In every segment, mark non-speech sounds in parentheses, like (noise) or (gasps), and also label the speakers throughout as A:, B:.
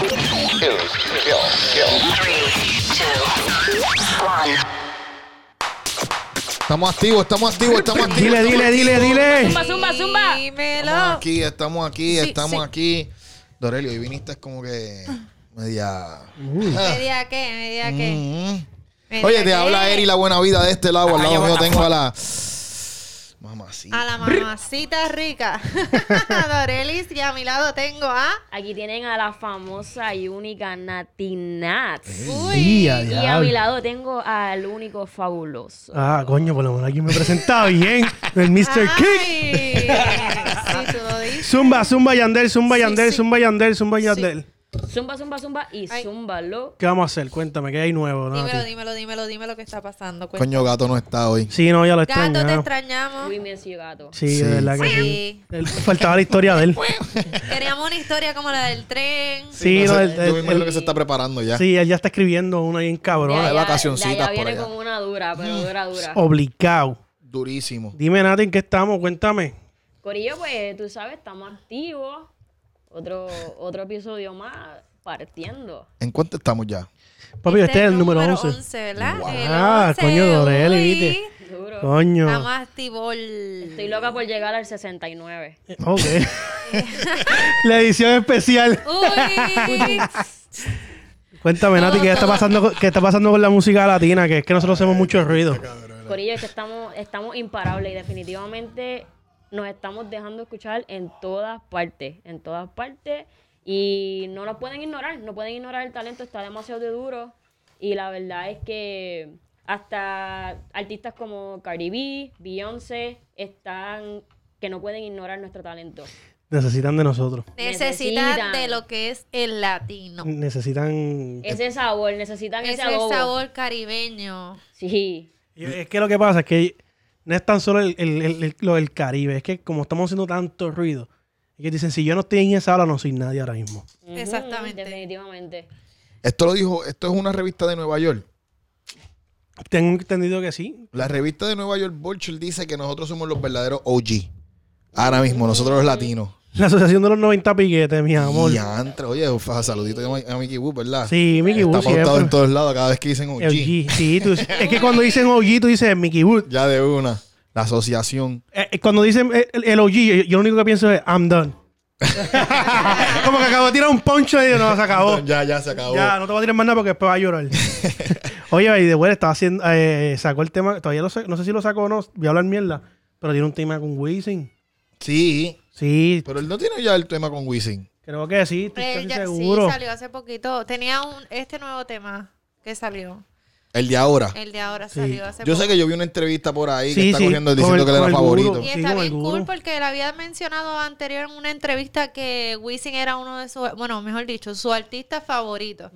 A: kill, kill, kill.
B: Estamos activos, estamos activos, estamos activos.
C: Dile,
B: estamos
C: dile, dile,
B: activos.
C: dile.
D: Zumba, zumba, zumba.
B: Estamos
E: Dímelo.
B: aquí, estamos aquí,
E: Sí,
B: estamos
E: sí.
B: aquí. Dorelio, hoy viniste como que media...
E: ¿Media qué? ¿Media qué?
B: Mm.
E: ¿Media
B: Oye, te
E: qué? Ah,
B: habla Eri, la buena vida de este lado. Al lado mío tengo a la... Mamacita.
E: A la
C: (laughs)
E: mamacita rica. (laughs) Dorelis, y a mi lado tengo a.
F: Aquí tienen a la famosa y única Natinat.
C: Y a
F: Y a
C: Eh, diablo.
F: mi lado tengo al único fabuloso.
C: Ah, coño, por lo menos aquí me presentaba bien. El Mr. Kick.
E: Ay, Sí, tú
C: (laughs)
E: lo dices.
C: Zumba, zumba, Yandel, zumba,
E: Sí,
C: Yandel,
E: sí.
C: zumba, Yandel, zumba, Yandel.
F: Zumba, zumba, zumba y
E: Ay.
F: zúmbalo.
C: ¿Qué vamos a hacer? Cuéntame, ¿qué hay nuevo?
E: Dímelo,
C: Nati?
E: dímelo, dímelo, dímelo qué está pasando. Cuéntame.
B: Coño, gato no está hoy.
C: Sí, no, ya lo
E: Gato, te
C: extraño.
E: extrañamos.
F: We miss you, gato.
C: Sí,
B: Sí.
C: de verdad que sí.
E: Sí.
C: Él- Faltaba la historia de él.
E: Queríamos una historia como la del tren.
C: Sí,
B: No
C: no,
B: sé,
C: él-
B: yo me
C: él-
B: imagino que
C: él-
B: se está preparando ya.
C: sí, él ya está escribiendo una bien
F: De
C: cabrona.
F: allá-
B: vacacioncitas
F: de allá
B: por
F: viene
B: allá.
F: con una dura, pero dura, dura.
C: Obligado.
B: Durísimo.
C: Dime, Nati, ¿en qué estamos? Cuéntame.
F: Corillo, pues tú sabes, estamos activos. Otro, otro episodio más partiendo.
B: ¿En cuánto estamos ya?
C: Papi, este es el número 11.
E: ¿verdad? El
C: Ah,
E: 11,
C: coño, Dorelli,
E: uy.
C: viste.
F: Duro.
C: Coño.
E: Estamos activos.
F: Estoy loca por llegar al 69.
C: Eh,
E: (laughs)
C: Ok. la edición especial.
E: Uy.
C: Cuéntame, Nati, ¿qué está pasando, con- qué está pasando con la música latina? Que es que nosotros hacemos mucho ruido.
F: Corillo, es que estamos, estamos imparables y definitivamente nos estamos dejando escuchar en todas partes, en todas partes. Y no nos pueden ignorar, no pueden ignorar el talento, está demasiado de duro. Y la verdad es que hasta artistas como Cardi B, Beyoncé, están que no pueden ignorar nuestro talento.
C: Necesitan de nosotros.
E: Necesitan
F: Necesitan.
E: de lo que es el latino.
C: Necesitan.
F: Ese sabor, necesitan
E: Es
F: ese,
E: el
F: adobo.
E: sabor caribeño.
F: Sí.
C: Y Es que lo que pasa es que no es tan solo el, el- el- el- lo del Caribe, es que como estamos haciendo tanto ruido, ellos dicen, si yo no estoy en esa ola, no soy nadie ahora mismo.
F: Ujú,
E: Exactamente.
F: Definitivamente.
B: Esto lo dijo, esto es una revista de Nueva York.
C: Tengo entendido que sí.
B: La revista de Nueva York Vulture dice que nosotros somos los verdaderos OG. Ahora mismo, nosotros los latinos.
C: La Asociación de los 90 Piquetes, mi amor.
B: Y antes, oye, ufa, saludito a Mi- a Mickey Wu, ¿verdad?
C: Sí, Mickey
B: Está
C: Wood
B: pautado
C: siempre.
B: en todos lados cada vez que dicen OG.
C: OG, sí, tú- es que cuando dicen OG, tú dices Mickey Wood.
B: Ya de una. La asociación.
C: Eh, eh, cuando dicen el, el- el OG, yo, yo lo único que pienso es,
B: (laughs)
C: I'm done. Como que acabo de tirar un poncho y yo, no, se acabó.
B: Ya, ya se acabó.
C: Ya, no te voy a tirar más nada porque después va
B: (laughs)
C: a llorar. Oye, y de vuelta estaba haciendo, eh, sacó el tema, todavía lo sa- no sé si lo sacó o no, voy a hablar mierda, pero tiene un tema con Wisin.
B: Sí,
C: Sí,
B: pero él no tiene ya el tema con Wisin.
C: creo que sí, estoy
E: Él
C: casi
E: ya-
C: seguro.
E: Sí, salió hace poquito. Tenía un, este nuevo tema que salió.
B: El de ahora.
F: Eh,
E: El de ahora salió hace
B: Yo
E: poco.
B: sé que yo vi una entrevista por ahí que
C: Sí,
B: está
C: sí,
B: cogiendo
C: con
B: diciendo
C: el-
B: que él era
C: con el
B: favorito.
C: gurú.
E: Y
C: Sí,
E: está
C: con el
E: bien cool
C: gurú.
E: porque le había mencionado anterior en una entrevista que Wisin era uno de sus, bueno, mejor dicho, su artista favorito.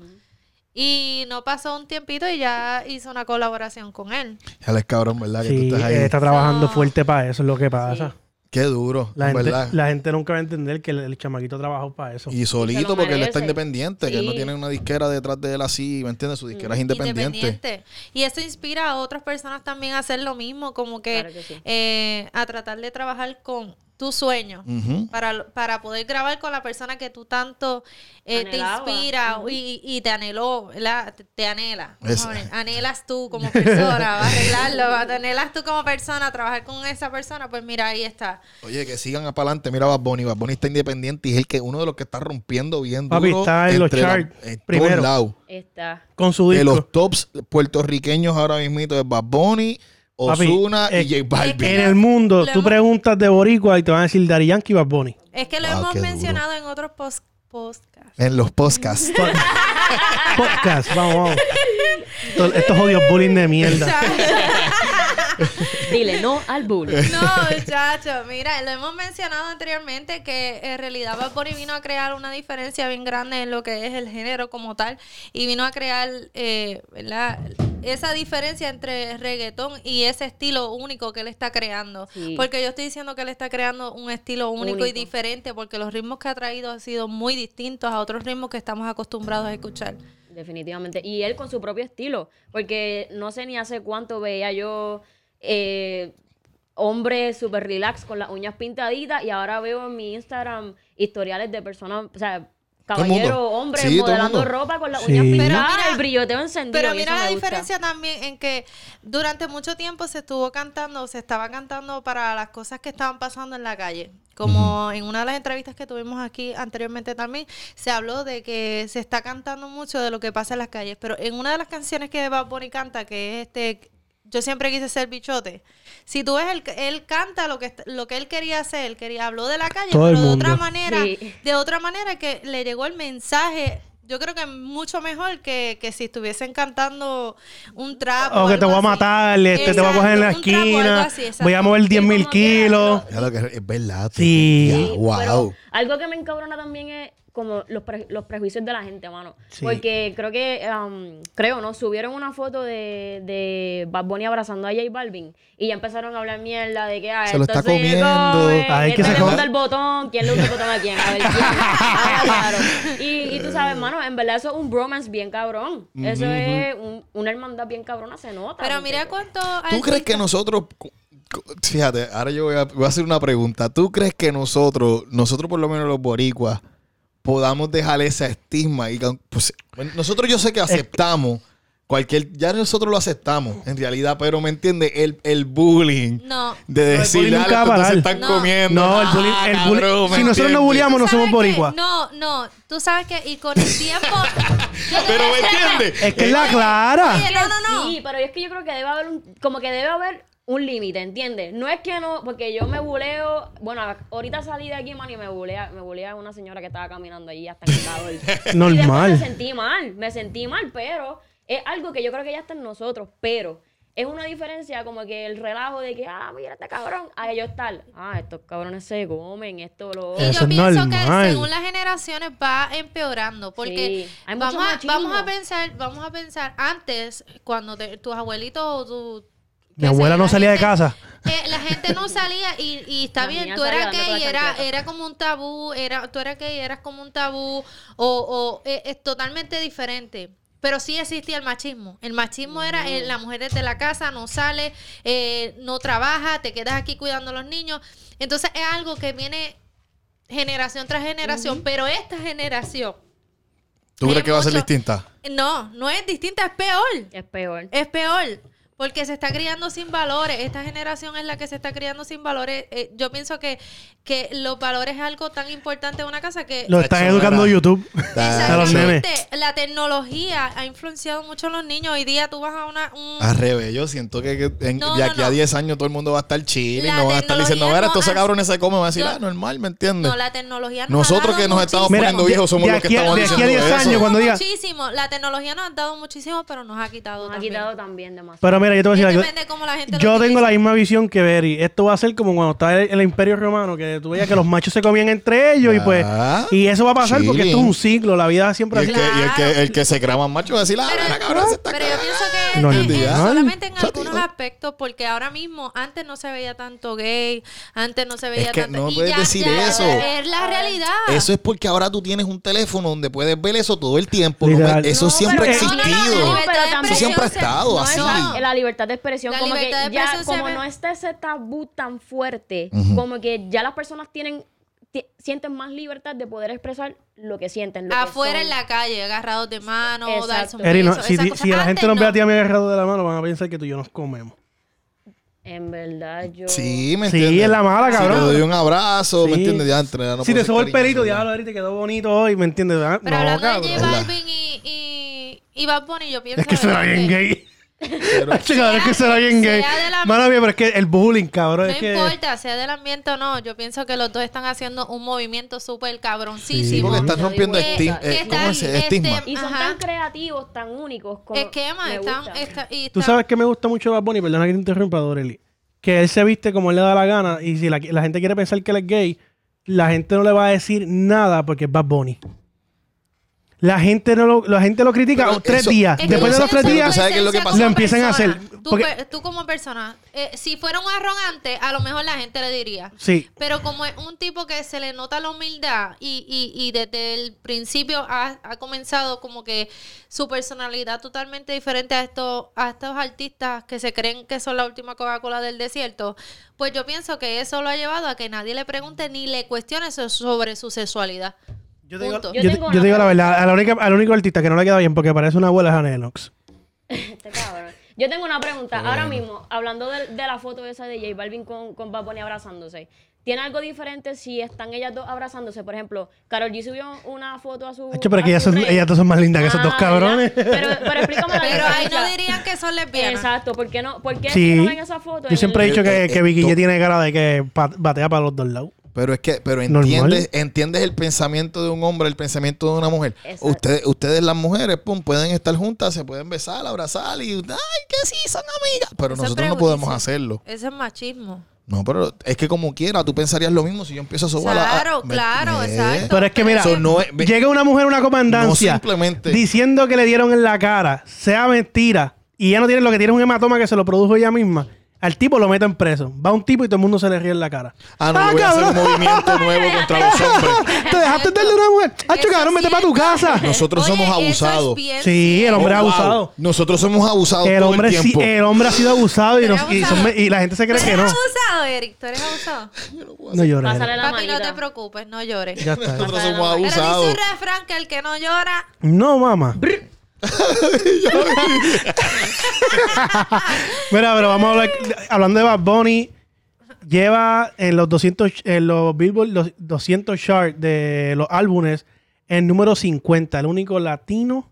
E: Y no pasó un tiempito y ya hizo una colaboración con él.
B: Jale, cabrón, ¿verdad? Ah, Que
C: Sí,
B: tú estás ahí.
C: eh, está trabajando fuerte para eso, es lo que pasa.
B: Qué duro,
C: La, gente,
B: ¿verdad?
C: la gente nunca va a entender que el, el chamaquito trabajó para eso.
B: Y
F: Se
B: solito
F: lo
B: porque él
F: merece.
B: está independiente, que él no
F: Sí. Mm.
B: tiene una disquera detrás de él así, ¿me entiendes? Su disquera es independiente.
E: Y eso inspira a otras personas también a hacer lo mismo, como que,
F: Claro que sí.
E: eh, a tratar de trabajar con tu sueño.
B: Ujú.
E: Para, para poder grabar con la persona que tú tanto eh, te
F: Anhelaba.
E: inspira y, y te anheló, ¿verdad? te, te anhela. Vamos a
B: Es-
E: ver, Anhelas tú
B: (laughs)
E: como persona, vas a arreglarlo, vas a- anhelas tú como persona, trabajar con esa persona, pues mira, ahí está.
B: Oye, que sigan para adelante. Mira, Bad Bunny. Bad Bunny está independiente y es el que uno de los que está rompiendo bien
C: Papi,
B: duro
C: está en los
B: entre la-
C: charts,
B: en todos
C: primero.
B: lados.
F: Está.
C: Con su
B: De
C: disco.
B: los tops puertorriqueños ahora mismito es Bad Bunny,
C: Papi,
B: Ozuna
C: eh,
B: y J Balvin.
C: En el mundo,
E: Lo
C: tú
E: hemos-
C: preguntas de Boricua y te van a decir Dari Yankee y Bad Bunny.
E: Es que lo
B: Wow,
E: hemos
B: qué duro.
E: mencionado en otros pos-
B: (laughs)
E: podcasts.
B: En los
C: (laughs)
B: podcasts.
C: Podcast, vamos, vamos. Estos, estos odios bullying de mierda.
F: Dile no al bullying.
E: No, muchachos, mira, lo hemos mencionado anteriormente que en realidad Bad Bunny vino a crear una diferencia bien grande en lo que es el género como tal y vino a crear, eh, ¿verdad? Esa diferencia entre reggaetón y ese estilo único que él está creando.
F: Sí.
E: Porque yo estoy diciendo que él está creando un estilo único, y
F: Único.
E: diferente porque los ritmos que ha traído han sido muy distintos a otros ritmos que estamos acostumbrados a escuchar.
F: Definitivamente. Y él con su propio estilo. Porque no sé ni hace cuánto veía yo eh, hombres súper relax con las uñas pintaditas. Y ahora veo en mi Instagram historiales de personas, o sea,
B: el mundo.
F: Caballero, hombre,
B: Sí, todo el
F: modelando
B: mundo.
F: ropa con las
C: Sí.
F: uñas
C: Pero
F: pintadas,
E: mira-
F: el brilloteo encendido.
E: Pero
F: y
E: mira
F: eso
E: la
F: me gusta.
E: diferencia también en que durante mucho tiempo se estuvo cantando, se estaba cantando para las cosas que estaban pasando en la calle. Como en una de las entrevistas que tuvimos aquí anteriormente también, se habló de que se está cantando mucho de lo que pasa en las calles. Pero en una de las canciones que Bad Bunny canta, que es este, yo siempre quise ser bichote. Si tú ves, él, él canta lo que, est- lo que él quería hacer, él quería, habló de la calle,
C: Todo el
E: pero de otra
C: mundo.
E: manera,
F: Sí.
E: de otra manera que le llegó el mensaje. Yo creo que mucho mejor que, que si estuviesen cantando un trapo.
C: O que te voy a matar, este, te voy a coger en la esquina, voy a mover 10 mil
F: como quiera,
C: kilos.
B: Ya lo que es, es verdad. tú,
C: Sí.
B: ya,
F: Sí,
B: wow.
F: pero algo que me encabrona también es como los, pre- los prejuicios de la gente, mano.
C: Sí.
F: Porque creo que, um, creo, ¿no? Subieron una foto de, de Bad Bunny abrazando a J Balvin y ya empezaron a hablar mierda de que, ah,
B: Se lo
F: esto
B: está
F: se
B: comiendo.
F: come,
C: Ay, que
F: esto
C: se
F: le
C: come.
F: gusta el botón, ¿quién le gusta el botón a quién? A ver,
B: (laughs)
F: ¿quién? Ah, claro. Y, y tú sabes, mano, en verdad eso es un bromance bien cabrón. Eso es un- una hermandad bien cabrona, se nota.
E: Pero mira
F: muchacho.
E: cuánto.
B: ¿Tú crees que nosotros... cu- cu- Fíjate, ahora yo voy a, voy a hacer una pregunta. ¿Tú crees que nosotros, nosotros por lo menos los boricuas, podamos dejar ese estigma? y que- pues, bueno, Nosotros yo sé que aceptamos, cualquier ya nosotros lo aceptamos, en realidad, pero ¿me entiendes? El, el bullying.
E: No.
B: De
C: el
B: decirle
C: bullying
B: a
C: nunca va a
B: se
C: parar.
B: están
E: No.
B: comiendo.
C: No, el bullying.
B: Ah,
C: el
B: cabrón,
C: bullying-
B: ¿me
C: si nosotros
B: entiendes?
C: no bulleamos, no somos
E: ¿Sabes qué?
C: boricua.
E: No, no. Tú sabes que. Y con
C: (laughs)
E: el tiempo. Yo te
B: Pero
E: voy
B: ¿me
E: a decir-
B: entiendes? Eh,
C: Es que es la clara.
E: Oye, no, no, no.
F: Sí, pero es que yo creo que debe haber un, como que debe haber un límite, ¿entiendes? No es que no, porque yo me buleo, bueno, ahorita salí de aquí, mano, y me bulea, me bulea una señora que estaba caminando ahí hasta en el lado del- Y después
C: Normal.
F: me sentí mal, me sentí mal, pero es algo que yo creo que ya está en nosotros, pero es una diferencia como que el relajo de que, ah, mira este cabrón, a yo estar, ah, estos cabrones se comen, esto, lo otro.
E: Y
C: Eso
E: yo
C: es
E: pienso
C: normal.
E: que según las generaciones va empeorando. Porque
F: Sí, hay mucho
E: vamos, a,
F: machismo.
E: vamos a pensar, vamos a pensar, antes, cuando te- tus abuelitos o tu
C: Mi abuela no
E: la
C: salía de
E: gente-
C: casa.
E: eh, la gente no salía y, y está
F: La
E: bien,
F: mía
E: tú
F: salía
E: eras
F: andando
E: gay,
F: con la
E: era,
F: chancleta.
E: era como un tabú, era, tú eras gay, eras como un tabú, o, o, eh, es totalmente diferente. Pero sí existía el machismo. El machismo era
F: Mm.
E: eh, la mujer es de la casa, no sale, eh, no trabaja, te quedas aquí cuidando a los niños. Entonces es algo que viene generación tras generación, pero esta generación
B: ¿Tú crees que va a ser
E: Mucho.
B: distinta?
E: no, no es distinta, es peor.
F: Es peor.
E: Es peor. Porque se está criando sin valores. Esta generación es la que se está criando sin valores. Eh, yo pienso que, que los valores es algo tan importante en una casa que...
C: Lo están
B: Eso
C: educando
B: era-
C: YouTube. (laughs) A los nenes.
E: Exactamente. La tecnología ha influenciado mucho a los niños. Hoy día tú vas a una... un-
B: Al revés, yo siento que, que en-
E: No,
B: de
E: no,
B: aquí a
E: no.
B: 10 años todo el mundo va a estar chile y
E: La
B: no van a estar diciendo,
E: tecnología
B: mira,
E: no
B: estos
E: hace-
B: cabrones se comen, van a decir,
E: Yo-
B: ah, normal, ¿me entiendes?
E: no, la tecnología nos ha
B: Nosotros
E: dado
B: que nos estamos
E: muchísimo.
C: Mira,
B: poniendo
C: de-
B: viejos somos
C: de
B: los que
C: aquí a-
B: estamos
C: de aquí a
B: diciendo
C: 10
B: eso.
C: años, cuando diga-
E: Muchísimo. La tecnología nos ha dado muchísimo, pero nos ha quitado
F: Nos ha
E: también.
F: quitado también demasiado.
C: Pero mira, yo te voy a decir
E: Depende de
C: algo.
E: cómo la gente lo
C: Yo tengo
E: utilice.
C: la misma visión que Berry. Esto va a ser como cuando estaba el, el Imperio Romano, que tú veías que los machos se comían entre ellos y pues.
B: Ah,
C: Y eso va a pasar porque
B: chilling.
C: esto es un ciclo. La vida siempre
B: Y el,
C: así.
B: que, y el, que,
E: Claro.
B: el que se crama macho va a decir, ah,
E: Pero,
B: mira, cabrón, se está
E: pero yo pienso que
C: No,
E: eh,
C: yo
E: eh,
C: digo, ay,
E: solamente en
B: chatito.
E: algunos aspectos, porque ahora mismo antes no se veía tanto gay, antes no se veía
B: Es que
E: tanto.
B: no
E: y
B: puedes
E: ya-
B: decir
E: ya
B: eso.
E: Es la realidad.
B: Eso es porque ahora tú tienes un teléfono donde puedes ver eso todo el tiempo. no
C: Literal.
B: me- eso
F: No,
B: siempre ha
F: pero-
B: existido.
E: no, no, no, no,
F: pero
B: Eso siempre ha estado
E: No,
B: así.
E: no.
F: Pues la libertad de expresión,
E: La
F: como que
E: libertad de
F: ya,
E: expresión se
F: como
E: ve-
F: no está ese tabú tan fuerte, como que ya las personas tienen, ti- sienten más libertad de poder expresar lo que sienten. Lo
E: Afuera
F: que
E: en
F: son.
E: la calle, agarrados de mano,
F: Exacto.
E: darse un
C: Eri, no,
E: beso,
C: si,
E: esas
C: ti-
E: cosas.
C: si la gente
E: Antes
C: nos ve a
E: no.
C: ti a mí agarrado de la mano, van a pensar que tú y yo nos comemos.
F: En verdad, yo.
B: Sí, ¿me
C: Sí,
B: entiendes?
C: es la mala, cabrón.
B: Si te doy un abrazo, ¿me
C: Sí.
B: entiendes? Ya, entre, ya no
C: si
B: puedo
C: te
B: ser
C: sobo el
B: cariñoso,
C: pelito,
B: ya.
C: diablo, Eri, te quedó bonito hoy, ¿me entiendes? Ah,
E: Pero
C: no,
E: hablando
C: cabrón.
E: de J Balvin y, y, y Bad Bunny, yo pienso.
C: Es que será
E: ¿verdad?
C: bien gay. (laughs)
B: Pero-
C: Che, cabrón, es que será bien
E: sea
C: gay.
E: de la-
C: Mala mía, pero es que el bullying, cabrón.
E: No
C: es que...
E: importa, sea del ambiente o no, yo pienso que los dos están haciendo un movimiento súper
B: Sí,
E: cabroncísimo.
B: porque están
F: Yo
B: rompiendo
E: digo,
B: estigma.
E: ¿qué
B: eh, ¿Cómo
E: tal
B: es?
E: este-
B: Estigma.
F: Y son
E: Ajá.
F: tan creativos, tan únicos. Como,
E: Esquema,
F: me
E: están,
F: gusta.
E: está- y
C: Tú
E: están-
C: sabes que me gusta mucho Bad Bunny, perdona que te interrumpa, Dorely. Que él se viste como él le da la gana y si la, la gente quiere pensar que él es gay, la gente no le va a decir nada porque es Bad Bunny. La gente, no lo, la gente lo critica
B: Pero
C: tres
B: eso-
C: días.
E: Es que
C: Después
E: yo
C: de los tres
B: Pero
E: pienso
C: días,
B: tú sabes qué es lo que
E: esencia
B: pasa.
E: como
C: Lo empiezan a
E: persona,
C: hacer,
E: Tú,
C: porque-
E: per- tú como persona, eh, si fuera un arrogante, a lo mejor la gente le diría.
C: sí.
E: Pero como es un tipo que se le nota la humildad y, y- y desde el principio ha, ha comenzado como que su personalidad totalmente diferente a estos, a estos artistas que se creen que son la última Coca-Cola del desierto, pues yo pienso que eso lo ha llevado a que nadie le pregunte ni le cuestione so- sobre su sexualidad.
C: Yo te digo,
E: Punto.
C: yo
F: Yo
C: te-
F: tengo
C: yo te
F: una
C: digo la verdad, a la única- al único artista que no le queda bien porque parece una abuela es Annie Lennox.
F: (laughs) Este cabrón. Yo tengo una pregunta. Ahora mismo, hablando de, de la foto esa de J Balvin con, con Bad Bunny abrazándose, ¿tiene algo diferente si están ellas dos abrazándose? Por ejemplo, Carol G subió una foto a su.
C: Hacho, pero
F: a
C: que ellas,
F: su
C: son,
F: red.
C: ellas dos son más lindas que esos
F: Uh, Ah,
C: dos cabrones.
F: ¿verdad? Pero, pero explícame la
E: (laughs) Pero ahí no
F: diferencia.
E: dirían que son lesbianas.
F: Exacto, ¿por qué no? ¿Por qué es
C: (laughs)
F: que
C: Sí.
F: no ven esa foto? en
C: Yo siempre he
F: el-
C: dicho que,
B: Eh,
C: que
B: eh,
C: Vicky
B: tú-
C: G tiene cara de que pat- batea para los dos lados.
B: Pero es que, pero
C: Normal.
B: entiendes, entiendes el pensamiento de un hombre, el pensamiento de una mujer.
F: Exacto.
B: Ustedes, ustedes las mujeres, pum, pueden estar juntas, se pueden besar, abrazar y ay, que sí, son amigas. Pero
E: Eso
B: nosotros
E: es
B: no
E: prejuicio.
B: podemos hacerlo.
E: Eso es machismo.
B: No, pero es que como quiera, tú pensarías lo mismo si yo empiezo a sobar a- a-
E: Claro,
B: me-
E: claro,
B: me-
E: exacto.
C: Pero es que mira,
B: Eso no es- Eh, ve-
C: llega una mujer a una comandancia
B: No simplemente.
C: diciendo que le dieron en la cara, sea mentira, y ella no tiene lo que tiene es un hematoma que se lo produjo ella misma. Al tipo lo meten preso. Va un tipo y todo el mundo se le ríe en la cara.
B: Ah, no, yo voy a hacer un movimiento nuevo contra los hombres.
C: (laughs) Te dejaste darle a una mujer. Hacho,
E: Eso
C: cabrón, vete
E: sí es-
C: para tu casa.
B: Nosotros
E: Oye,
B: somos
E: eso es
B: abusados.
E: bien
C: Sí, el
E: cierto.
C: hombre
B: Oh,
C: ha
B: wow.
C: abusado.
B: Nosotros somos abusados
C: El
B: todo
C: hombre,
B: el
C: sí,
B: tiempo.
C: el hombre ha sido abusado y,
E: Pero
C: nos- y
E: abusado.
C: son- y la gente se cree
E: ¿Tú
C: que
E: eres
C: no.
E: (laughs) abusado, Eric? ¿Tú eres abusado?
C: No llores.
F: Pásale
C: Eric.
F: la
E: Papi, no te
F: manita.
E: preocupes, no llores.
C: Ya está.
B: Nosotros
F: Pasa de
B: somos
F: la-
E: Pero dice un
B: abusados.
E: refrán que el que no llora...
C: No, mamá. (laughs) Mira, pero vamos a hablar. Hablando de Bad Bunny, lleva en los 200, ch- en los Billboard los 200 chart de los álbumes en número 50, el único latino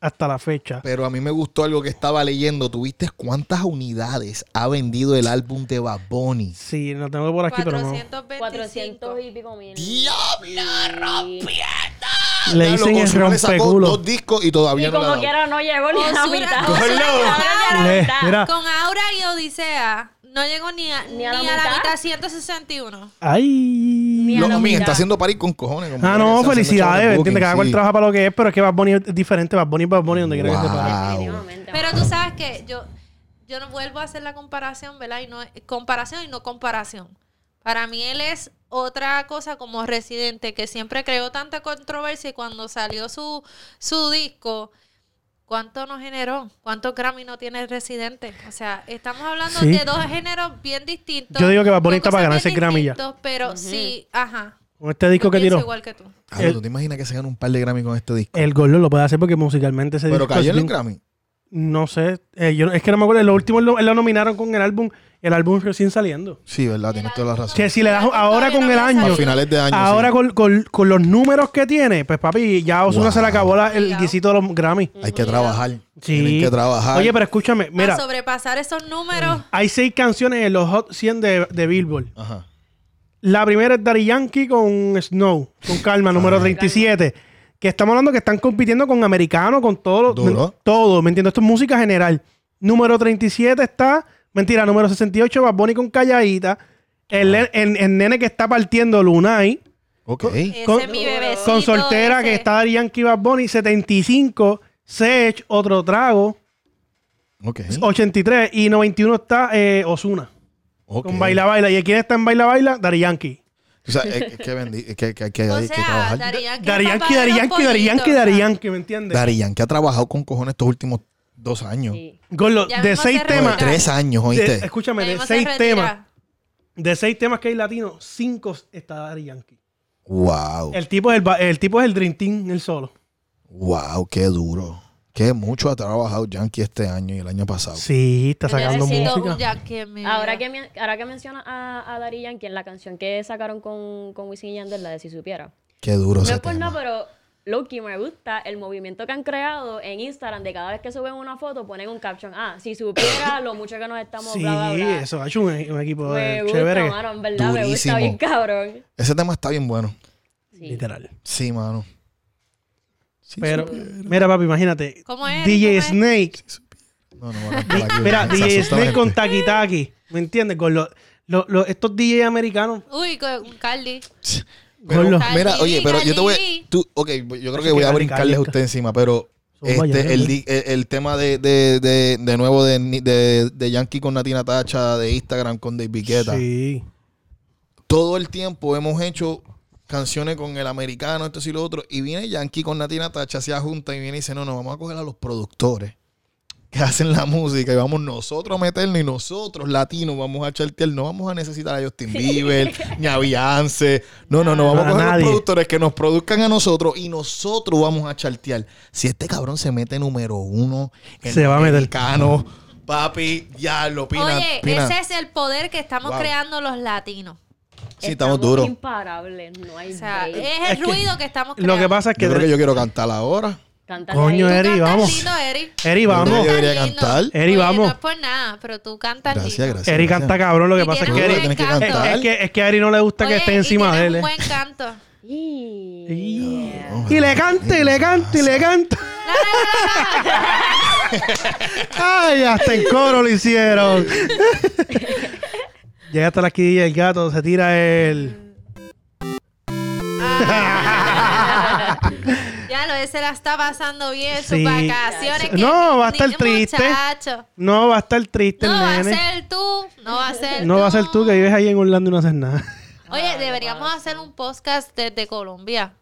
C: hasta la fecha.
B: Pero a mí me gustó algo que estaba leyendo. ¿Tuviste cuántas unidades ha vendido el álbum de Bad Bunny?
C: Sí, lo tengo por aquí, pero no.
F: 400
E: 425.
F: y pico mil.
B: ¡Diablo,
C: Le
B: Ya,
C: dicen
B: loco,
C: el
B: Ozuna le sacó
C: rompeculo.
B: dos discos y todavía no
F: Y
B: le ha
F: como
B: dado.
F: quiera no llegó ni la
E: Osuna-
F: mitad. (laughs)
E: Osuna y Aura-
F: Ahora
C: Le-
F: ya la
C: mira.
F: mitad.
E: Con Aura y Odisea no llegó ni a, ni a la, mitad. 161.
C: Ay.
F: Mira,
B: No,
F: no,
B: mira, está
F: mira.
B: haciendo party con cojones. como
C: Ah,
B: que está
C: no,
B: haciendo
C: felicidades.
B: shows de
C: Entiende, cada
B: booking,
C: cual
B: sí.
C: trabaja para lo que es, pero es que Bad Bunny es diferente. Bad Bunny es Bad Bunny donde quiera que se pare.
B: Wow.
F: Definitivamente.
E: Pero tú sabes que yo, yo no vuelvo a hacer la comparación, ¿verdad? Y no, comparación y no comparación. Para mí él es otra cosa como residente que siempre creó tanta controversia y cuando salió su, su disco, ¿cuánto nos generó? ¿Cuántos Grammy no tiene residente? O sea, estamos hablando
C: Sí.
E: de dos géneros bien distintos.
C: Yo digo que Bad Bunny
E: con
C: está para
E: cosas
C: ganarse
E: bien
C: Grammy ya.
E: distintos, Pero sí, ajá.
C: Con este disco
E: No
C: que
E: pienso
C: tiró,
E: igual que tú.
B: Ah, pero ¿Tú te imaginas que se gane un par de Grammy con este disco?
C: el Gordo lo puede hacer porque musicalmente se
B: Pero cayó en los
C: Grammy.
B: Grammy.
C: No sé, eh, yo, no- es que no me acuerdo. Lo último lo, lo nominaron con el álbum, el álbum recién saliendo.
B: Sí, verdad, tienes toda la razón.
C: Que si le das ahora con el año,
B: A finales de año.
C: ahora
B: sí.
C: con, con- con los números que tiene, pues papi, ya Osuna
B: Wow.
C: se le acabó la- el
E: Cuidado.
C: guisito de los Grammy.
B: Hay que trabajar.
C: Sí.
B: Tienen que trabajar.
C: Oye, pero escúchame,
E: Mira,
C: mira,
E: sobrepasar esos números.
C: hay seis canciones en los Hot 100 de, de Billboard.
B: Ajá.
C: La primera es Daddy Yankee con Snow, con Calma, número 37. Que estamos hablando que están compitiendo con americanos, con todo.
B: Duro.
C: me- todo, ¿me entiendes? Esto es música general. Número 37 está, mentira, número 68, Bad Bunny con Calladita. El,
B: Ah.
C: el- el nene que está partiendo, Lunay.
B: Ok.
E: Ese
C: con-
E: es mi bebecito.
C: Con soltera
E: ese.
C: que está Daddy Yankee Bad Bunny, 75. Sech, otro trago,
B: Ok.
C: 83. Y 91 está eh, Osuna,
B: ok.
C: con Baila Baila. ¿Y quién está en Baila Baila? Daddy Yankee.
B: O sea, es es que, bendi- es que, que- que
E: O
B: hay que
E: sea,
B: trabajar.
E: Dari Yankee.
C: Daddy
E: es papá
C: Yankee,
E: de
C: Daddy
E: los
C: Yankee, Daddy
E: pollitos,
C: Yankee,
E: o
C: Daddy
E: sea,
C: Yankee, ¿me entiendes?
B: Dari Yankee ha trabajado con cojones estos últimos dos años.
F: Sí.
C: Gorlo,
E: Ya
C: de
E: mismo
C: seis
E: se
B: No, de
C: temas.
E: retira.
B: tres años,
C: de-
B: oíste.
C: escúchame,
E: ya
C: de
E: mismo se
C: seis
E: retira.
C: temas. De seis temas que hay latinos, cinco está Daddy Yankee.
B: Wow.
C: El tipo es el, ba- el tipo es el Dream Team, el solo.
B: Wow, qué duro. Qué mucho ha trabajado Yankee este año y el año pasado.
C: Sí, está sacando
E: Necesito un
C: música.
E: Yankee en mi vida.
F: Ahora que, men- ahora que menciona a, a Daddy Yankee en la canción que sacaron con, con Wisin y Yandel, la de Si Supiera.
B: Qué duro
F: No
B: ese
F: es por
B: tema.
F: nada, pero Loki me gusta el movimiento que han creado en Instagram de cada vez que suben una foto ponen un caption. Ah, si supiera lo mucho que nos estamos
C: Sí,
F: bla, bla, bla.
C: eso ha hecho un, un equipo
F: Me
C: eh,
F: gusta,
C: chévere.
F: mano, en verdad me
B: Durísimo.
F: gusta bien cabrón.
B: Ese tema está bien bueno.
F: Sí.
C: Literal.
B: Sí, mano. Sí,
C: Pero, mira, papi, imagínate.
E: ¿Cómo es?
C: DJ
E: ¿Cómo es?
C: Snake.
B: No, no, va a cantar aquí,
C: Mira,
B: se
C: DJ
B: asusta la
C: Snake con
B: gente.
C: Taki Taki. ¿Me entiendes? Con los, los- los- estos DJ americanos.
E: Uy, con un Cardi.
B: Pero,
C: Gorlo.
B: mira, oye, pero yo te voy.
E: Cardi.
B: Tú, ok, yo creo
C: Así
B: que voy
C: que
B: a
C: dale,
B: brincarles a
C: Cardi.
B: usted encima, pero.
C: Son
B: Este,
C: valladores.
B: el, di- el, el tema de, de, de, de nuevo de, Ni- de, de Yankee con Natina Tacha, de Instagram con David Guetta.
C: Sí.
B: Todo el tiempo hemos hecho canciones con el americano, esto y lo otro. Y viene Yankee con Natina Tacha, se junta y viene y dice: No, no, vamos a coger a los productores que hacen la música y vamos nosotros a meternos y nosotros latinos vamos a chartear, no vamos a necesitar a Justin Bieber ni a Beyoncé, no, no, no, vamos
C: A
B: a coger
C: nadie.
B: los productores que nos produzcan a nosotros y nosotros vamos a chartear. Si este cabrón se mete número uno, el
C: Se va a meter.
B: americano, papi, ya lo pina,
E: Oye,
B: pina.
E: ese es el poder que estamos
B: Wow.
E: creando los latinos.
B: Sí, estamos duros.
F: imparables, no hay
E: O sea, eh,
F: break.
E: es el
C: Es que-
E: ruido que estamos creando.
C: Lo que pasa es que.
B: Yo creo que yo quiero cantar ahora.
F: Cántale
C: Coño, eh.
F: ahí.
C: Eri,
E: Tú cantas
C: vamos.
E: lindo, Eri.
C: Eri,
B: Yo
C: vamos.
B: debería
E: Lindo.
B: cantar.
C: Eri,
E: Oye,
C: vamos.
E: No es por nada, pero tú cantas
B: Gracias,
E: lindo.
B: gracias.
C: Eri canta cabrón, lo que
E: Y
C: pasa es
E: tienes
C: que
E: un
C: Eri.
E: buen
B: Tienes que
E: canto.
B: cantar.
C: Es que, es que a Eri no le gusta que
E: Oye,
C: esté
E: y
C: encima
E: tienes
C: de él.
E: un
C: eh.
E: buen canto.
F: Y-
C: Y le canta, y le canta, y le canta. Ay, hasta en coro lo hicieron. Llega hasta la quilla el gato, se tira el.
E: Ya lo ese la está pasando bien en
C: Sí.
E: sus vacaciones. que
C: No, va a
E: ni-
C: estar
E: ni-
C: triste.
E: muchacho.
C: No va a estar triste
E: No
C: el
E: va a
C: nene.
E: ser tú, no va a ser
C: No va a ser tú que vives ahí en Orlando y no haces nada.
E: Oye, deberíamos hacer un podcast desde Colombia.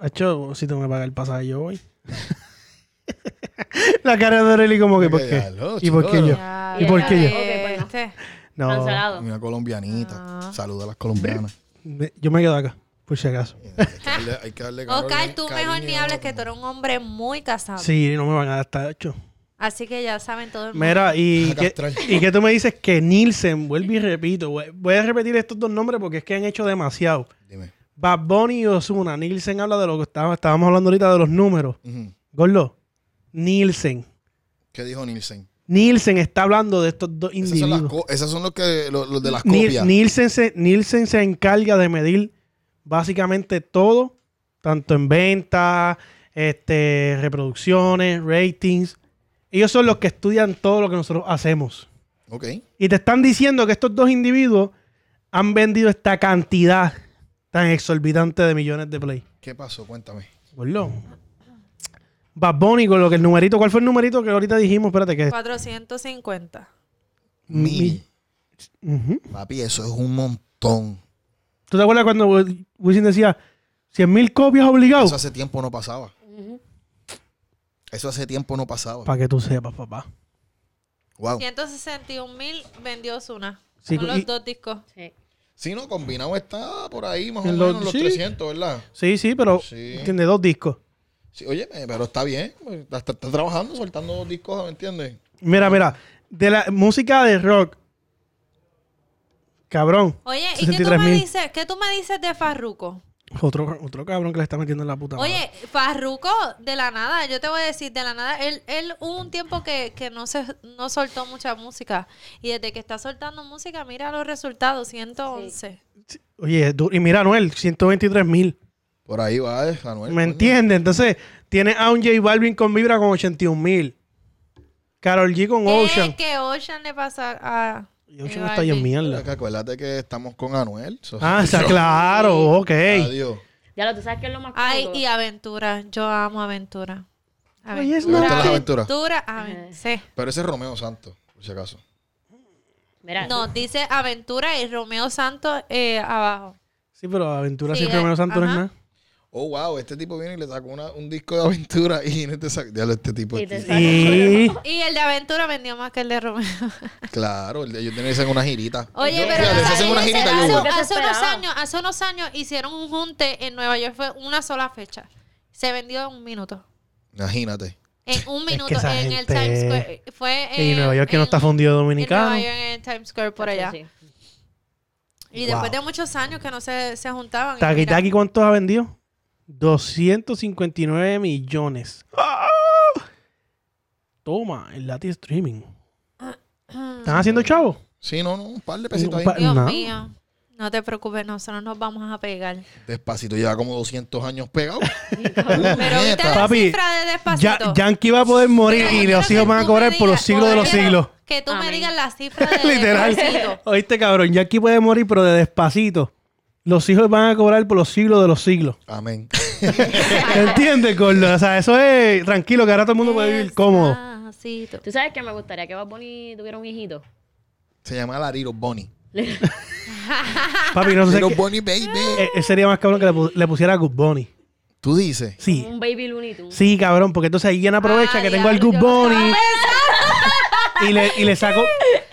C: Hacho, si tengo que pagar el pasaje, yo voy. (laughs) la cara de Dorelli como que, ¿por qué?
B: Déjalo,
C: ¿Y por qué
B: chico.
C: yo?
E: Ya,
C: ¿Y por qué yo?
E: este.
F: Ok, pues
C: No,
F: Cancelado.
B: Una
E: Ah.
B: colombianita. Saluda a las
E: (laughs)
B: colombianas. Eh,
C: me- yo me quedo acá, por si acaso.
B: hay que darle, hay que darle calor,
E: Oscar, tú
B: cariño.
E: mejor ni hables que tú eres un hombre muy casado.
C: Sí, no me van a dar hasta hecho.
E: Así que ya saben todo el mundo.
C: Mira, y
B: Acá
C: que,
B: astral.
C: y que tú me dices que Nielsen, vuelvo y repito, voy- voy a repetir estos dos nombres porque es que han hecho demasiado.
B: Dime.
C: Bad Bunny y Osuna. Nielsen habla de lo que estábamos, estábamos hablando ahorita de los números.
B: Ujú.
C: Gordo, Nielsen.
B: ¿Qué dijo Nielsen?
C: Nielsen está hablando de estos dos
B: Esas son, las
C: individuos.
B: co- esas son los, que, los, los de las
C: Ni-
B: copias.
C: Nielsen, se, Nielsen se encarga de medir básicamente todo, tanto en ventas, este, reproducciones, ratings. Ellos son los que estudian todo lo que nosotros hacemos.
B: ok.
C: Y te están diciendo que estos dos individuos han vendido esta cantidad tan exorbitante de millones de play.
B: ¿Qué pasó? Cuéntame.
C: Gordo. Bad Bunny con lo que el numerito, ¿cuál fue el numerito que ahorita dijimos? Espérate que...
E: 450.
B: Mil.
C: Ujú.
B: Papi, eso es un montón.
C: ¿Tú te acuerdas cuando Wi- Wisin decía 100 mil copias obligados?
B: Eso hace tiempo no pasaba. Eso hace tiempo no pasaba.
C: Para que tú sepas, papá.
B: wow.
E: 161 mil vendió Osuna.
C: Sí,
E: con
C: Oh. y-
E: los dos discos.
F: Sí.
B: Si no, combinado está por ahí más o
C: En los-
B: menos los
C: sí.
B: 300, ¿verdad?
C: Sí, sí, pero
B: Sí.
C: tiene dos discos.
B: Sí, oye, eh, pero está bien. Está, está trabajando, soltando dos discos, ¿me entiendes?
C: Mira, mira. De la música de rock. Cabrón.
E: Oye, ¿y qué tú,
C: 63
E: me
C: mil.
E: dices, qué tú me dices de Farruko?
C: Otro, otro cabrón que le está metiendo en la puta madre.
E: Oye, Farruko, de la nada, yo te voy a decir, de la nada, él, él hubo un tiempo que, que no se no soltó mucha música. Y desde que está soltando música, mira los resultados, 111.
C: Oye, du- y mira, Noel, 123 mil.
B: Por ahí va, eh, Anuel.
C: ¿Me entiendes? Entonces, tiene a un J Balvin con Vibra con 81 mil. Carol G con
E: ¿Qué
C: Ocean.
E: que Ocean le pasa a...
C: Y Ocean
E: a
C: está ahí en
E: Balvin?
C: mierda.
B: Acá, acuérdate que estamos con Anuel. So-
C: Ah, está claro, ok.
B: Adiós.
F: Ya lo, tú sabes que es lo más
E: Ay,
F: cómico?
E: y Aventura, yo amo Aventura.
C: Oye, es
B: ¿Te gustan las aventuras?
E: Aventura, aven- sí.
B: Pero ese es Romeo Santos, por si acaso.
F: Mira,
E: No, dice Aventura y Romeo Santos eh, abajo.
C: Sí, pero Aventura
E: Sí,
C: siempre
E: eh,
C: menos santo no es
E: ajá.
C: nada.
B: Oh, wow, este tipo viene y le sacó una- un disco de aventura y no te saca. Diablo, este tipo.
F: Y
B: este-
F: te-
C: Y...
E: Y el de Aventura vendió más que el de Romeo.
B: Claro, el de- ellos tienen que hacer una girita.
E: Oye,
B: Yo-
E: pero
B: fíjate, se
E: hace,
B: hacen una girita yo
E: hace-
B: voy.
F: Porque
E: hace
F: eso
E: unos
F: esperaba.
E: años, hace unos años hicieron un junte en Nueva York, fue una sola fecha. Se vendió en un minuto.
B: Imagínate.
E: En un
C: que
E: minuto
C: esa
E: en el
C: gente-
E: Times Square. eh, Fue
C: Y
E: en-
C: Nueva York que no
E: en-
C: está fundido dominicano.
E: En Nueva York, en el Times Square por allá.
F: sí.
E: Y después de muchos años que no se, se juntaban. y
C: Taki
E: mira,
C: Taki, ¿cuántos ha vendido? 259 millones. ¡Ah! Toma, el Latin Streaming. ¿Están haciendo chavo?
B: Sí, no, no, un par de pesitos
C: Un
B: ahí.
C: par-
E: mm, Dios
C: No.
E: mío. No te preocupes, nosotros nos vamos a
C: (laughs)
E: pegar.
B: Despacito lleva como 200 años pegado.
E: Pero viste
B: Neta.
E: la
C: Papi,
E: cifra de
C: Ya,
E: despacito.
C: Yankee va a poder morir
E: Pero yo
C: y
E: quiero
C: los hijos
E: que
C: van a
E: tú me
C: cobrar por los
E: digas-
C: siglos de los
E: Quiero
C: siglos.
E: Que tú me
F: Amén.
E: digas la cifra
C: (laughs)
E: de
C: Literal.
E: despacito.
C: Oíste, cabrón, Yankee puede morir, pero de despacito. Los hijos van a cobrar por los siglos de los
E: (laughs)
C: siglos.
B: Amén.
C: ¿Entiendes, Gordo? O sea, eso es tranquilo, que ahora todo el mundo puede vivir cómodo.
E: Despacito.
F: Tú sabes que me gustaría que Bad Bunny tuviera un hijito.
B: Se llama Lariro Bonnie.
C: Papi, no sé.
B: Pero
C: qué-
B: Bonnie Baby.
C: eh, eh, sería más cabrón que le, pu- le pusiera Good Bunny.
B: Tú dices.
C: Sí.
F: Un baby Looney Tunes.
C: Sí, cabrón, porque entonces ahí ya no aprovecha
E: Ah,
C: que tengo al
E: diablo,
C: Good
E: yo no
C: Bunny.
E: estaba
C: y le, y le saco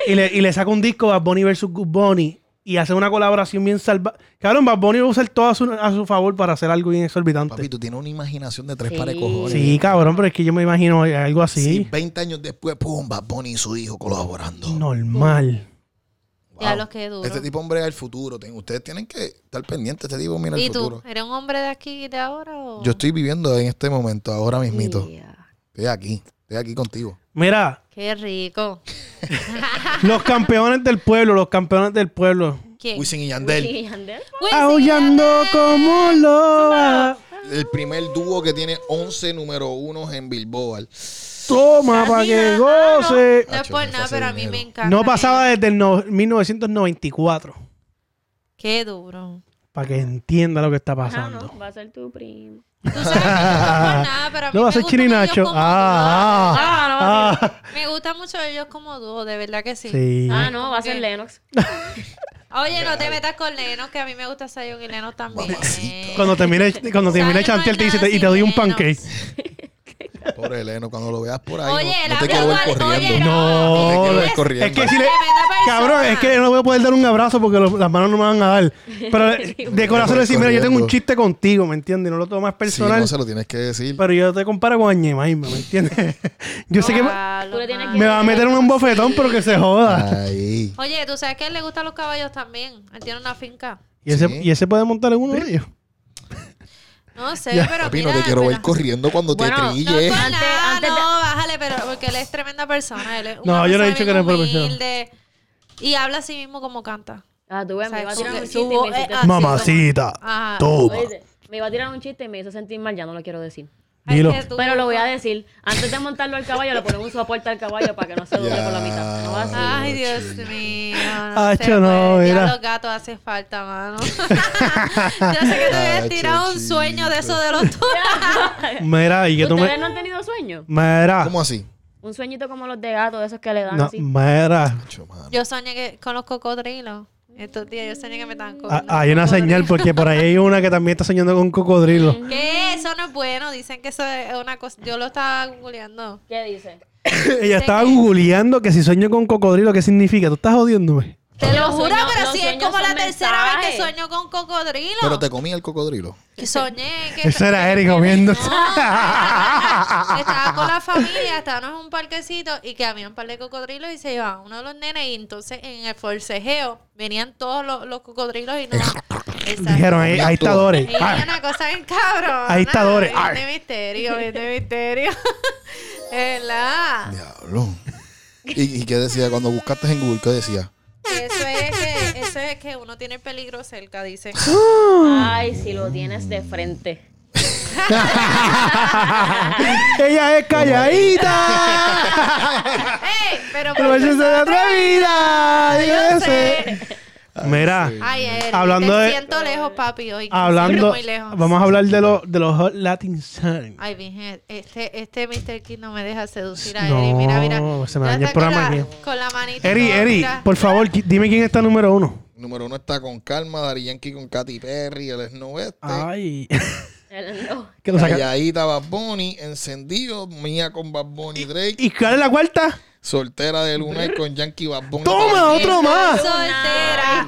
C: y le, y le saco un disco Bad Bunny versus Good Bunny y hace una colaboración bien salva. Cabrón, Bad Bunny va a usar todo a su, a su favor para hacer algo bien exorbitante.
B: Papi, tú tienes una imaginación de tres
F: Sí.
B: pares de cojones.
C: sí, cabrón, pero es que yo me imagino algo así.
B: Sí, 20 años después, pum, Bad Bunny y su hijo colaborando.
C: Normal.
E: Ya los que duro.
B: Este tipo, hombre, es el futuro. Ten- Ustedes tienen que estar pendientes. Este tipo, mira
E: ¿Y
B: el
E: tú?
B: futuro.
E: ¿Eres un hombre de aquí y de ahora? O?
B: Yo estoy viviendo en este momento, ahora mismito.
F: Yeah.
B: Estoy aquí. Estoy aquí contigo.
C: Mira,
E: Qué rico.
C: los campeones del pueblo, los campeones del pueblo.
E: ¿Quién?
B: Wisin y Yandel.
F: Y Yandel,
C: Ah,
E: Wisin y
C: Aullando
E: Yandel.
C: como loba.
B: El primer dúo que tiene 11 número unos en Billboard.
C: Toma para que
E: Mira,
C: goce.
E: ah, No, no es
B: Hacho,
E: por
B: eso
E: nada,
B: hace
E: pero a mí
B: dinero.
E: me encanta.
C: No pasaba desde el no- 1994.
E: Qué duro.
C: Para que entienda lo que está
F: ah,
C: pasando.
F: no, va a ser tu primo.
E: Tú sabes que
C: (laughs)
E: no es por nada, pero a mí
C: No va a
E: me
C: ser
E: gustan
C: Chirinacho.
E: ellos como
C: Ah,
E: dúo,
F: Ah, no va a ser.
C: ah.
E: de verdad. Me gustan mucho ellos como dúo, de verdad que sí.
C: Sí.
F: Ah, no, va a ser Lennox.
E: Oye, no te metas con Lenos, que a mí me gusta Zion y Lenos también.
B: Mamacita.
C: Cuando termine, cuando termine
E: Sabe, no hay
C: Chantel te dice
E: nada
C: y te doy un
E: sin menos".
C: pancake.
B: Pobre Eleno, cuando lo veas por ahí,
E: Oye,
B: no,
E: la
B: no te quiero ver corriendo.
E: Oye,
C: No,
B: No te quiero ver
E: es-
B: corriendo.
C: Es que si le,
E: Porque me da persona.
C: cabrón, es que no voy a poder dar un abrazo porque lo- las manos no me van a dar. Pero de corazón decir, mira, yo tengo un chiste contigo, ¿me entiendes? No lo tomas
B: Sí,
C: personal,
B: no se lo tienes que decir.
C: pero yo te comparo con Añemaima, ¿me entiendes? (laughs) Yo sé que me
E: Ah, lo
F: Tú le tienes
E: más.
F: que-
C: va a meter un bofetón, pero que se
B: Ah,
C: joda.
B: Ahí.
E: Oye, tú sabes que a él le gustan los caballos también. Él tiene una finca.
C: ¿Y ese,
B: Sí.
C: y ese puede montar en uno de ellos.
E: No sé, pero
B: Papi,
E: mira,
B: no te quiero ver
E: pero-
B: corriendo cuando
F: Bueno,
B: te
E: No,
B: trille.
E: con
F: Antes-
E: nada,
F: antes
E: no,
F: de-
E: bájale, pero porque él es tremenda persona. Él es
C: No,
E: una
C: yo no he
E: persona
C: dicho que
E: bien
C: no es por persona.
E: humilde, Y habla así mismo como canta.
F: Ah, tú ves, me
E: ¿Sabes?
F: iba a tirar
E: Su-
F: un
E: su
F: chiste y me
E: voz
F: hiciste
E: es
F: sentir-
E: así.
C: Mamacita,
E: Ajá.
C: toma.
F: Oíste, Me iba a tirar un chiste y me hizo sentir mal, ya no lo quiero decir.
E: Ay,
C: Dilo.
E: qué duro.
F: Pero lo voy a decir. Antes de montarlo al caballo, le ponemos un soporte al caballo para que no se doble por la mitad. No va a ser.
E: Ay, Dios mío. No
C: Acho,
E: se
C: no,
E: puede.
C: mira.
E: Ya los gatos hacen falta, mano. (laughs) Yo sé que te habías
B: Acho,
E: tirado un
B: chico.
E: sueño de eso de los tuyos.
C: Mira, y que tú
F: ¿Ustedes
C: me...
F: no han tenido sueño?
C: Mira,
B: ¿Cómo así?
F: Un sueñito como los de gatos, esos que le dan
C: no,
F: así.
C: mira.
B: Acho, mano.
E: Yo soñé que con los cocodrilos. Estos días yo soñé que me
C: Ah,
E: estaban comiendo.
C: Hay una señal porque por ahí hay una que también está soñando con un cocodrilo.
E: Que eso no es bueno. Dicen que eso es una cosa. Yo lo estaba googleando.
F: ¿Qué dice?
C: (laughs) Ella estaba googleando que si sueño con cocodrilo, ¿qué significa? ¿Tú estás jodiéndome?
E: Te lo
F: Los
E: juro,
F: sueños-
E: pero
F: los
E: si es
F: sueños
E: como la
F: son
E: tercera vez que
F: mensajes.
E: sueño con cocodrilo.
B: Pero te comí el cocodrilo.
E: Que soñé que.
C: Eso era Eric comiendo.
E: (laughs) que estaba con la familia, estábamos en un parquecito y que había un par de cocodrilos y se iba uno de los nenes y entonces en el forcejeo venían todos los, los cocodrilos y no... Exacto.
C: (laughs) Dijeron, ahí, ahí está Dore.
E: Y
C: (laughs)
E: era una cosa bien cabrón.
C: Ahí está Dore. Ar.
E: Este misterio,
C: (laughs)
E: este misterio. (laughs) ¿Verdad?
B: Diablo. ¿Y, y qué decía? Cuando buscaste en Google, ¿qué decía?
E: Eso es, que, eso es que uno tiene el peligro
C: (laughs)
E: cerca, dice.
F: Ay, si lo tienes de frente. (laughs)
C: Ella es calladita.
E: (laughs) ¡Ey! Pero
C: Pero
E: por
C: ella se
E: tu-
C: ve atrevida.
E: Yo
C: dígase.
E: sé.
C: Mira,
E: Ay, Eric,
C: Hablando
E: te
C: de-
E: siento lejos, papi, hoy.
C: hablando,
E: Muy lejos.
C: vamos a hablar de, los de los Hot Latin Sound.
E: Ay, virgen, este, este Mr. King no me deja seducir a
C: No,
E: Eri. Mira, mira.
C: se me
E: Ya
C: dañó el
E: está con
C: programa
E: la-
C: aquí.
E: Con la manita. y
C: Eri,
E: todo,
C: Eri,
E: Ah, mira.
C: por favor, qui- dime quién está número uno.
B: Número uno está con Calma, Dari Yankee con Katy Perry, el Snow este.
C: Ay,
F: Eh, No.
C: (laughs) que lo saca.
B: Calladita Bad Bunny, Encendido, Mía con Bad Bunny Drake,
C: ¿Y cuál es la cuarta?
B: Soltera de Lunar con Yankee Bad Bunny.
C: ¡Toma, otro más!
E: Soltera.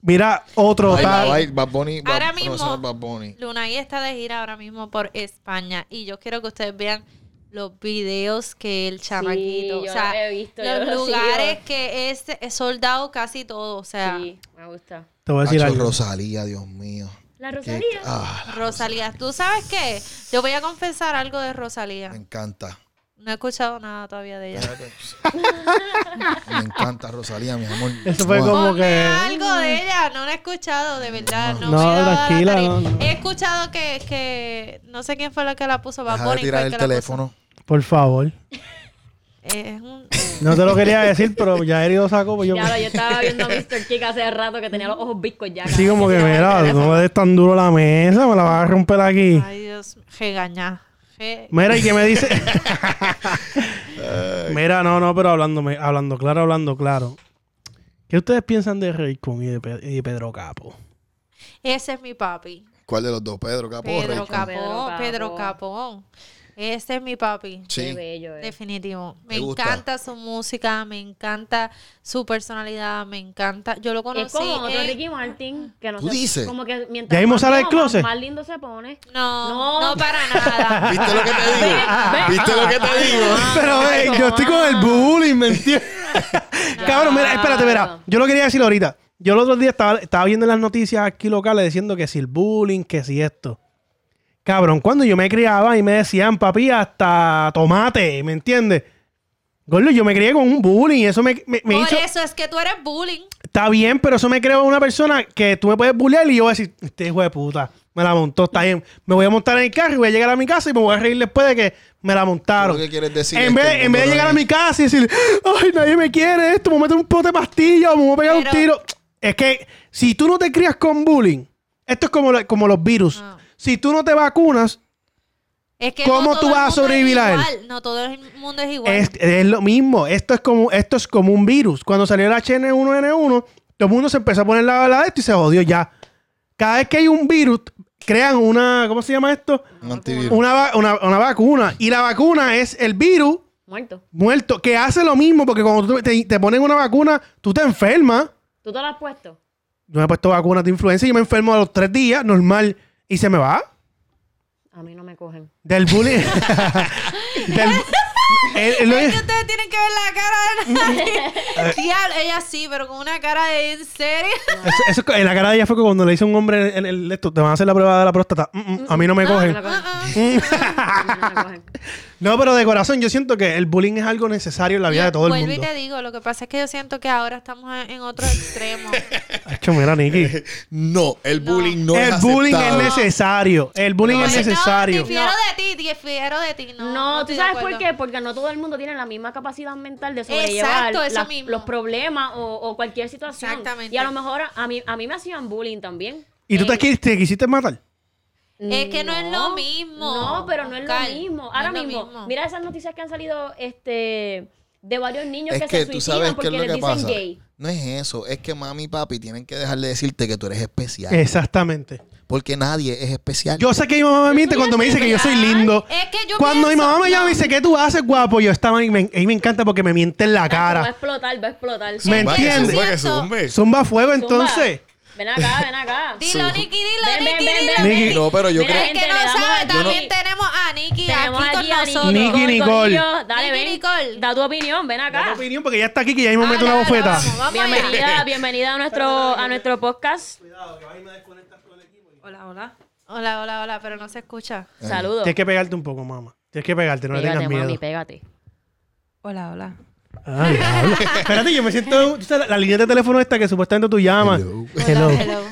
C: Mira, otro.
B: Ay,
C: está-
B: ay, Bad Bunny, Bad-
E: Ahora
B: no,
E: mismo-
B: eso no es Bad Bunny.
E: Luna y está de gira ahora mismo por España. Y yo quiero que ustedes vean los videos que el chamaquito.
F: yo
E: o sea,
F: lo he visto, yo
E: los
F: lo
E: lugares
F: sigo.
E: que es, es soldado casi todo. O sea,
F: Sí, me gusta.
C: Te voy a decir
B: Hacho,
C: algo.
B: Rosalía, Dios mío.
F: La
B: Qué-
F: Rosalía.
B: ah,
E: Rosalía. ¿Tú sabes qué? Yo voy a confesar algo de Rosalía.
B: me encanta.
E: No he escuchado nada todavía de ella.
B: Me encanta Rosalía, mi amor.
C: Eso fue
B: Mua.
C: como-
E: Ponme
C: que-
E: algo de ella, no la he escuchado, de verdad. No,
C: No,
E: me he dado la
C: tranquila,
E: tarea.
C: no, no.
E: He escuchado que, que no sé quién fue la que la puso, Bad
B: Deja de
E: Bunny fue
B: tirar
E: que
B: el
E: la
B: teléfono.
C: Por favor.
E: puso. Eh,
C: (laughs)
E: es un-
C: No te lo quería decir, pero ya Eri lo sacó. Pues yo...
F: Ya, yo estaba viendo a Mr. Kick hace rato que tenía los ojos bizcos ya.
C: Así como que, mira, no me des tan duro la mesa, me la vas a romper aquí.
E: Ay, Dios, regañá. Re-
C: Mira, ¿y qué me dice? mira, no, no, pero hablándome, hablando claro, hablando claro. ¿Qué ustedes piensan de Raycon y de, Pe- y de Pedro Capo?
E: Ese es mi papi.
B: ¿Cuál de los dos? Pedro Capó.
E: Pedro
B: Rey?
E: Capón,
F: Pedro
E: Pedro
F: Capó.
E: Capón. Ese es mi papi.
F: Qué
B: Sí.
F: bello, eh.
E: Definitivo. Me,
B: Me gusta.
E: encanta su música, me encanta su personalidad, me encanta. Yo lo conocí.
F: Es como otro
E: en-
F: Ricky Martin que no
B: ¿Tú
F: se-
B: dices?
F: Como que mientras
C: ¿Ya mismo
F: más
C: sale del
F: viejo, más-
C: closet?
F: Más, lindo se pone.
E: No,
F: No.
E: no, para nada.
B: ¿Viste lo que te digo?
F: Ve, ve.
B: ¿Viste lo que te digo?
C: Pero
E: Ah,
C: eh, yo estoy con el bullying, ¿me
E: (laughs)
C: entiendes? Cabrón, mira, espérate, mira. Yo lo quería decir ahorita. Yo el otro día estaba, estaba viendo en las noticias aquí locales diciendo que si el bullying, que si esto. Cabrón, cuando yo me criaba y me decían, papi, hasta tomate, ¿me entiendes? Gordo, yo me crié con un bullying. Eso me, me- (laughs) me
E: Por
C: hizo...
E: eso es que tú eres bullying.
C: Está bien, pero eso me creó una persona que tú me puedes bullear y yo voy a decir, este hijo de puta, me la montó, está bien. Me voy a montar en el carro y voy a llegar a mi casa y me voy a reír después de que me la montaron.
B: Tú lo que quieres decir
C: en
B: es
C: vez,
B: que el
C: en vez de
B: mundo este,
C: llegar
B: no
C: a
B: es-
C: mi casa y decir, ay, nadie me quiere esto, me voy a meter un pote de pastilla o me voy a pegar un
E: Pero-
C: tiro. Es que si tú no te crías con bullying, esto es como, la- como los virus.
E: Ah.
C: Si tú no te vacunas,
E: Es que
C: ¿Cómo
E: no
C: tú
E: todo el
C: vas a
E: mundo es
C: sobrevivir a él?
E: igual. No todo el mundo es igual. (laughs)
C: Es, es lo mismo. Esto es, como, esto es como un virus. Cuando salió el HN1N1, todo el mundo se empezó a poner la la de esto y se jodió ya. Cada vez que hay un virus, crean una. ¿Cómo se llama esto?
B: Un antivirus.
C: Una, va- una- una vacuna. Y la vacuna es el virus
F: Muerto.
C: muerto, que hace lo mismo, porque cuando tú te, te ponen una vacuna, tú te enfermas.
F: ¿Tú te lo has puesto?
C: Yo me he puesto vacunas de influenza y yo me enfermo a los tres días, normal, y se me va.
F: A mí no
C: (laughs)
F: me cogen.
C: Del bullying. Del- el- el-
E: Es que ustedes tienen que ver la cara de
F: (laughs)
E: nadie. Diablo, ella sí, pero con una cara de en serio.
C: Eso, eso es co- en la cara de ella fue cuando le hice a un hombre en el esto, te van a hacer la prueba de la próstata. Mm, mm, a mí no
E: Ah,
C: me
F: No
C: cogen.
F: me cogen. A mí no me cogen.
C: (laughs) No, pero de corazón, yo siento que el bullying es algo necesario en la vida de todo el
E: Vuelvo
C: mundo.
E: y te digo, lo que pasa es que yo siento que ahora estamos en- en
C: (laughs)
E: otro extremo.
C: Acho, mira, Nicky.
B: No, el bullying Eh, no,
C: el
B: es
C: bullying es
B: aceptable.
C: necesario. El bullying
E: Ay,
C: es necesario.
E: No, difiero de ti, difiero de ti. (laughs) No,
F: No, tú
E: estoy de
F: sabes por
E: acuerdo.
F: qué, porque no todo el mundo tiene la misma capacidad mental de sobrellevar
E: Exacto, eso
F: las-
E: mismo.
F: los problemas o, o cualquier situación.
E: Exactamente.
F: Y a lo mejor a, a mí, a mí me hacían bullying también.
C: ¿Y tú
F: Eh,
C: te, qui- te quisiste matar?
E: Es que no es lo mismo,
F: No, pero no es
E: Oscar.
F: lo
E: No
F: mismo.
E: es
F: Ahora
E: lo
F: mismo,
E: mismo.
F: mira esas noticias que han salido este de varios niños
B: Es
F: que,
B: que
F: se
B: tú
F: suicidan
B: sabes qué
F: porque
B: es lo
F: les
B: que
F: dicen
B: pasa.
F: gay.
B: No es eso, es que mami y papi tienen que dejar de decirte que tú eres especial.
C: Exactamente.
B: Porque nadie es especial.
C: Eh. Yo sé que mi mamá me miente cuando me dice que yo soy lindo.
E: Es que yo
C: Cuando mi
E: pienso-
C: mamá me llama y me dice, ¿qué tú haces, guapo? Yo estaba y me, y me encanta porque me miente en la
F: Va a
C: cara.
F: explotar, va a explotar.
C: Me
B: Va, que
C: entiendes.
B: zumba, que
E: Siento-
B: zumbe.
C: Zumba fuego,
F: Zumba.
C: entonces.
F: Ven acá, ven acá.
E: Dilo, Nicky, dilo,
F: Ven, ven,
E: Nicky,
F: ven,
E: dilo.
F: ven, ven.
B: Nicky, no, pero yo
F: Mira,
B: creo-
E: El
F: gente,
E: que no
F: le damos
E: sabe,
F: al-
E: también
F: Nicky.
E: tenemos a Nicky
F: Tenemos
E: aquí con
F: aquí a
E: nosotros.
C: Nicky. Nicky Nicole.
F: Corillo, Dale,
E: Nicky
F: ven.
E: Nicole.
F: Da tu opinión, ven
C: Da tu
F: acá.
C: opinión porque ya está aquí que ya mismo
E: Ah,
C: meto una
E: dale,
C: bofeta.
E: vamos, vamos allá.
F: Bienvenida, bienvenida a nuestro, a nuestro podcast.
E: Hola, hola. Hola, hola, hola, pero no se escucha.
F: Saludos.
C: Tienes que pegarte un poco, mamá. Tienes que pegarte, no le
F: Pégate,
C: tengas
F: mami,
C: miedo.
F: pégate.
E: Hola, hola.
C: Ay,
E: (laughs)
C: diablo. Espérate, yo me siento. tú sabes, la, la línea de teléfono esta que supuestamente tú llamas.
B: Hello.
C: (laughs) Hello.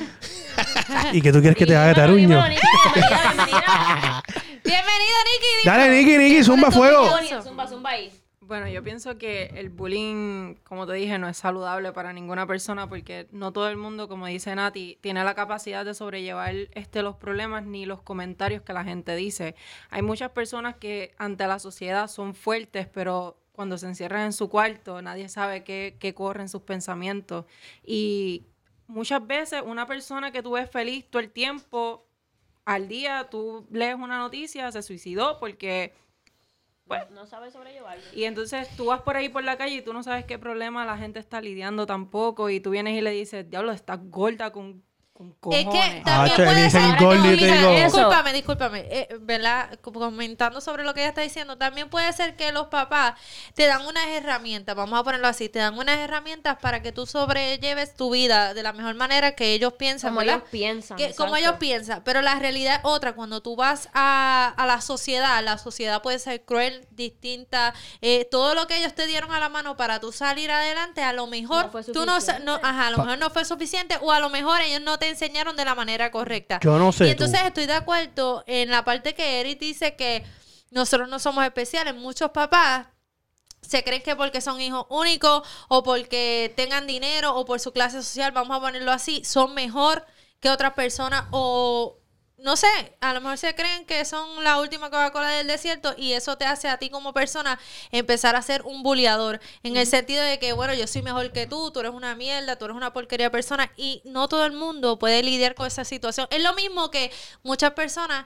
C: ¿Y que tú quieres que te haga taruño?
F: Dímelo, Nicky, bienvenida,
C: (laughs)
F: bienvenida.
E: Bienvenido, Nicky. dime.
C: Dale, Nicky, Nicky, zumba fuego.
F: Bonnie, Zumba, zumba ahí.
D: Bueno, yo pienso que el bullying, como te dije, no es saludable para ninguna persona porque no todo el mundo, como dice Nati, tiene la capacidad de sobrellevar este, los problemas ni los comentarios que la gente dice. Hay muchas personas que ante la sociedad son fuertes, pero cuando se encierran en su cuarto nadie sabe qué, qué corren sus pensamientos. Y muchas veces una persona que tú ves feliz todo el tiempo, al día tú lees una noticia, se suicidó porque...
F: No sabes sobrellevarlo.
D: Y entonces tú vas por ahí por la calle y tú no sabes qué problema la gente está lidiando tampoco. Y tú vienes y le dices, diablo, estás gorda con, con
E: Es
D: cojones.
E: que también
C: Ah, te
E: puede
C: dicen
E: ser.
C: Goldie, te
E: Mira,
C: digo.
E: Discúlpame, discúlpame. eh, ¿Verdad? Co- Comentando sobre lo que ella está diciendo, también puede ser que los papás te dan unas herramientas, vamos a ponerlo así, te dan unas herramientas para que tú sobrelleves tu vida de la mejor manera que ellos piensan,
F: Como
E: ¿verdad?
F: ellos piensan,
E: Que- como
F: exacto.
E: ellos piensan, pero la realidad es otra. Cuando tú vas a, a la sociedad, la sociedad puede ser cruel, distinta. eh, todo lo que ellos te dieron a la mano para tú salir adelante, a lo mejor
F: No fue
E: tú no, sa-
F: suficiente.
E: no- ajá, a lo mejor no fue suficiente o a lo mejor ellos no te enseñaron de la manera correcta.
C: Yo no sé,
E: Y entonces
C: tú.
E: estoy de acuerdo en la parte que Eric dice que nosotros no somos especiales. Muchos papás se creen que porque son hijos únicos o porque tengan dinero o por su clase social, vamos a ponerlo así, son mejor que otras personas o no sé, a lo mejor se creen que son la última Coca-Cola del desierto y eso te hace a ti como persona empezar a ser un buleador en el sentido de que, bueno, yo soy mejor que tú, tú eres una mierda, tú eres una porquería de persona y no todo el mundo puede lidiar con esa situación. Es lo mismo que muchas personas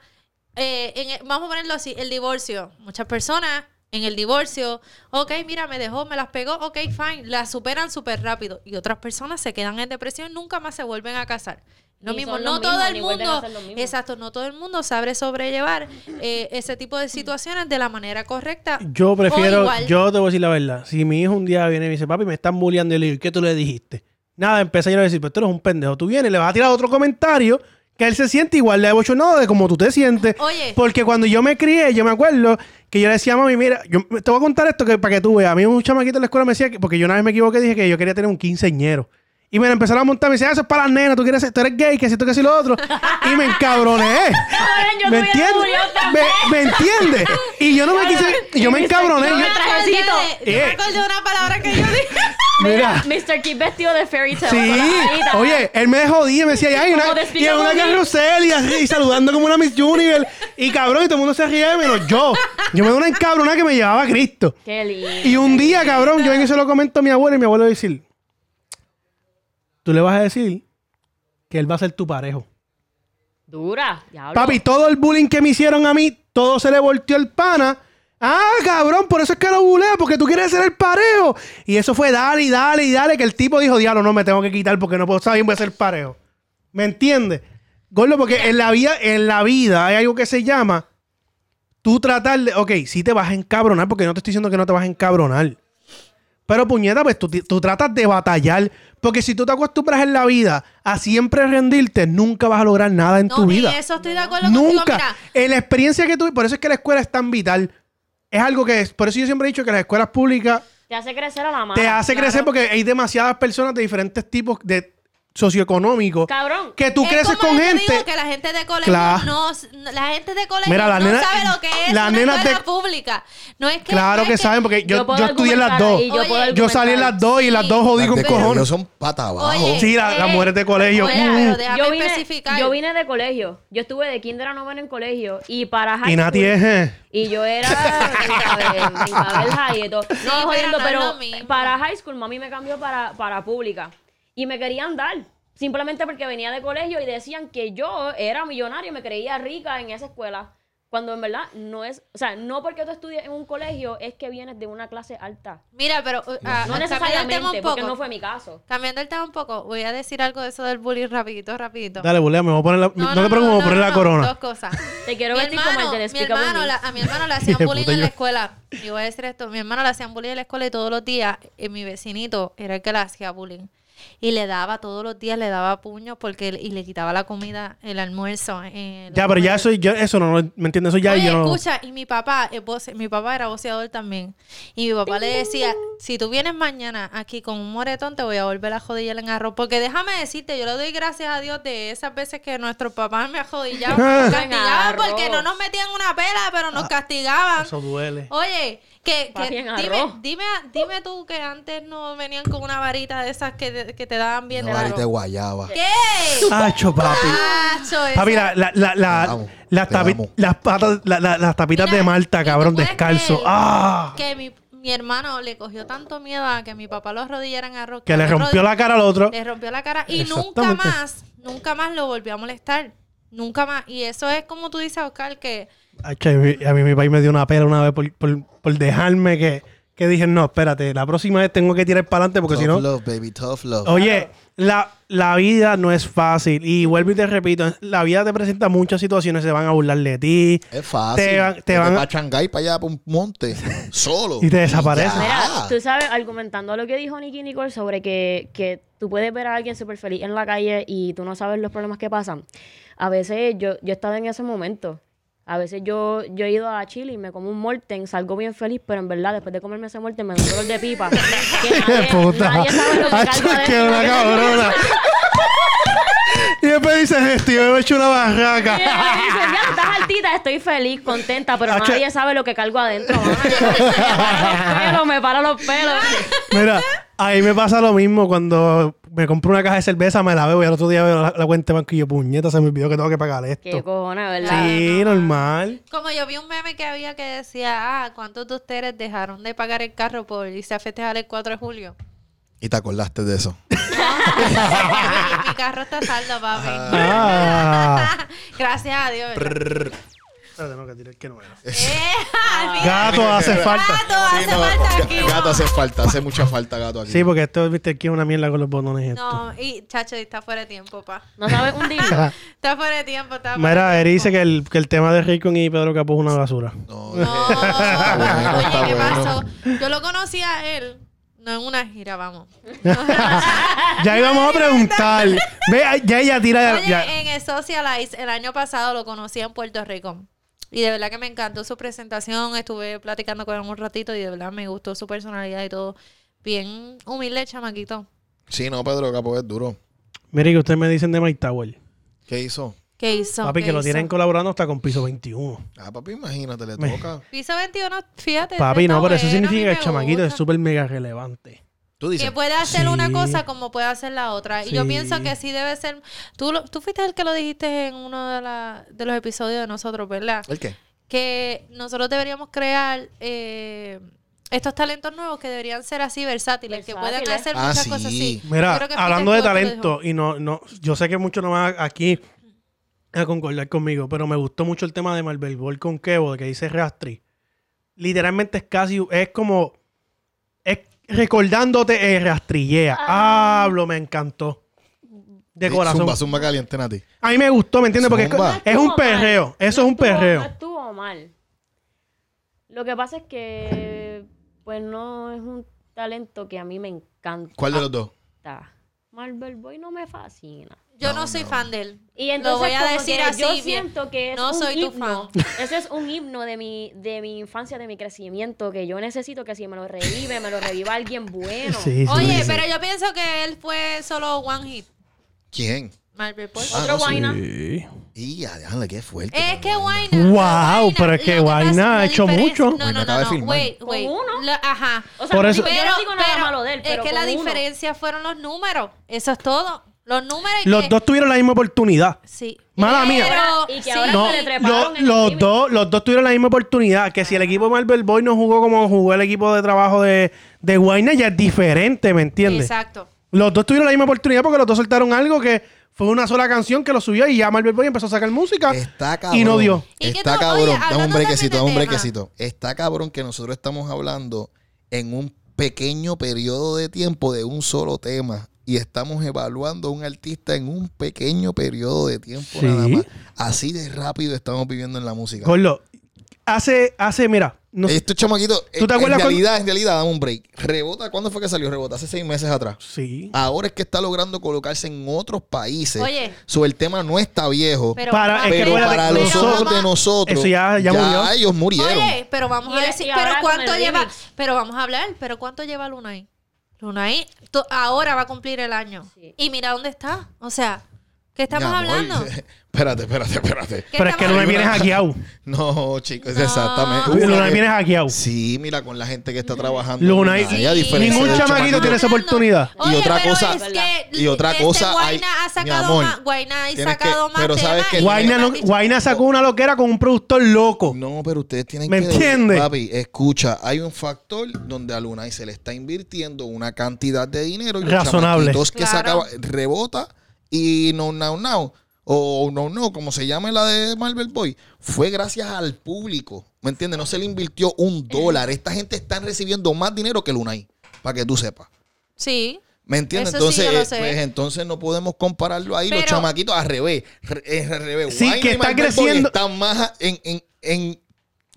E: eh, en- vamos a ponerlo así, el divorcio. Muchas personas en el divorcio, ok, mira, me dejó, me las pegó, ok, fine, las superan súper rápido. Y otras personas se quedan en depresión, nunca más se vuelven a casar. Lo
F: Ni
E: mismo,
F: son
E: no
F: los
E: todo
F: mismos,
E: el
F: ni vuelven a
E: mundo,
F: ser los mismos.
E: exacto, no todo el mundo sabe sobrellevar eh, ese tipo de situaciones de la manera correcta.
C: Yo
E: o
C: prefiero,
E: igual.
C: yo te voy a decir la verdad. Si mi hijo un día viene y me dice, papi, me están bulleando, y le digo, ¿qué tú le dijiste? Nada, empecé yo a decir, pero tú eres un pendejo. Tú vienes, le vas a tirar otro comentario que él se siente igual de abochornado de como tú te sientes.
E: Oye.
C: Porque cuando yo me crié, yo me acuerdo que yo le decía a mami, mira, yo te voy a contar esto que, para que tú veas. A mí un chamaquito en la escuela me decía, que, porque yo una vez me equivoqué, dije que yo quería tener un quinceñero. Y me lo empezaron a montar, me decía, "Ah, eso es para las nenas, tú, quieres, ser- tú eres gay, que si tú que si lo otro. Y me encabroné.
F: yo
C: ¿Me
F: tuviera
C: entiendes?
F: bulliado también.
C: Me, ¿Me entiendes? Y yo no me quise. Yo me encabroné.
E: Yo
C: yo-
E: me acordé
F: Trajecito.
E: de- yo me
C: Eh.
E: acordé de una palabra que yo dije.
C: Mira.
F: Mr. Kid vestido de fairy tale.
C: Sí.
F: Ahorita.
C: Oye, él me jodía y me decía, "Y hay una,
F: Como de
C: y hay una
F: Spiegel
C: carrusel y así, y saludando como una Miss Junior. Y cabrón, y todo el mundo se ríe, menos yo. Yo me doy una encabronada que me llevaba a Cristo.
F: Qué lindo.
C: Y un día, cabrón, yo vengo y se lo comento a mi abuelo y mi abuelo va a decir, tú le vas a decir que él va a ser tu parejo.
F: Dura. diablo.
C: Papi, todo el bullying que me hicieron a mí, todo se le volteó el pana. Ah, cabrón, por eso es que lo bulea, porque tú quieres ser el parejo. Y eso fue dale y dale y dale, que el tipo dijo, diablo, no me tengo que quitar porque no puedo estar bien, voy a ser parejo. ¿Me entiendes? Gordo, porque en la vida, en la vida hay algo que se llama tú tratar de, ok, sí te vas a encabronar, porque no te estoy diciendo que no te vas a encabronar. Pero puñeta, pues tú, ti- tú tratas de batallar. Porque si tú te acostumbras en la vida a siempre rendirte, nunca vas a lograr nada en
E: No,
C: tu
E: en
C: vida.
E: eso estoy de acuerdo contigo.
C: Nunca.
E: Mira,
C: En la experiencia que tuve, por eso es que la escuela es tan vital. Es algo que es. Por eso yo siempre he dicho que las escuelas públicas
F: Te hace crecer a la mano.
C: te
E: Ah,
C: hace crecer porque hay demasiadas personas de diferentes tipos de socioeconómicos.
F: Cabrón.
C: Que tú
E: Es
C: creces
E: como
C: con
E: yo te
C: gente.
E: digo que la gente de colegio
C: Claro.
E: no, la gente de colegio
C: Mira, la
E: no
C: nena-
E: sabe lo que es
C: la
E: una
C: nena
E: escuela
C: de-
E: pública. No es que
C: Claro
E: no
C: que
E: es
C: saben, porque yo,
F: puedo
C: yo estudié en las
F: argumentar
C: dos.
F: y yo,
E: Oye,
F: puedo
C: Yo salí en las
F: argumentar.
C: dos y las dos jodí
B: Las
C: con
B: de colegio
C: cojones.
B: son pata abajo.
E: Oye.
C: Sí, la- las
E: Eh,
C: mujeres de colegio.
E: Oye,
C: Mm.
E: pero déjame
F: yo vine,
E: especificar.
F: yo vine de colegio. Yo estuve de kinder a noveno en colegio. Y para high
C: Y Nati
F: school-
C: es. eh,
F: Y yo era Isabel, Isabel High y todo. No,
E: pero no
F: jodiendo,
E: es
F: pero,
E: lo mismo.
F: para high school, mami me cambió para, para pública. Y me querían dar. Simplemente porque venía de colegio y decían que yo era millonaria y me creía rica en esa escuela. Cuando en verdad no es. O sea, no porque tú estudies en un colegio es que vienes de una clase alta.
E: Mira, pero uh, ah, cambiando
F: No
E: el tema un
F: necesariamente,
E: poco.
F: porque no fue mi caso.
E: Cambiando el tema un poco, voy a decir algo de eso del bullying rapidito, rapidito.
C: Dale, bulea, me voy a poner la. No, te preocupes, me voy a poner
E: no,
C: la
E: no,
C: corona.
E: Dos cosas.
F: (laughs) Te quiero
E: Mi
F: vestir como el
E: hermano-
F: del
E: mi
F: Despicable
E: hermano
F: Me.
E: la- a mi
F: (laughs)
E: hermano le
C: Hijo
E: hacían
C: de
E: bullying
C: puta,
E: en la
C: yo-
E: escuela. Y voy a decir esto, mi hermano le hacían bullying en la escuela y todos los días eh, mi vecinito era el que le hacía bullying. Y le daba todos los días, le daba puños porque y le quitaba la comida, el almuerzo. eh,
C: Ya, pero ya eso, yo, eso no, no, ¿me entiendes? Eso ya
E: Oye,
C: yo no.
E: escucha, y mi papá, es voce- mi papá era voceador también. Y mi papá le decía, si tú vienes mañana aquí con un moretón, te voy a volver a jodillar en arroz. Porque déjame decirte, yo le doy gracias a Dios de esas veces que nuestros papás me ajodillaban,
C: Ah. (laughs)
E: nos
F: En
E: castigaban
F: arroz.
E: porque no nos metían una pela, pero nos castigaban.
C: Eso duele.
E: Oye, que, que
F: Papi en
E: dime,
F: arroz.
E: dime, dime tú que antes no venían con una varita de esas que, te- que te daban bien
B: Una
E: de
B: varita de
E: arroz.
B: guayaba.
C: (laughs)
E: ¿Qué?
C: Hacho, papi.
E: Tacho, eso-
C: Papi, la, la, la, la-
B: Te amo,
C: las,
B: te
C: tapi-
B: amo.
C: las, patas, la- la- las tapitas
E: Mira,
C: de Malta,
E: ¿y tú
C: cabrón,
E: puedes
C: descalzo.
E: creer
C: ¡Ah!
E: Que mi, mi hermano le cogió tanto miedo a que mi papá lo arrodillara en arroz.
C: Que le
E: lo
C: rompió la cara al otro.
E: Le rompió la cara y nunca
C: Exactamente.
E: más, nunca más lo volvió a molestar. Nunca más. Y eso es como tú dices, Oscar, que
C: Hacho, a mí- a mí mi país me dio una pela una vez por, por, por dejarme que, que dije, no, espérate, la próxima vez tengo que tirar para adelante porque si
B: Tough
C: no...
B: love, baby, tough love.
C: Oye, la, la vida no es fácil. Y vuelvo y te repito, la vida te presenta muchas situaciones, se van a burlar de ti.
B: Es fácil.
C: Te van- te
B: Vete
C: van-
B: pa' Shanghái, para allá, para un
C: (laughs)
B: monte, solo.
C: Y te desaparece.
F: Mira,
B: ya.
F: tú sabes, argumentando lo que dijo Nicky Nicole sobre que, que tú puedes ver a alguien súper feliz en la calle y tú no sabes los problemas que pasan. A veces yo, yo he estado en ese momento. A veces yo, yo he ido a Chile y me como un molten, salgo bien feliz, pero en verdad, después de comerme ese molten, me da un dolor
C: (laughs)
F: de pipa. que nadie,
C: puta.
F: nadie
C: (laughs)
F: sabe lo que
C: Hacho,
F: cargo
C: que
F: adentro.
C: una
F: (laughs)
C: cabrona. y después dices esto, yo me he hecho una barraca.
F: Y dices, "Ya, estás altita, estoy feliz, contenta, pero
C: Hacho.
F: nadie sabe lo que cargo adentro. mano. (laughs) Me para los pelos, me para los pelos.
C: (laughs) Mira, ahí me pasa lo mismo cuando me compro una caja de cerveza, me la bebo y al otro día veo la, la cuenta de banco y yo, puñeta, se me olvidó que tengo que pagar
F: Qué
C: esto.
F: cojones, ¿verdad?
C: Sí,
E: (laughs)
C: normal.
E: como yo vi un meme que había que decía, ah, ¿cuántos de ustedes dejaron de pagar el carro por irse a festejar el 4 de julio? (laughs)
B: Y te acordaste de eso.
E: (laughs) mi, mi carro está saldo, papi.
C: Ah.
E: Gracias a Dios. ¿verdad?
C: Espérate, no, que tiré el que no era.
E: (laughs) ¡Eh!
C: Gato hace falta.
E: Gato, hace falta aquí.
B: Gato hace falta, hace mucha falta gato aquí.
C: Sí, porque esto, viste, aquí es una mierda con los botones. y esto.
E: No, y chacho, está fuera de tiempo, pa.
F: No sabes un día.
C: (laughs)
E: Está fuera de tiempo, está fuera
C: Mira,
E: de
C: Eri
E: tiempo.
C: dice que el, que el tema de Ricon y Pedro Capó es una basura.
B: No,
C: (laughs)
E: No,
B: bueno,
E: oye,
B: está
E: ¿qué
B: bueno.
E: pasó? Yo lo conocí a él, no en una gira, vamos.
C: Ya íbamos a preguntar. Ve, ay, ya ella tira.
E: Oye, eh.
C: ya-
E: en el Socialize, el año pasado lo conocí en Puerto Rico. Y de verdad que me encantó su presentación. Estuve platicando con él un ratito y de verdad me gustó su personalidad y todo. Bien humilde, chamaquito.
B: Sí, no, Pedro Capó es duro.
C: Mire que ustedes me dicen de Mike Tower.
B: ¿Qué hizo?
E: ¿Qué hizo?
C: Papi,
E: ¿Qué
C: que lo
E: hizo?
C: tienen colaborando hasta con piso 21.
B: Ah, papi, imagínate, le
C: Me-
B: toca.
E: Piso 21, fíjate.
C: Papi,
E: está
C: no, pero eso
E: bueno, Este, a
C: significa
E: mí
C: que el
E: me
C: chamaquito es
E: gusta.
C: súper mega relevante.
B: Tú
E: Que
B: dices,
E: puede hacer una
C: Sí.
E: cosa como puede hacer la otra. Y yo
C: Sí.
E: pienso que sí debe ser... Tú, lo- tú fuiste el que lo dijiste en uno de, la- de los episodios de nosotros, ¿verdad?
B: ¿el qué?
E: que nosotros deberíamos crear eh, estos talentos nuevos que deberían ser así versátiles, que puedan
F: Versátiles.
E: hacer
B: Ah,
E: muchas
B: sí.
E: cosas así. Yo
C: Mira,
E: creo que
C: hablando de
E: Peter Cook lo dijo.
C: talento, y no, no, yo sé que muchos no van a- aquí a concordar conmigo, pero me gustó mucho el tema de Marvel Ball con Kevo, de que dice Rastri. Literalmente es casi, es como, es recordándote, eh, rastrillea.
E: Ah.
C: Hablo, me encantó. De
B: Sí,
C: corazón.
B: Zumba, zumba caliente, Nati.
C: A mí me gustó, ¿me entiendes? Porque es,
B: Zumba.
C: es un
F: Estuvo mal.
C: perreo. Eso
F: No
C: es un
F: estuvo-
C: perreo.
F: No estuvo mal. Lo que pasa es que, pues no es un talento que a mí me encanta.
E: Ah.
B: ¿Cuál de los dos?
F: Marvel Boy no me fascina.
E: Yo no, soy fan de él.
F: Y entonces,
E: lo voy a
F: como
E: decir
F: que
E: así.
F: yo
E: bien.
F: siento que es
E: No
F: un
E: soy tu
F: himno. (laughs) Ese es un himno de mi, de mi infancia, de mi crecimiento, que yo necesito que si me lo revive, me lo reviva alguien bueno.
C: Sí, sí,
E: Oye,
C: sí.
E: pero yo pienso que él fue solo one hit.
B: ¿Quién?
E: Marvel Boy.
B: Ah,
F: Otro
B: no, sí.
F: guaina.
B: Y ya, déjale, qué fuerte.
E: Es que
B: mano.
E: Wayne.
C: Wow, pero es que Wayne ha hecho mucho.
E: No,
B: Wayne
E: no,
B: acaba de
E: no. no.
B: filmar.
E: Wait, wait.
F: Con uno.
E: La- ajá.
F: O sea,
C: Por
F: no
C: eso-
F: digo- yo no digo nada
E: pero
F: malo de él, pero
E: es que la
F: con uno.
E: diferencia fueron los números. Eso es todo. Los números. y
C: Los
E: que-
C: dos tuvieron la misma oportunidad.
E: Sí.
C: Mala mía.
E: Pero-
F: Y que ahora
C: No,
F: se le treparon
C: lo-
F: en el
C: los,
F: crimen.
C: dos, los dos tuvieron la misma oportunidad. Que si el equipo de Marvel Boy no jugó como jugó el equipo de trabajo de, de Guayna, ya es diferente, ¿me entiendes?
E: Exacto.
C: Los dos tuvieron la misma oportunidad porque los dos soltaron algo que fue una sola canción que lo subió y ya Marvel Boy empezó a sacar música.
B: Está cabrón.
C: Y no dio.
E: ¿Y qué
B: Está
E: tú-
B: cabrón.
E: oye,
B: dame un
E: hablando de
B: brequecito,
E: este
B: dame un
E: tema.
B: brequecito. Está cabrón que nosotros estamos hablando en un pequeño periodo de tiempo de un solo tema. Y estamos evaluando a un artista en un pequeño periodo de tiempo
C: Sí.
B: nada más. Así de rápido estamos viviendo en la música.
C: Gordo, hace, hace, mira, no sé-
B: Estos chamaquitos, Este en,
C: te
B: en
C: acuerdas
B: realidad, en realidad, dame un break. Rebota, ¿cuándo fue que salió Rebota? Hace seis meses atrás.
C: Sí.
B: Ahora es que está logrando colocarse en otros países.
E: Oye.
B: So, el tema no está viejo.
E: Pero,
C: Para-
E: vamos,
C: es que
B: Pero
C: acuérdate,
B: para los
C: nosotros-
B: ojos de nosotros,
C: Eso ya- ya murió.
B: ellos murieron.
E: Oye, pero vamos a
F: Y-
E: decir,
F: y ahora
E: pero
F: con
E: cuánto
F: el
E: lleva,
F: remix.
E: pero vamos a hablar, pero cuánto lleva Lunay. Lunay to- ahora va a cumplir el año.
F: Sí.
E: Y mira dónde está. O sea, ¿qué estamos
B: Mi amor,
E: hablando?
B: (laughs) Espérate, espérate, espérate.
E: ¿Qué
C: Pero es que
E: estamos
C: Luna
E: hablando?
C: viene hackeado.
B: No, chicos,
E: No.
B: exactamente.
E: Uy,
B: Una
C: Luna
B: que-
C: viene hackeado.
B: Sí, mira, con la gente que está trabajando.
C: Luna,
B: Lunay,
C: y-
B: a diferencia
C: ningún
B: del
C: chamaquito tiene esa oportunidad.
B: Y otra
E: pero
B: cosa-
E: es que
B: y otra
E: este
B: cosa, hay-
E: Guayna ha
B: mi
E: sacado
B: amor,
E: más, Guayna ha
B: tienes
E: sacado
B: que-
E: más.
B: pero sabes
E: temas
B: que
E: y
C: Guayna,
E: me
C: no-
E: han dicho-
C: Guayna sacó una loquera con un productor loco.
B: No, pero ustedes tienen
C: ¿Me
B: que...
C: entiende?
B: Papi, escucha, hay un factor donde a Lunay se le está invirtiendo una cantidad de dinero y los
C: Razonable.
B: chamaquitos que
E: Claro.
B: sacaba rebota y no now now o no no como se llame la de Marvel Boy fue gracias al público ¿me entiendes? no se le invirtió un dólar esta gente está recibiendo más dinero que Lunay para que tú sepas
E: Sí.
B: ¿Me entiendes?
E: Eso sí,
B: entonces,
E: yo lo
B: eh,
E: sé.
B: pues, entonces no podemos compararlo ahí. los
E: Pero-
B: chamaquitos al revés. re- es al revés.
C: Sí, que
B: y
C: está
B: Marvel Boy
C: creciendo-
B: Están más en, en, en-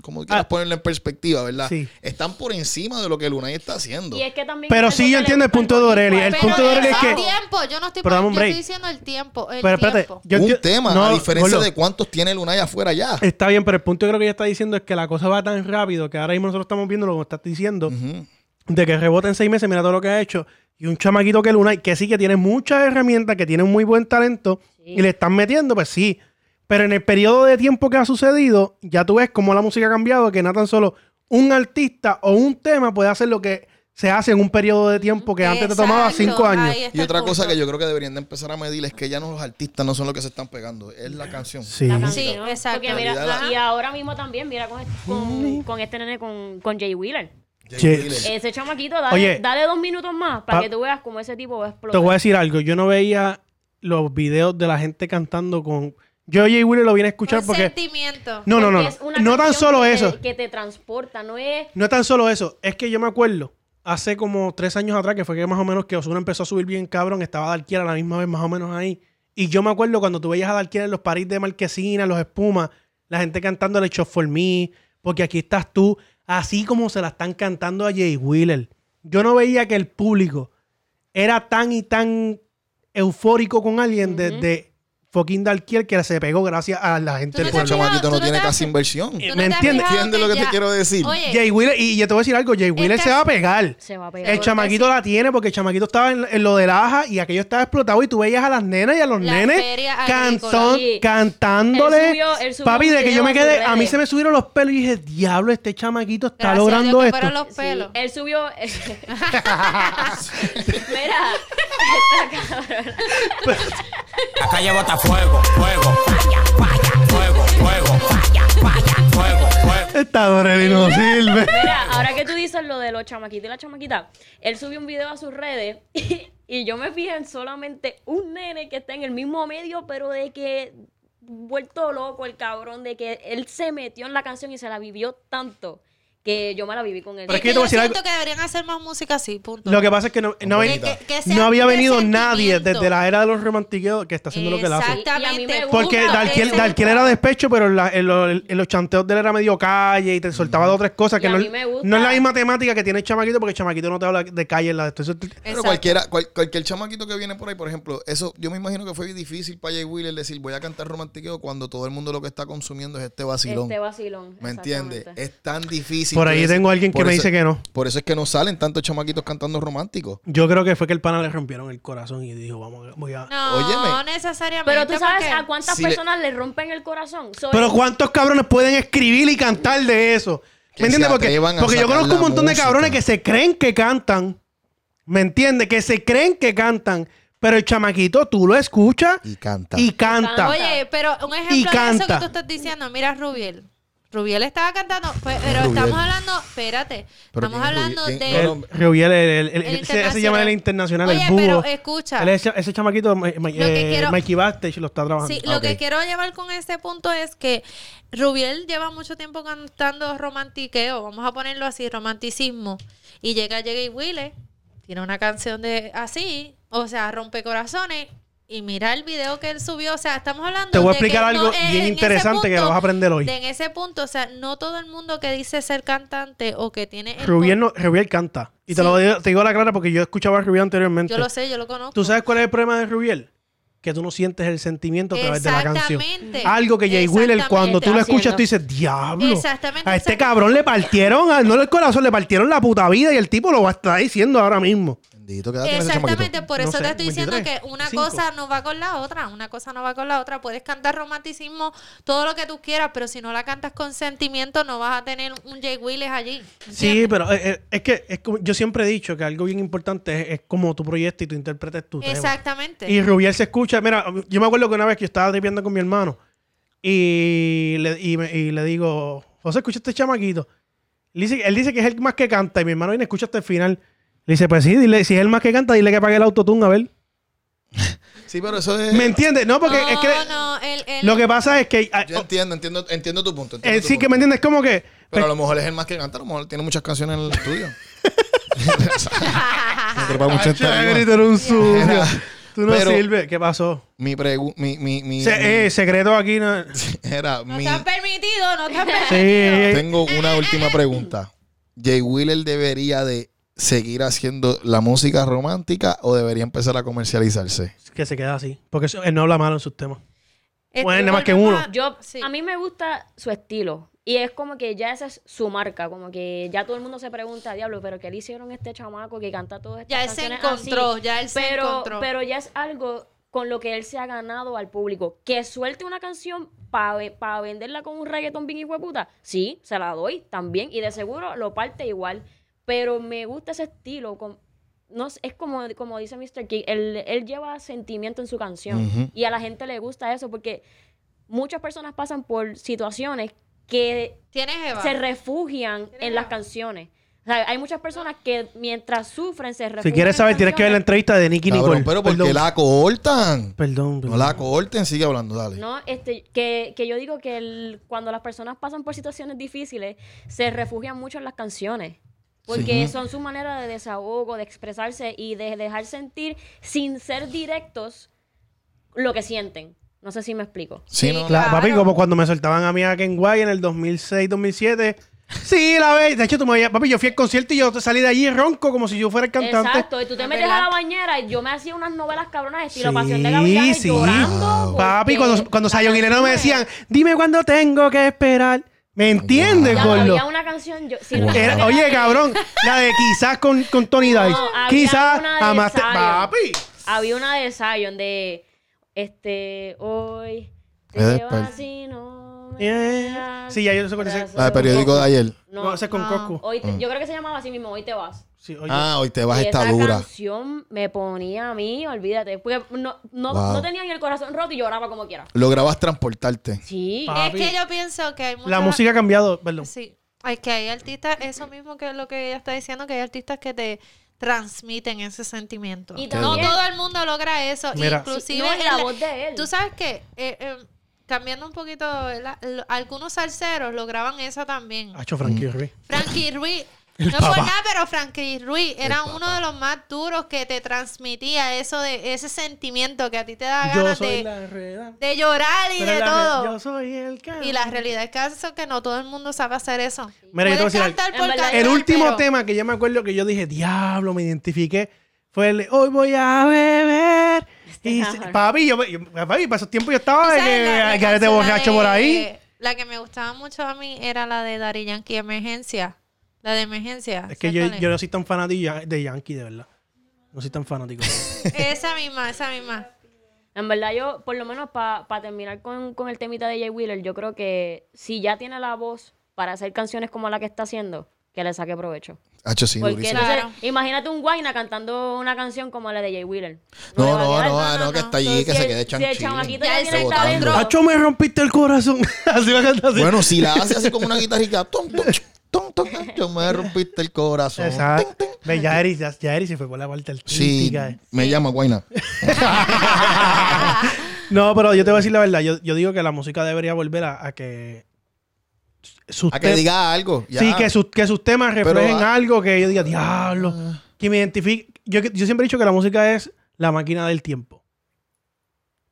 B: como quieras
C: Ah.
B: ponerlo en perspectiva, ¿verdad?
C: Sí.
B: Están por encima de lo que Lunay está haciendo.
F: Y es que también
C: Pero
F: es
C: sí, yo
F: que
C: entiendo el
F: le-
C: punto de Aureli. El
E: Pero
C: punto de Aureli es
E: el
C: que.
E: tiempo, yo no estoy,
C: Pero dame un
E: yo estoy
C: break.
E: diciendo el tiempo, el
C: Pero espérate.
E: tiempo.
C: yo
B: un
C: enti-
B: tema,
C: no, Eh.
B: a diferencia
C: Gordo.
B: de cuántos tiene Lunay afuera ya.
C: Está bien, pero el punto que creo que ella está diciendo es que la cosa va tan rápido que ahora mismo nosotros estamos viendo lo que estás diciendo,
B: Ujú.
C: de que rebota en seis meses, mira todo lo que ha hecho. Y un chamaquito que Luna, que sí que tiene muchas herramientas, que tiene un muy buen talento, y le están metiendo, pues sí. Pero en el periodo de tiempo que ha sucedido, ya tú ves cómo la música ha cambiado, que no tan solo un artista o un tema puede hacer lo que se hace en un periodo de tiempo que antes te tomaba
E: Exacto,
C: cinco años.
E: ahí está
B: Y
E: el
B: otra cosa
E: punto.
B: que yo creo que deberían de empezar a medir es que ya no los artistas no son los que se están pegando, es la canción.
C: Sí.
F: la
E: Sí,
F: canción.
E: exacto.
F: Porque mira,
B: Calidad
E: la-
F: y ahora mismo también, mira con, con, con este nene, con, con Jay Wheeler.
B: Jay
C: Sí.
B: Wheeler.
E: Eh,
F: Ese chamaquito, dale,
C: Oye.
F: dale dos minutos más para
C: Pa-
F: que tú veas cómo ese tipo va a
C: Te
F: explotar.
C: voy a decir algo. Yo no veía los videos de la gente cantando con Yo a Jay Wheeler lo vine a escuchar
E: Por
C: porque...
E: sentimiento.
C: No, no, no.
F: Porque
C: No,
F: es una
C: No tan
F: canción
C: solo
F: que te-
C: eso.
F: que te transporta, no es
C: No tan solo eso, es que yo me acuerdo hace como tres años atrás, que fue que más o menos que Osuna empezó a subir bien cabrón, estaba Darkiera a la misma vez, más o menos ahí. Y yo me acuerdo cuando tú veías a Darkiera en los parís de Marquesina, los Espumas, la gente cantándole Shop for Me, porque aquí estás tú, así como se la están cantando a Jay Wheeler. Yo no veía que el público era tan y tan eufórico con alguien desde fucking Darkiera que se pegó gracias a la gente
B: El
E: Tú
C: del
E: no te
C: pueblo.
E: has fijado,
B: chamaquito
E: tú
B: no
E: no
B: tiene
E: te
B: casi
E: haces-
B: inversión.
E: ¿Tú
C: ¿Me
E: no te has
C: entiendes?
E: fijado
B: ¿Entiendes lo que te
E: ya-
B: quiero decir?
E: Oye,
C: Jay Wheeler, y, y yo te voy a decir algo, Jay Wheeler se
E: que-
C: va a pegar.
F: se va a pegar.
C: El
E: Este
C: chamaquito la tiene porque el chamaquito estaba en, en lo del aja y aquello estaba explotado y tú veías a las nenas y a los
E: La
C: nenes
E: feria agrícola.
C: cantón,
F: Sí.
C: cantándole.
F: Él subió- él subió
C: Papi,
F: un
C: de que
F: video
C: yo me
F: a sus
C: quedé, a mí
F: redes.
C: se me subieron los pelos y dije, diablo, este chamaquito está
E: gracias a Dios
C: logrando
E: que
C: esto.
E: fueron los
F: Sí,
E: pelos.
C: (laughs)
F: él subió. (laughs) Mira, esta cabrona.
G: La calle bota fuego, fuego, falla, falla, fuego, fuego, falla, falla, fuego, fuego.
C: Esta Dorelli no sirve.
F: Mira, ahora que tú dices lo de los chamaquitos y la chamaquita, él subió un video a sus redes (laughs) y, y yo me fijé en solamente un nene que está en el mismo medio, pero de que vuelto loco el cabrón, de que él se metió en la canción y se la vivió tanto que yo me la viví con él.
C: Pero es que
E: Que
C: te voy a
E: yo
C: decir
E: siento
C: algo.
E: que deberían hacer más música así, punto.
C: Lo que pasa es que no, no,
E: Que-
C: ven-
E: que- que
C: no
E: sea
C: había
E: de
C: venido nadie
E: sentimiento.
C: desde la era de los romantiqueos que está haciendo lo que él hace.
F: Y a mí me
E: Exactamente.
F: gusta.
C: Porque
E: punto.
C: Darkiel,
E: Ese-
C: Darkiel era despecho, pero en, la- en lo- en los chanteos de él era medio calle y te soltaba dos o tres cosas. Que
F: Y a
C: no,
F: mí me gusta.
C: no es la misma temática que tiene el chamaquito, porque el chamaquito no te habla de calle. en La, entonces,
B: Pero cualquiera, cual- cualquier chamaquito que viene por ahí, por ejemplo, eso yo me imagino que fue difícil para Jay Wheeler decir voy a cantar romantiqueo cuando todo el mundo lo que está consumiendo es este vacilón.
F: Este vacilón.
B: ¿Me
F: exactamente.
B: entiendes? Es tan difícil.
C: Por
B: tú
C: ahí
B: decir-
C: tengo a alguien que
B: por
C: me dice que no.
B: Por eso es que no salen tantos chamaquitos cantando románticos.
C: Yo creo que fue que el pana le rompieron el corazón y dijo, vamos, voy a...
E: No,
B: Óyeme.
E: necesariamente.
F: Pero tú sabes
E: porque-
F: a cuántas
B: Si le-
F: personas le... rompen el corazón. So,
C: Pero
F: él-
C: ¿cuántos cabrones pueden escribir y cantar de eso?
B: Que
C: ¿Me entiendes?
B: se
C: Porque,
B: atrevan a
C: porque yo
B: sacar
C: conozco un
B: la
C: montón de
B: música.
C: cabrones que se creen que cantan. ¿Me entiendes? Que se creen que cantan. Pero el chamaquito, tú lo escuchas
B: Y canta.
C: y canta.
E: Oye, pero un
C: Y
E: ejemplo de eso
C: canta.
E: que tú estás diciendo, mira Rubiel. Rubiel estaba cantando, pues, pero estamos hablando, espérate,
B: Pero
E: estamos
B: ¿quién es
E: hablando
B: Rubiel?
E: de
B: ¿Quién?
C: El, Rubiel, el- el- el-
E: El
C: ese, ese llama el internacional,
E: Oye,
C: el búho.
E: pero escucha.
C: Él es- ese chamaquito, Ma- Ma- eh,
E: quiero-
C: Mikey Backstage, lo está trabajando. Ah,
E: Sí, lo
B: Ok.
E: que quiero llevar con este punto es que Rubiel lleva mucho tiempo cantando romantiqueo, vamos a ponerlo así, romanticismo. Y llega Jay Wheeler, tiene una canción de así, o sea, rompe corazones. Y mira el video que él subió, o sea, estamos hablando
C: Te voy a
E: de que
C: explicar algo
E: eh,
C: bien
E: en ese
C: interesante que lo vas a aprender hoy.
E: de en ese punto, o sea, no todo el mundo que dice ser cantante o que tiene... el
C: Rubiel, no- Rubiel canta. Y te
E: Sí.
C: lo digo, te digo a la clara porque yo escuchaba a Rubiel anteriormente.
E: Yo lo sé, yo lo conozco.
C: ¿Tú sabes cuál es el problema de Rubiel? Que tú no sientes el sentimiento a través de la canción.
E: Exactamente.
C: Algo que Jay Wheeler,
E: Exactamente.
C: cuando tú lo
F: Haciendo.
C: escuchas, tú dices, diablo.
E: Exactamente,
C: A este
E: exacto.
C: cabrón le partieron, al- no el corazón, le partieron la puta vida y el tipo lo va a estar diciendo ahora mismo.
B: Bendito, quédate con ese
E: Exactamente,
B: chamaquito.
E: por
C: No
E: eso
C: sé,
E: te estoy diciendo
C: 23,
E: que una
C: 5.
E: cosa no va con la otra, una cosa no va con la otra. Puedes cantar romanticismo, todo lo que tú quieras, pero si no la cantas con sentimiento, no vas a tener un Jay Willis allí.
C: Sí, pero eh, eh, es que es como- yo siempre he dicho que algo bien importante es, es como tú proyectas y tú interpretes tu tema.
E: Exactamente.
C: Y Rubiel se escucha. Mira, yo me acuerdo que una vez que yo estaba tripeando con mi hermano y le, y me- y le digo, José, escucha este chamaquito. Él dice, él dice que es el más que canta y mi hermano viene, escucha hasta el final. Le dice, pues sí, dile, si es el más que canta, dile que pague el autotune, a ver.
B: Sí, pero eso es.
C: ¿Me entiendes? No, porque
E: no,
C: es que
E: no, él- él- (laughs)
C: lo que pasa es que... ah,
B: Yo entiendo, entiendo, entiendo tu punto.
C: eh,
B: entiendo tu
C: sí que
B: punto.
C: me entiendes, como que...
B: Pero a lo mejor es el más que canta, a lo mejor tiene muchas canciones en el
C: (laughs)
B: estudio. (laughs) Me trepa mucho esta
C: Ay,
B: lengua.
C: grito, era
E: (laughs)
C: un sucio.
B: Era-
C: Tú no
B: Pero-
C: sirves. ¿Qué pasó?
B: mi, pregu- mi, mi, mi,
C: Se- eh, secreto
B: (laughs)
C: aquí. No.
B: era
E: no
B: mi-
E: te han permitido, no te han permitido.
C: Sí.
B: Tengo una última pregunta. ¿Jay Wheeler debería de seguir haciendo la música romántica o debería empezar a comercializarse?
C: Que se queda así. Porque eso- él no habla malo en sus temas.
E: Este,
C: Bueno, nada más que
E: volvemos
C: uno.
E: a-
F: Yo,
E: sí.
F: a mí me gusta su estilo. Y es como que ya esa es su marca. Como que ya todo el mundo se pregunta, diablo, pero ¿qué le hicieron a este chamaco que canta todo esto?
E: Ya él se encontró, ya él se
F: pero,
E: encontró.
F: Pero ya es algo con lo que él se ha ganado al público. Que suelte una canción para venderla con un reggaetón bien hueputa. Sí, se la doy también. Y de seguro lo parte igual. Pero me gusta ese estilo. con- no sé, es como, como dice Mr. King, él, él lleva sentimiento en su canción.
B: Ujú.
F: Y a la gente le gusta eso porque muchas personas pasan por situaciones que
E: Tienes Eva.
F: se refugian en las canciones. O sea, hay muchas personas que mientras sufren se refugian.
C: Si quieres saber, tienes que ver la entrevista de Nicky
B: Cabrón,
C: Nicole.
B: pero ¿por qué
C: Perdón.
B: la cortan?
C: Perdón,
B: No
C: perdón.
B: la corten, sigue hablando, dale.
F: No, este, que, que yo digo que el- cuando las personas pasan por situaciones difíciles, se refugian mucho en las canciones. Porque
B: Sí.
F: son su manera de desahogo, de expresarse y de dejar sentir sin ser directos lo que sienten. No sé si me explico.
B: Sí,
E: Sí,
B: no.
C: La- Papi,
E: Claro.
C: como cuando me soltaban a mí a Kenway en el 2006, 2007. Sí, la vez. De hecho, tú me veías, papi, yo fui al concierto y yo salí de allí ronco como si yo fuera el cantante.
F: Exacto, y tú te
E: Es
F: metes
E: verdad.
F: a la bañera y yo me hacía unas novelas cabronas estilo
C: Sí,
F: Pasión de Gavilanes
C: sí.
F: llorando.
C: Papi,
F: porque
C: cuando, cuando
F: la
C: Sayon y Leno me
F: canción
C: decían, dime cuándo tengo que esperar. ¿Me entiendes,
F: es- Ya,
C: gordo?
F: había una canción, yo, si no me
C: Era-
F: acuerdo
C: oye,
F: la-
C: cabrón, la de quizás con, con Tony Dice.
F: había
C: quizás
F: una de
C: amaste.
F: Zion.
C: Papi.
F: Había una de Zion de este hoy te
B: Eh,
F: vas
B: pues.
F: y no me
C: Eh,
F: das
C: sí, ya yo no sé cuál es ese.
F: brazos.
B: La del Ah, periódico de ayer.
C: No, ese es con Coscu.
F: Hoy te- yo creo que se llamaba así mismo, hoy te vas.
C: Sí, oye.
B: Ah, hoy te vas
F: Y
B: esta
F: esa
B: dura.
F: canción me ponía a mí, olvídate, porque no, no,
B: Wow.
F: no tenía ni el corazón roto y lloraba como quiera.
B: Lograbas transportarte.
F: Sí,
C: Pa- Papi.
E: Es que yo pienso que hay muchas...
C: la música ha cambiado, perdón.
E: Sí. Es que hay artistas, eso mismo que lo que ella está diciendo, que hay artistas que te transmiten ese sentimiento.
F: Y
E: no
F: también-
E: todo el mundo logra eso.
C: Mira.
E: Inclusive
F: Sí, no, es la
E: en
F: voz de él.
E: Tú sabes que eh, cambiando un poquito, ¿verdad? Lo- algunos salseros lograban eso también.
C: Hacho Frankie Ruiz.
E: Frankie Ruiz.
C: (laughs) El
E: No es por
C: papá.
E: nada, pero Frankie Ruiz era uno de los más duros que te transmitía eso de ese sentimiento que a ti te da
C: Yo
E: ganas
C: soy
E: de,
C: la rueda.
E: de llorar y
C: pero
E: de
C: la re-
E: todo.
C: Yo soy el
E: Y la realidad es que eso que no todo el mundo sabe hacer eso.
C: Mira, yo te voy a
E: Puedes
C: decir algo.
E: cantar
F: En
E: por
F: verdad,
E: cantar,
C: El último
E: pero-
C: tema que yo me acuerdo que yo dije, diablo, me identifiqué, fue el de, hoy voy a beber. Y se-
F: Ajá.
C: papi, yo, yo- papi, para esos tiempos yo
E: Este ¿Tú
C: estaba de
E: sabes
C: que
E: la- la
C: al garete
E: canción
C: borracho
E: de-
C: por ahí.
E: La que me gustaba mucho a mí era la de Dari Yankee Emergencia. La de Emergencia.
C: Es que
E: ¿sabes
C: yo,
E: cuál es?
C: yo no soy tan fanático ya- de Yankee, de verdad. No soy tan
E: (laughs)
C: fanático. (laughs)
E: Esa misma, esa misma.
F: En verdad, yo, por lo menos para terminar con, con el temita de Jay Wheeler, yo creo que si ya tiene la voz para hacer canciones como la que está haciendo, que le saque provecho.
B: Hacho, sí,
F: Porque
B: durísimo.
F: entonces,
E: Claro.
F: imagínate un Guayna cantando una canción como la de Jay Wheeler. le
B: No,
F: va a
B: no,
F: quedar.
B: no, ah,
E: no,
B: no, que
E: no.
B: está allí, que
F: Si
B: se
F: el-
B: quede
F: si el
B: chanchillo.
F: chamaquito ya
E: Ya
F: tiene
E: se
F: talento.
E: botando.
C: Hacho, me rompiste el corazón. (laughs) así va a cantar así.
B: Bueno, si la hace así como una guitarrita, tom, tom, ch, tom, tom, yo me rompiste el corazón.
C: Exacto. eh.
B: Tin, tin.
C: Ve, ya Eri, ya, ya Eri se fue por la parte
B: Sí,
C: artística.
B: me llama Guayna.
C: No, pero yo te voy a decir la verdad. Yo, yo digo que la música debería volver a, a que... sus
B: A que
C: tem-
B: diga algo. ya.
C: Sí, que sus, que sus temas reflejen
B: ah,
C: algo que yo diga, diablo, que me identifique. Yo, yo siempre he dicho que la música es la máquina del tiempo.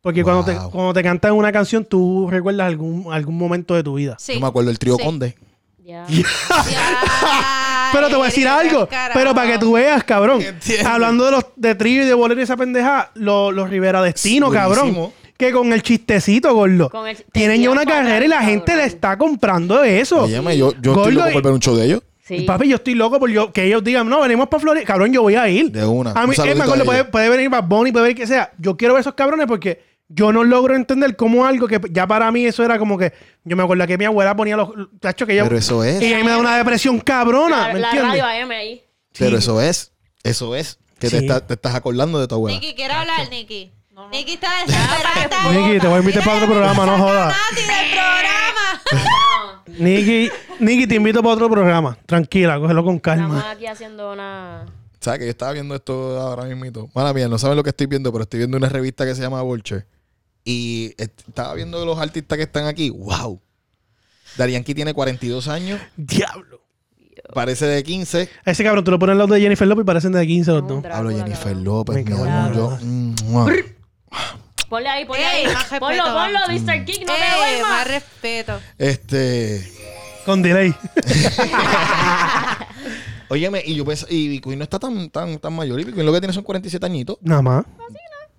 C: Porque cuando, te,
B: Wow.
C: cuando te cantan una canción, tú recuerdas algún, algún momento de tu vida.
E: Sí.
B: Yo me acuerdo el trío
E: Sí.
B: Conde.
F: Ya.
E: Ya,
C: (laughs) Pero te voy a decir algo,
E: carajo.
C: pero para que tú veas, cabrón. Hablando de los de trío y de bolero y esa pendeja, los, los Rivera Destino,
B: Sí,
C: cabrón.
B: buenísimo.
C: Que con el chistecito, gordo.
F: Con el-
C: Tienen ya una
F: Tenían
C: carrera y la
F: cabrón.
C: gente le está comprando eso.
B: Óyeme, yo, yo
C: Oh. Gordo
B: estoy loco
C: y-
B: por ver un show de ellos.
F: Sí.
C: Papi, yo estoy loco por yo- que ellos digan, no, venimos para Florida. Cabrón, yo voy a ir.
B: De una.
C: A
B: Un
C: mí, es
B: saludito
C: más, gordo,
B: a ellos.
C: puede, puede venir Bad Bunny, puede venir que sea. Yo quiero ver esos cabrones porque yo no logro entender cómo algo que ya para mí eso era como que. Yo me acuerdo que mi abuela ponía los tachos que yo.
B: Pero eso es.
C: Y a mí me da una depresión cabrona.
F: la,
C: ¿Me
F: la
C: entiendes?
F: radio AM ahí.
B: Pero eso es. Eso es. Que te,
C: Sí.
B: está- te estás acordando de tu abuela.
E: Nicky, quiero hablar, Nicky. Nicky está
F: para
E: desesperada.
F: que-
C: Nicky, te voy a invitar para otro programa, no jodas.
E: Nati del programa.
F: No,
C: Nicky, Nicky, te invito para otro programa. Tranquila, cógelo con
F: estamos
C: calma.
F: aquí haciendo una...
B: ¿Sabes que yo estaba viendo esto ahora mismito? Mala mía, no saben lo que estoy viendo, pero estoy viendo una revista que se llama Vulture. Y est- estaba viendo los artistas que están aquí. ¡Wow! Darianki tiene 42 años,
C: Diablo.
B: parece de 15.
C: Ese cabrón, tú lo pones al lado de Jennifer López y parecen de 15 los
F: un
C: dos.
F: Drácula,
B: Hablo de Jennifer
F: cabrón.
B: López,
C: Me
B: mi amor.
C: cago
B: Yo,
C: en Dios.
B: mm, mua.
F: Ponle ahí, ponle
E: Ey,
F: ahí.
E: más respeto,
F: Ponlo, ponlo,
E: vamos.
F: Mr. Kick, no te
E: Eh,
F: duermas.
E: más respeto.
B: este.
C: Con delay.
B: Óyeme, y yo pensé, y Bitcoin no está tan, tan, tan mayor. Y Bitcoin lo que tiene son 47 añitos.
C: Nada más.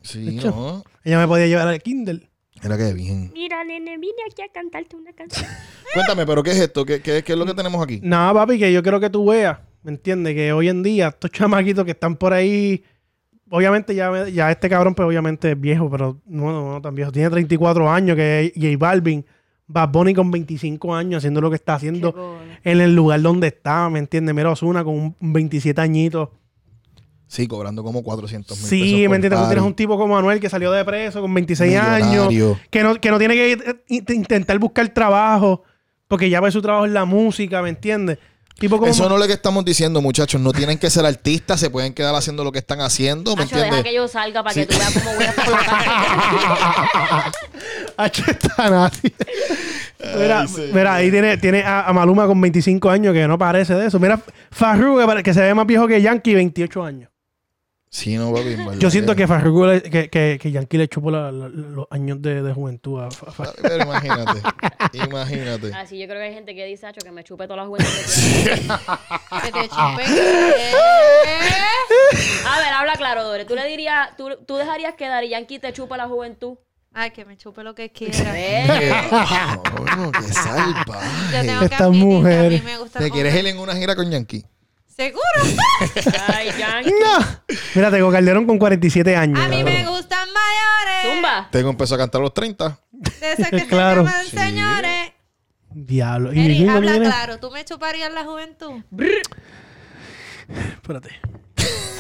B: Sí,
C: Hecho.
B: no.
C: Ella me podía llevar al Kindle.
B: Era que bien.
F: Mira, nene, vine aquí a cantarte una canción.
B: Cuéntame, pero ¿qué es esto? ¿Qué, qué, qué es lo que tenemos aquí?
C: Nada, papi, que yo creo que tú veas, ¿me entiendes? Que hoy en día estos chamaquitos que están por ahí, obviamente ya, ya este cabrón, pues obviamente es viejo, pero no, no, no tan viejo. Tiene 34 años, que es J Balvin, Bad Bunny con 25 años haciendo lo que está haciendo
F: cool.
C: en el lugar donde está, ¿me entiendes? Mira Osuna con un 27 añitos.
B: Sí, cobrando como 400 mil pesos.
C: Sí,
B: por
C: ¿me entiendes? Tú
B: par.
C: tienes un tipo como Manuel que salió de preso con 26
B: Millonario.
C: años, que no, que no tiene que eh, int- intentar buscar trabajo, porque ya ve su trabajo en la música, ¿me entiendes? Tipo como.
B: Eso no es lo que estamos diciendo, muchachos. No tienen que ser artistas, se pueden quedar haciendo lo que están haciendo, ¿me
F: Acho, deja que
B: entiendes?
F: yo salga para que tú veas cómo
C: (laughs)
F: voy a explotar.
B: (laughs)
C: Hacho, está Nati. Mira, mira, eh. ahí tiene, tiene a, a Maluma con 25 años que no parece de eso. Mira, Farruko que, pare- que se ve más viejo que Yankee, 28 años.
B: Sí, no, papi. en verdad
C: Yo siento que Farruko, le- que, que, que Yankee le chupó la- la- los años de, de juventud a Fa- Fa-
B: Pero imagínate, imagínate.
F: Así yo creo que hay gente que dice, Acho, que me chupe todas las juventudes.
B: (laughs)
E: Que
C: (laughs)
E: te chupen. Eh, ¿Qué?
F: A ver, habla claro, Dore. Tú le dirías, tú, tú dejarías que Dari Yankee te chupa la juventud.
E: Ay, que me
C: (laughs)
E: chupe lo que quiera.
F: ¿Ves?
B: no, Eh, qué
E: Yo tengo
B: salvaje.
E: que
C: Estas
E: admitir que
C: mujeres.
E: a mí me gusta
B: ¿Te quieres él en una gira con Yankee?
E: ¿Seguro?
F: Ay,
C: (laughs)
F: Yankee.
C: ¡No! Mira, tengo Calderón con 47 años.
E: A mí
C: cabrón.
E: me gustan mayores.
F: Zumba.
B: Tengo empezó a cantar a los 30.
E: De
C: (laughs)
E: esos que
C: Claro.
E: se llaman señores.
C: Diablo. ¿Y
E: Eri,
C: Virgilio no
E: habla
C: viene?
E: claro. ¿Tú me chuparías la juventud?
C: Espérate.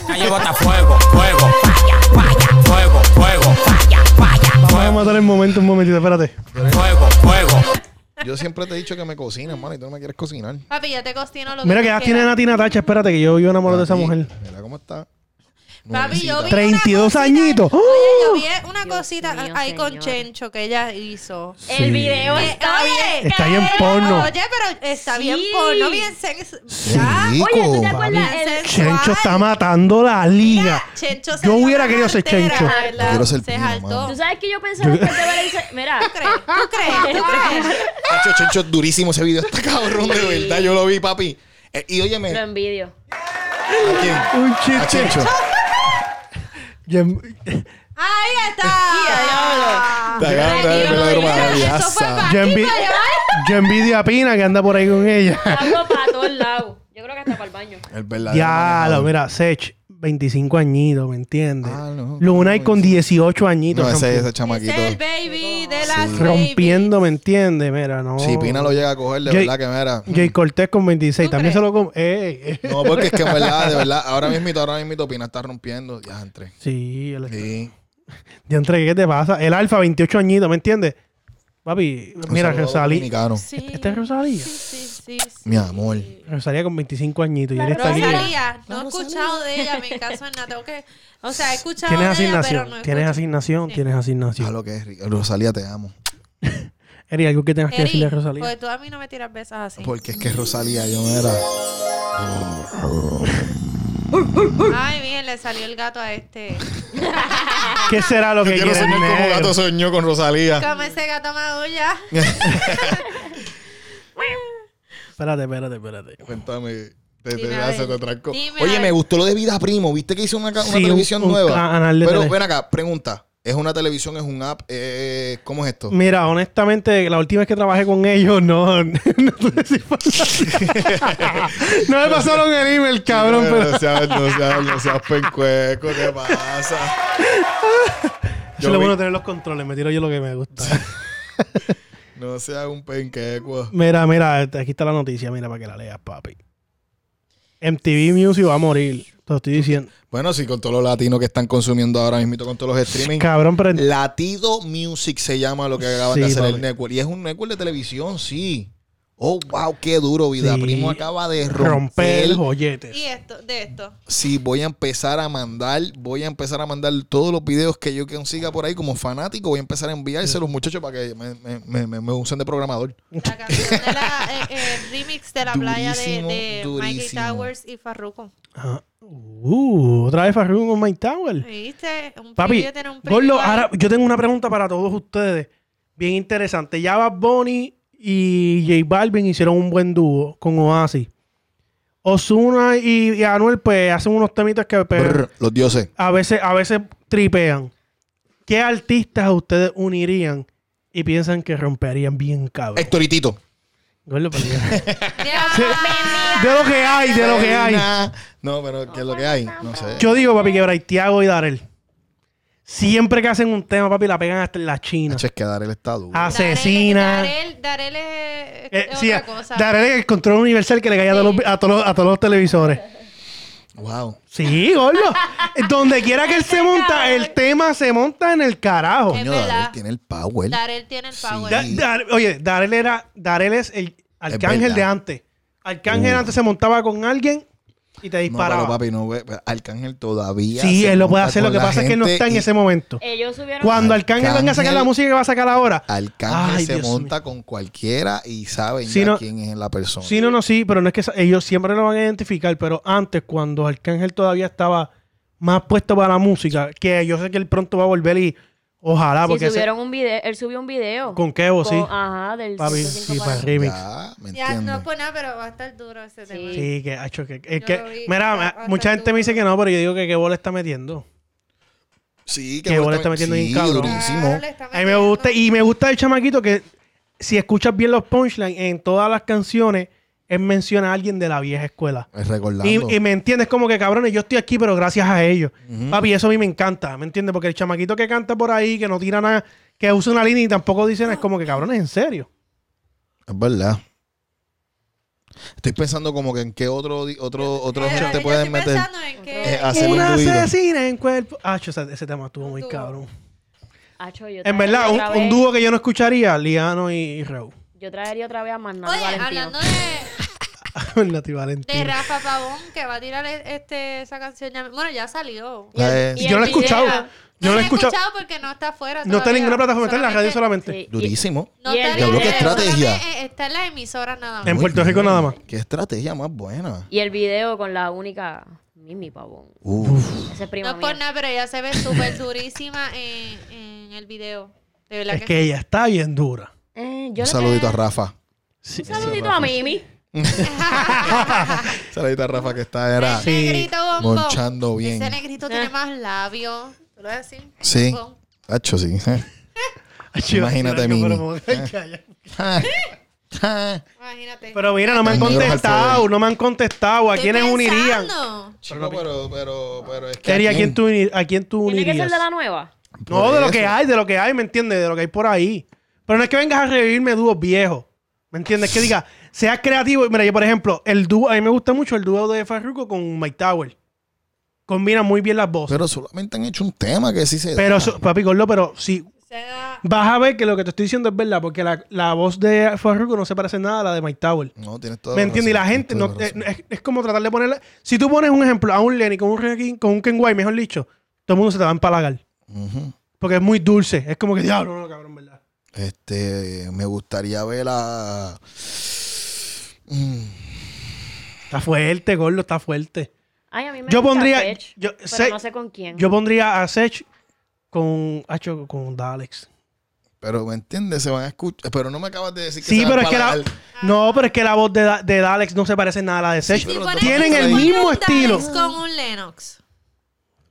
G: Calle bota fuego, fuego, falla, falla, fuego, fuego, falla, falla,
C: Vamos a matar el momento un momentito, espérate.
G: fuego, fuego.
B: Yo siempre te he dicho que me cocinas, mano, y tú no me quieres cocinar.
E: Papi, yo te cocino lo que
C: Mira
E: tú
C: que ya
E: quieras.
C: tiene a Nati Natacha, espérate que yo, yo enamoro de esa
B: Aquí,
C: mujer.
B: Mira cómo está.
E: Papi, yo vi
B: Nuevecita.
E: una
C: 32
E: cosita-
C: añitos. ¡Oh!
E: Oye, yo vi una
F: Dios
E: cosita
F: mío,
E: ahí con
F: señor.
E: Chencho que ella hizo.
C: Sí.
F: El video
E: Eh,
F: está
E: oye,
F: bien.
C: Está bien
F: cabrón.
C: porno.
E: Oye, pero está
F: Sí.
E: bien porno, bien sex... Ya,
F: Oye, ¿tú te
B: Chico,
F: acuerdas?
E: papi.
F: El-
C: Chencho está matando la liga.
E: Ya, Chencho se
C: Yo
E: dio
C: hubiera
E: una
C: querido ser
E: cartera,
C: Chencho.
E: ¿verdad?
B: Quiero ser
E: Se
B: pino,
E: saltó.
F: ¿Tú
E: ¿Tú
F: sabes que yo pensaba que te ver Mira,
E: crees? ¿Tú
C: (laughs)
E: crees? ¿Tú crees?
B: Hacho, Chencho, es durísimo ese video. Está cabrón, de verdad. Yo lo vi, papi. Eh, y óyeme,
F: lo
B: ¿a
F: envidio.
C: (laughs)
B: quién?
C: Un
B: A
C: chiste.
B: Chencho.
C: Yo,
E: Ahí está.
B: Está grande, es
E: Aquí lo
B: verdadero
E: vieron,
B: maravilloso.
E: eso fue para
C: yo,
E: aquí,
C: envi-
E: para allá.
C: yo envidio a Pina que anda por ahí con ella.
F: Algo para todos lados. Yo creo que hasta para el baño.
B: El verdadero.
C: Ya, lo,
B: manejador.
C: mira, Sech, 25 añitos, ¿me entiendes?
B: Ah, no.
C: Luna y con 18 añitos.
B: No, ese,
C: rompi-
B: ese chamaquito.
E: Es el baby de las babies.
C: rompiendo, ¿me entiendes? Mira, no.
B: Si Pina lo llega a coger, de
C: Jay-
B: verdad que mira.
C: Jay Cortés con 26,
E: ¿Tú
C: también
E: crees?
C: se lo come. ey, ey.
B: No, porque es que en verdad, de verdad, ahora mismo, ahora mismo Pina está rompiendo. Ya, entre.
C: Sí, el
B: Sí.
C: Diantre, ¿qué te pasa? El Alfa, 28 añitos, ¿me entiendes? Papi,
B: Un saludo
C: mira,
B: a los
C: Rosalía.
B: dominicanos.
E: Sí.
C: ¿Este es Rosalía?
E: Sí, sí, sí, sí.
B: Mi amor.
C: Rosalía con 25 añitos y él está libre.
E: Rosalía, no he escuchado de ella, me caso en nada. Tengo que, o sea, he escuchado
C: Tienes
E: de ella, pero
C: asignación,
E: no he
C: tienes
E: escuchado.
C: asignación, tienes
B: A
C: asignación.
B: lo que es rico. Rosalía, te amo.
C: Eri, algo que tengas que decirle a
E: Eri, pues,
C: Rosalía.
E: porque tú a mí no me tiras besas así.
B: Porque es que Rosalía, yo no era.
E: Ay, miren, le salió el gato a este. ah,
C: ¿Qué será lo que
B: Yo quiero
C: quieres
B: soñar como
C: dinero?
B: gato soñó con Rosalía.
E: Come ese gato
B: (laughs)
E: maulla.
C: Espérate, espérate, espérate.
B: Cuéntame. Te, te,
E: Dime, a
B: hace,
E: ver.
B: te atrancó.
E: Dime,
B: Oye,
E: a
B: me
E: ver.
B: gustó lo de Vida Primo. ¿Viste que hizo una, ca- una
C: Sí, un-
B: televisión
C: un
B: nueva?
C: canal de
B: Pero
C: tele.
B: ven acá, pregunta. ¿Es una televisión? ¿Es un app? Eh, ¿Cómo es esto?
C: Mira, honestamente, la última vez que trabajé con ellos, no. (laughs) No,
B: (laughs)
C: tuve simpatía. No me pasaron el email, cabrón, pero. (laughs)
B: No seas, no seas, no seas pencueco, ¿qué
C: (laughs)
B: pasa?
C: Eso
B: Yo
C: es lo
B: vi-
C: bueno de tener los controles, me tiro yo lo que me gusta.
B: No seas un penqueco.
C: (laughs) Mira, mira, aquí está la noticia, mira, para que la leas, papi. MTV Music va a morir, te lo estoy diciendo.
B: Bueno, sí, con todos los latinos que están consumiendo ahora mismo, con todos los streaming.
C: Cabrón, pero.
B: Latido Music se llama lo que acaban de
C: Sí,
B: hacer el
C: papi.
B: network. Y es un network de televisión, sí. Oh, wow, qué duro, vida.
C: Sí.
B: Primo acaba de romper.
C: Romper el joyete.
E: Y esto, de esto.
B: Sí, voy a empezar a mandar, voy a empezar a mandar todos los videos que yo consiga por ahí como fanático. Voy a empezar a enviárselos, los muchachos, para que me, me- me- me- me usen de programador.
E: La canción de la, eh, eh, remix de la playa de,
B: Durísimo,
E: de Mikey
B: durísimo.
E: Towers y Farruko.
C: Ajá. Uh, otra vez Farruko con Mike Tower.
E: ¿Viste? Un
C: Papi,
E: preview, tiene un preview
C: Gordo,
E: ahí.
C: ahora yo tengo una pregunta para todos ustedes. Bien interesante. Ya Bad Bunny y J Balvin hicieron un buen dúo con Oasis. Ozuna y, y Anuel, pues, hacen unos temitas que pues,
B: Brr, los dioses.
C: a, veces, a veces tripean. ¿Qué artistas ustedes unirían y piensan que romperían bien
B: Eh.
C: cabrón?
B: Héctoritito.
C: Gordo, pero ya- (laughs)
E: Ya.
C: de lo que hay, de lo que hay.
B: Reina. No, pero ¿qué es lo que hay? No sé.
C: Yo digo, papi, que Braithiago y Darel. Siempre que hacen un tema, papi, la pegan hasta en la China.
B: Hacho, es que dar el estado.
C: Ah. asesina.
E: Darel, Darel es,
C: Eh,
E: es
C: sí,
E: otra cosa.
C: Darel es el control universal que le caía a, todos los, a todos los- a todos los televisores.
B: Wow.
C: Sí,
E: (laughs)
C: gordo. Donde quiera que él se monta, el tema se monta en el carajo.
E: Es
B: Coño,
E: verdad.
B: Darel tiene el power.
E: Darel tiene el power.
C: Da- Dar- oye, Darel era, Darel es el
B: Es
C: arcángel
B: verdad.
C: de antes. Arcángel antes se montaba con alguien y te
B: No,
C: disparaba.
B: pero papi, no, güey, Arcángel todavía.
C: sí,
B: se
C: él lo puede
B: monta
C: hacer. Lo
B: con
C: que
B: la
C: pasa es que él no
B: gente
C: está en
B: y
C: ese momento.
F: Ellos subieron.
C: Cuando Arcángel venga a sacar la
B: Arcángel-
C: música que va a sacar ahora.
B: Arcángel
C: Ay,
B: se
C: Dios
B: monta con cualquiera y saben
C: Sí,
B: ya
C: no-
B: quién es la persona.
C: Sí, no, no, sí, pero no es que sa- ellos siempre lo van a identificar, pero antes, cuando Arcángel todavía estaba más puesto para la música, que yo sé que él pronto va a volver y ojalá,
F: Sí,
C: ah, porque ese-
F: subieron un video. Él subió un video.
C: con Kevo, sí.
F: Ajá, del.
C: Papi,
F: 5
C: sí,
F: para
C: para
F: abajo.
C: remix.
B: Ya, ¿me
E: Ya, no pues. es
B: entiendes?
E: por nada, pero va a estar duro ese tema.
F: Sí.
C: Sí, que ha hecho que. es
E: Yo
C: que-
E: lo vi,
C: mira,
E: está- está
C: mucha gente me dice que no, pero yo digo que Kevo le está metiendo.
B: Sí,
C: Que bola está metiendo bien cabrón.
B: durísimo.
E: le está
C: A mí me gusta,
E: metiendo.
C: y me gusta el chamaquito que si escuchas bien los punchlines en todas las canciones, él menciona a alguien de la vieja escuela.
B: Eh, Recordando.
C: Y, y me entiendes como que cabrones, yo estoy aquí, pero gracias a ellos. Papi, eso a mí me encanta, ¿me entiendes? Porque el chamaquito que canta por ahí, que no tira nada, que usa una línea y tampoco dicen, es como que cabrones, en serio.
B: Es verdad. Estoy pensando como que en qué otro di- otro otro
E: Pero
B: te
E: yo
B: pueden
E: estoy
B: meter.
E: pensando en que-
B: Eh, hacer un
C: una
B: ruido.
C: asesina en cuerpo. Ah, ese, ese tema estuvo muy
E: Estuvo.
C: cabrón.
F: Acho, yo
C: En
F: traería
C: verdad,
F: otra
C: un, un
F: vez-
C: dúo que yo no escucharía, Liano y, y (laughs) Reu.
F: Yo traería otra vez a Magnano
E: Oye,
F: Valentino.
E: hablando de,
C: Nati
E: de
C: Valentín.
E: Rafa Pavón, que va a tirar e- este, esa canción. ya- Bueno, ya salió.
F: Y el-
B: Eh,
F: y
C: Yo no
F: el
C: he escuchado.
F: video.
C: Yo no he escuchado.
E: porque no está afuera.
C: No está en ninguna plataforma, está en la radio solamente. Eh,
F: Sí, y-
B: Durísimo.
E: No
F: Y el
E: está en
F: video.
E: la
F: Diablo, qué
B: estrategia.
E: solamente Está en las emisoras nada más.
C: En Puerto Rico nada más.
B: Qué estrategia más buena.
F: Y el video con la única Mimi Pavón.
B: Uf.
F: Ese es
E: No
F: prima
E: es por
F: mía.
E: nada, pero ella se ve súper durísima en, en el video. De verdad
C: Es
E: que,
C: que ella está bien dura.
F: Eh, yo
B: Un
F: le
B: saludito a Rafa.
C: Sí,
F: Un saludito a Mimi.
C: (laughs)
B: Un saludito a Rafa que está era
E: Ese negrito bombón.
B: monchando bien.
E: Ese negrito
C: Eh.
E: tiene más labios. ¿Tú lo vas a decir?
B: Sí.
E: Bombón.
B: Hacho, sí. (laughs)
C: Yo iba a decir
B: Imagínate,
C: algo,
B: Mimi.
C: pero me voy (laughs) a callar.
B: Ja. Ja.
E: Imagínate.
C: Pero mira, no me han
B: Negros al
C: contestado,
B: fuego.
C: no me han contestado. ¿A
E: Estoy
C: quiénes unirían?
E: pensando.
B: Chico, pero, pero, pero es que.
C: Sería, ¿a
B: aquí-
C: quién tú, uni- a quién tú
F: Tiene que ser
C: unirías?
F: de la nueva.
B: Por
C: No, de lo que
B: eso.
C: hay, de lo que hay, ¿me entiendes? De lo que hay por ahí. Pero no es que vengas a revivirme dúos viejos. ¿Me entiendes? Que diga, seas creativo. Mira, yo por ejemplo, el dúo, a mí me gusta mucho el dúo de Farruko con Mike Tower. Combina muy bien las voces.
B: Pero solamente han hecho un tema que sí se. Ah,
C: Pero, eso- papi Gordo, pero si
E: Se da-
C: vas a ver que lo que te estoy diciendo es verdad, porque la, la voz de Farruko no se parece nada a la de Mike Tower.
B: No, tienes toda
C: ¿Me
B: la
C: entiendes? Y la
B: razón,
C: gente
B: tienes
C: no,
B: toda la
C: eh,
B: razón.
C: es, es como tratar de ponerle. Si tú pones un ejemplo a un Lenny con un Reakin, con un Kenway, mejor dicho, todo el mundo se te va a empalagar.
B: Ujú.
C: Porque es muy dulce. Es como que diablo, no, cabrón, ¿verdad?
B: Este, me gustaría ver a. Mm,
C: Está fuerte, gordo, está fuerte.
F: Ay, a mí me
C: Yo
F: gusta
C: pondría-
F: Fetch,
C: yo-
F: pero
C: Sech-
F: no sé con quién.
C: Yo pondría a Sech con. Hacho, con Dalex.
B: Pero me entiendes, se van a escuchar. Pero no me acabas de decir que
C: Sí,
B: se van
C: pero
B: a
C: es que la.
B: empalagar.
C: No, pero es que la voz de, Da- de Dalex no se parece nada a la de Sech.
E: Si
B: pero
E: pones-
C: tienen
E: si
C: el
E: pones
C: mismo
E: un
C: estilo.
E: Dykes con un Lennox.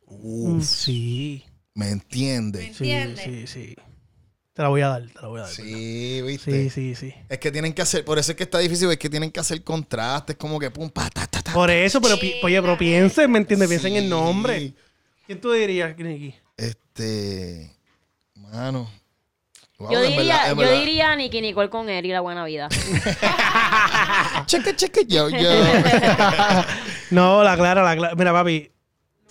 C: Mm, sí.
B: ¿Me entiendes?
C: Sí,
E: ¿Entiendes?
C: sí, sí. Te la voy a dar, te la voy a dar. Sí,
B: Sí, viste.
C: sí, sí. sí.
B: Es que tienen que hacer, por eso es que está difícil, es que tienen que hacer contrastes, como que pum, pa, ta, ta, ta.
C: Por eso, pero, pi- oye, pero piensen, ¿me entiendes? Piensen en
B: Sí.
C: el nombre. ¿Quién tú dirías, Nicky?
B: Este. Mano. Wow,
F: Yo
B: en verdad,
F: diría,
B: en
F: yo
B: verdad.
F: diría Nicky Nicole con él y la buena vida.
B: Ah, Cheque, cheque, yo,
F: (laughs)
B: yo.
C: No, la clara, la clara. Mira, papi,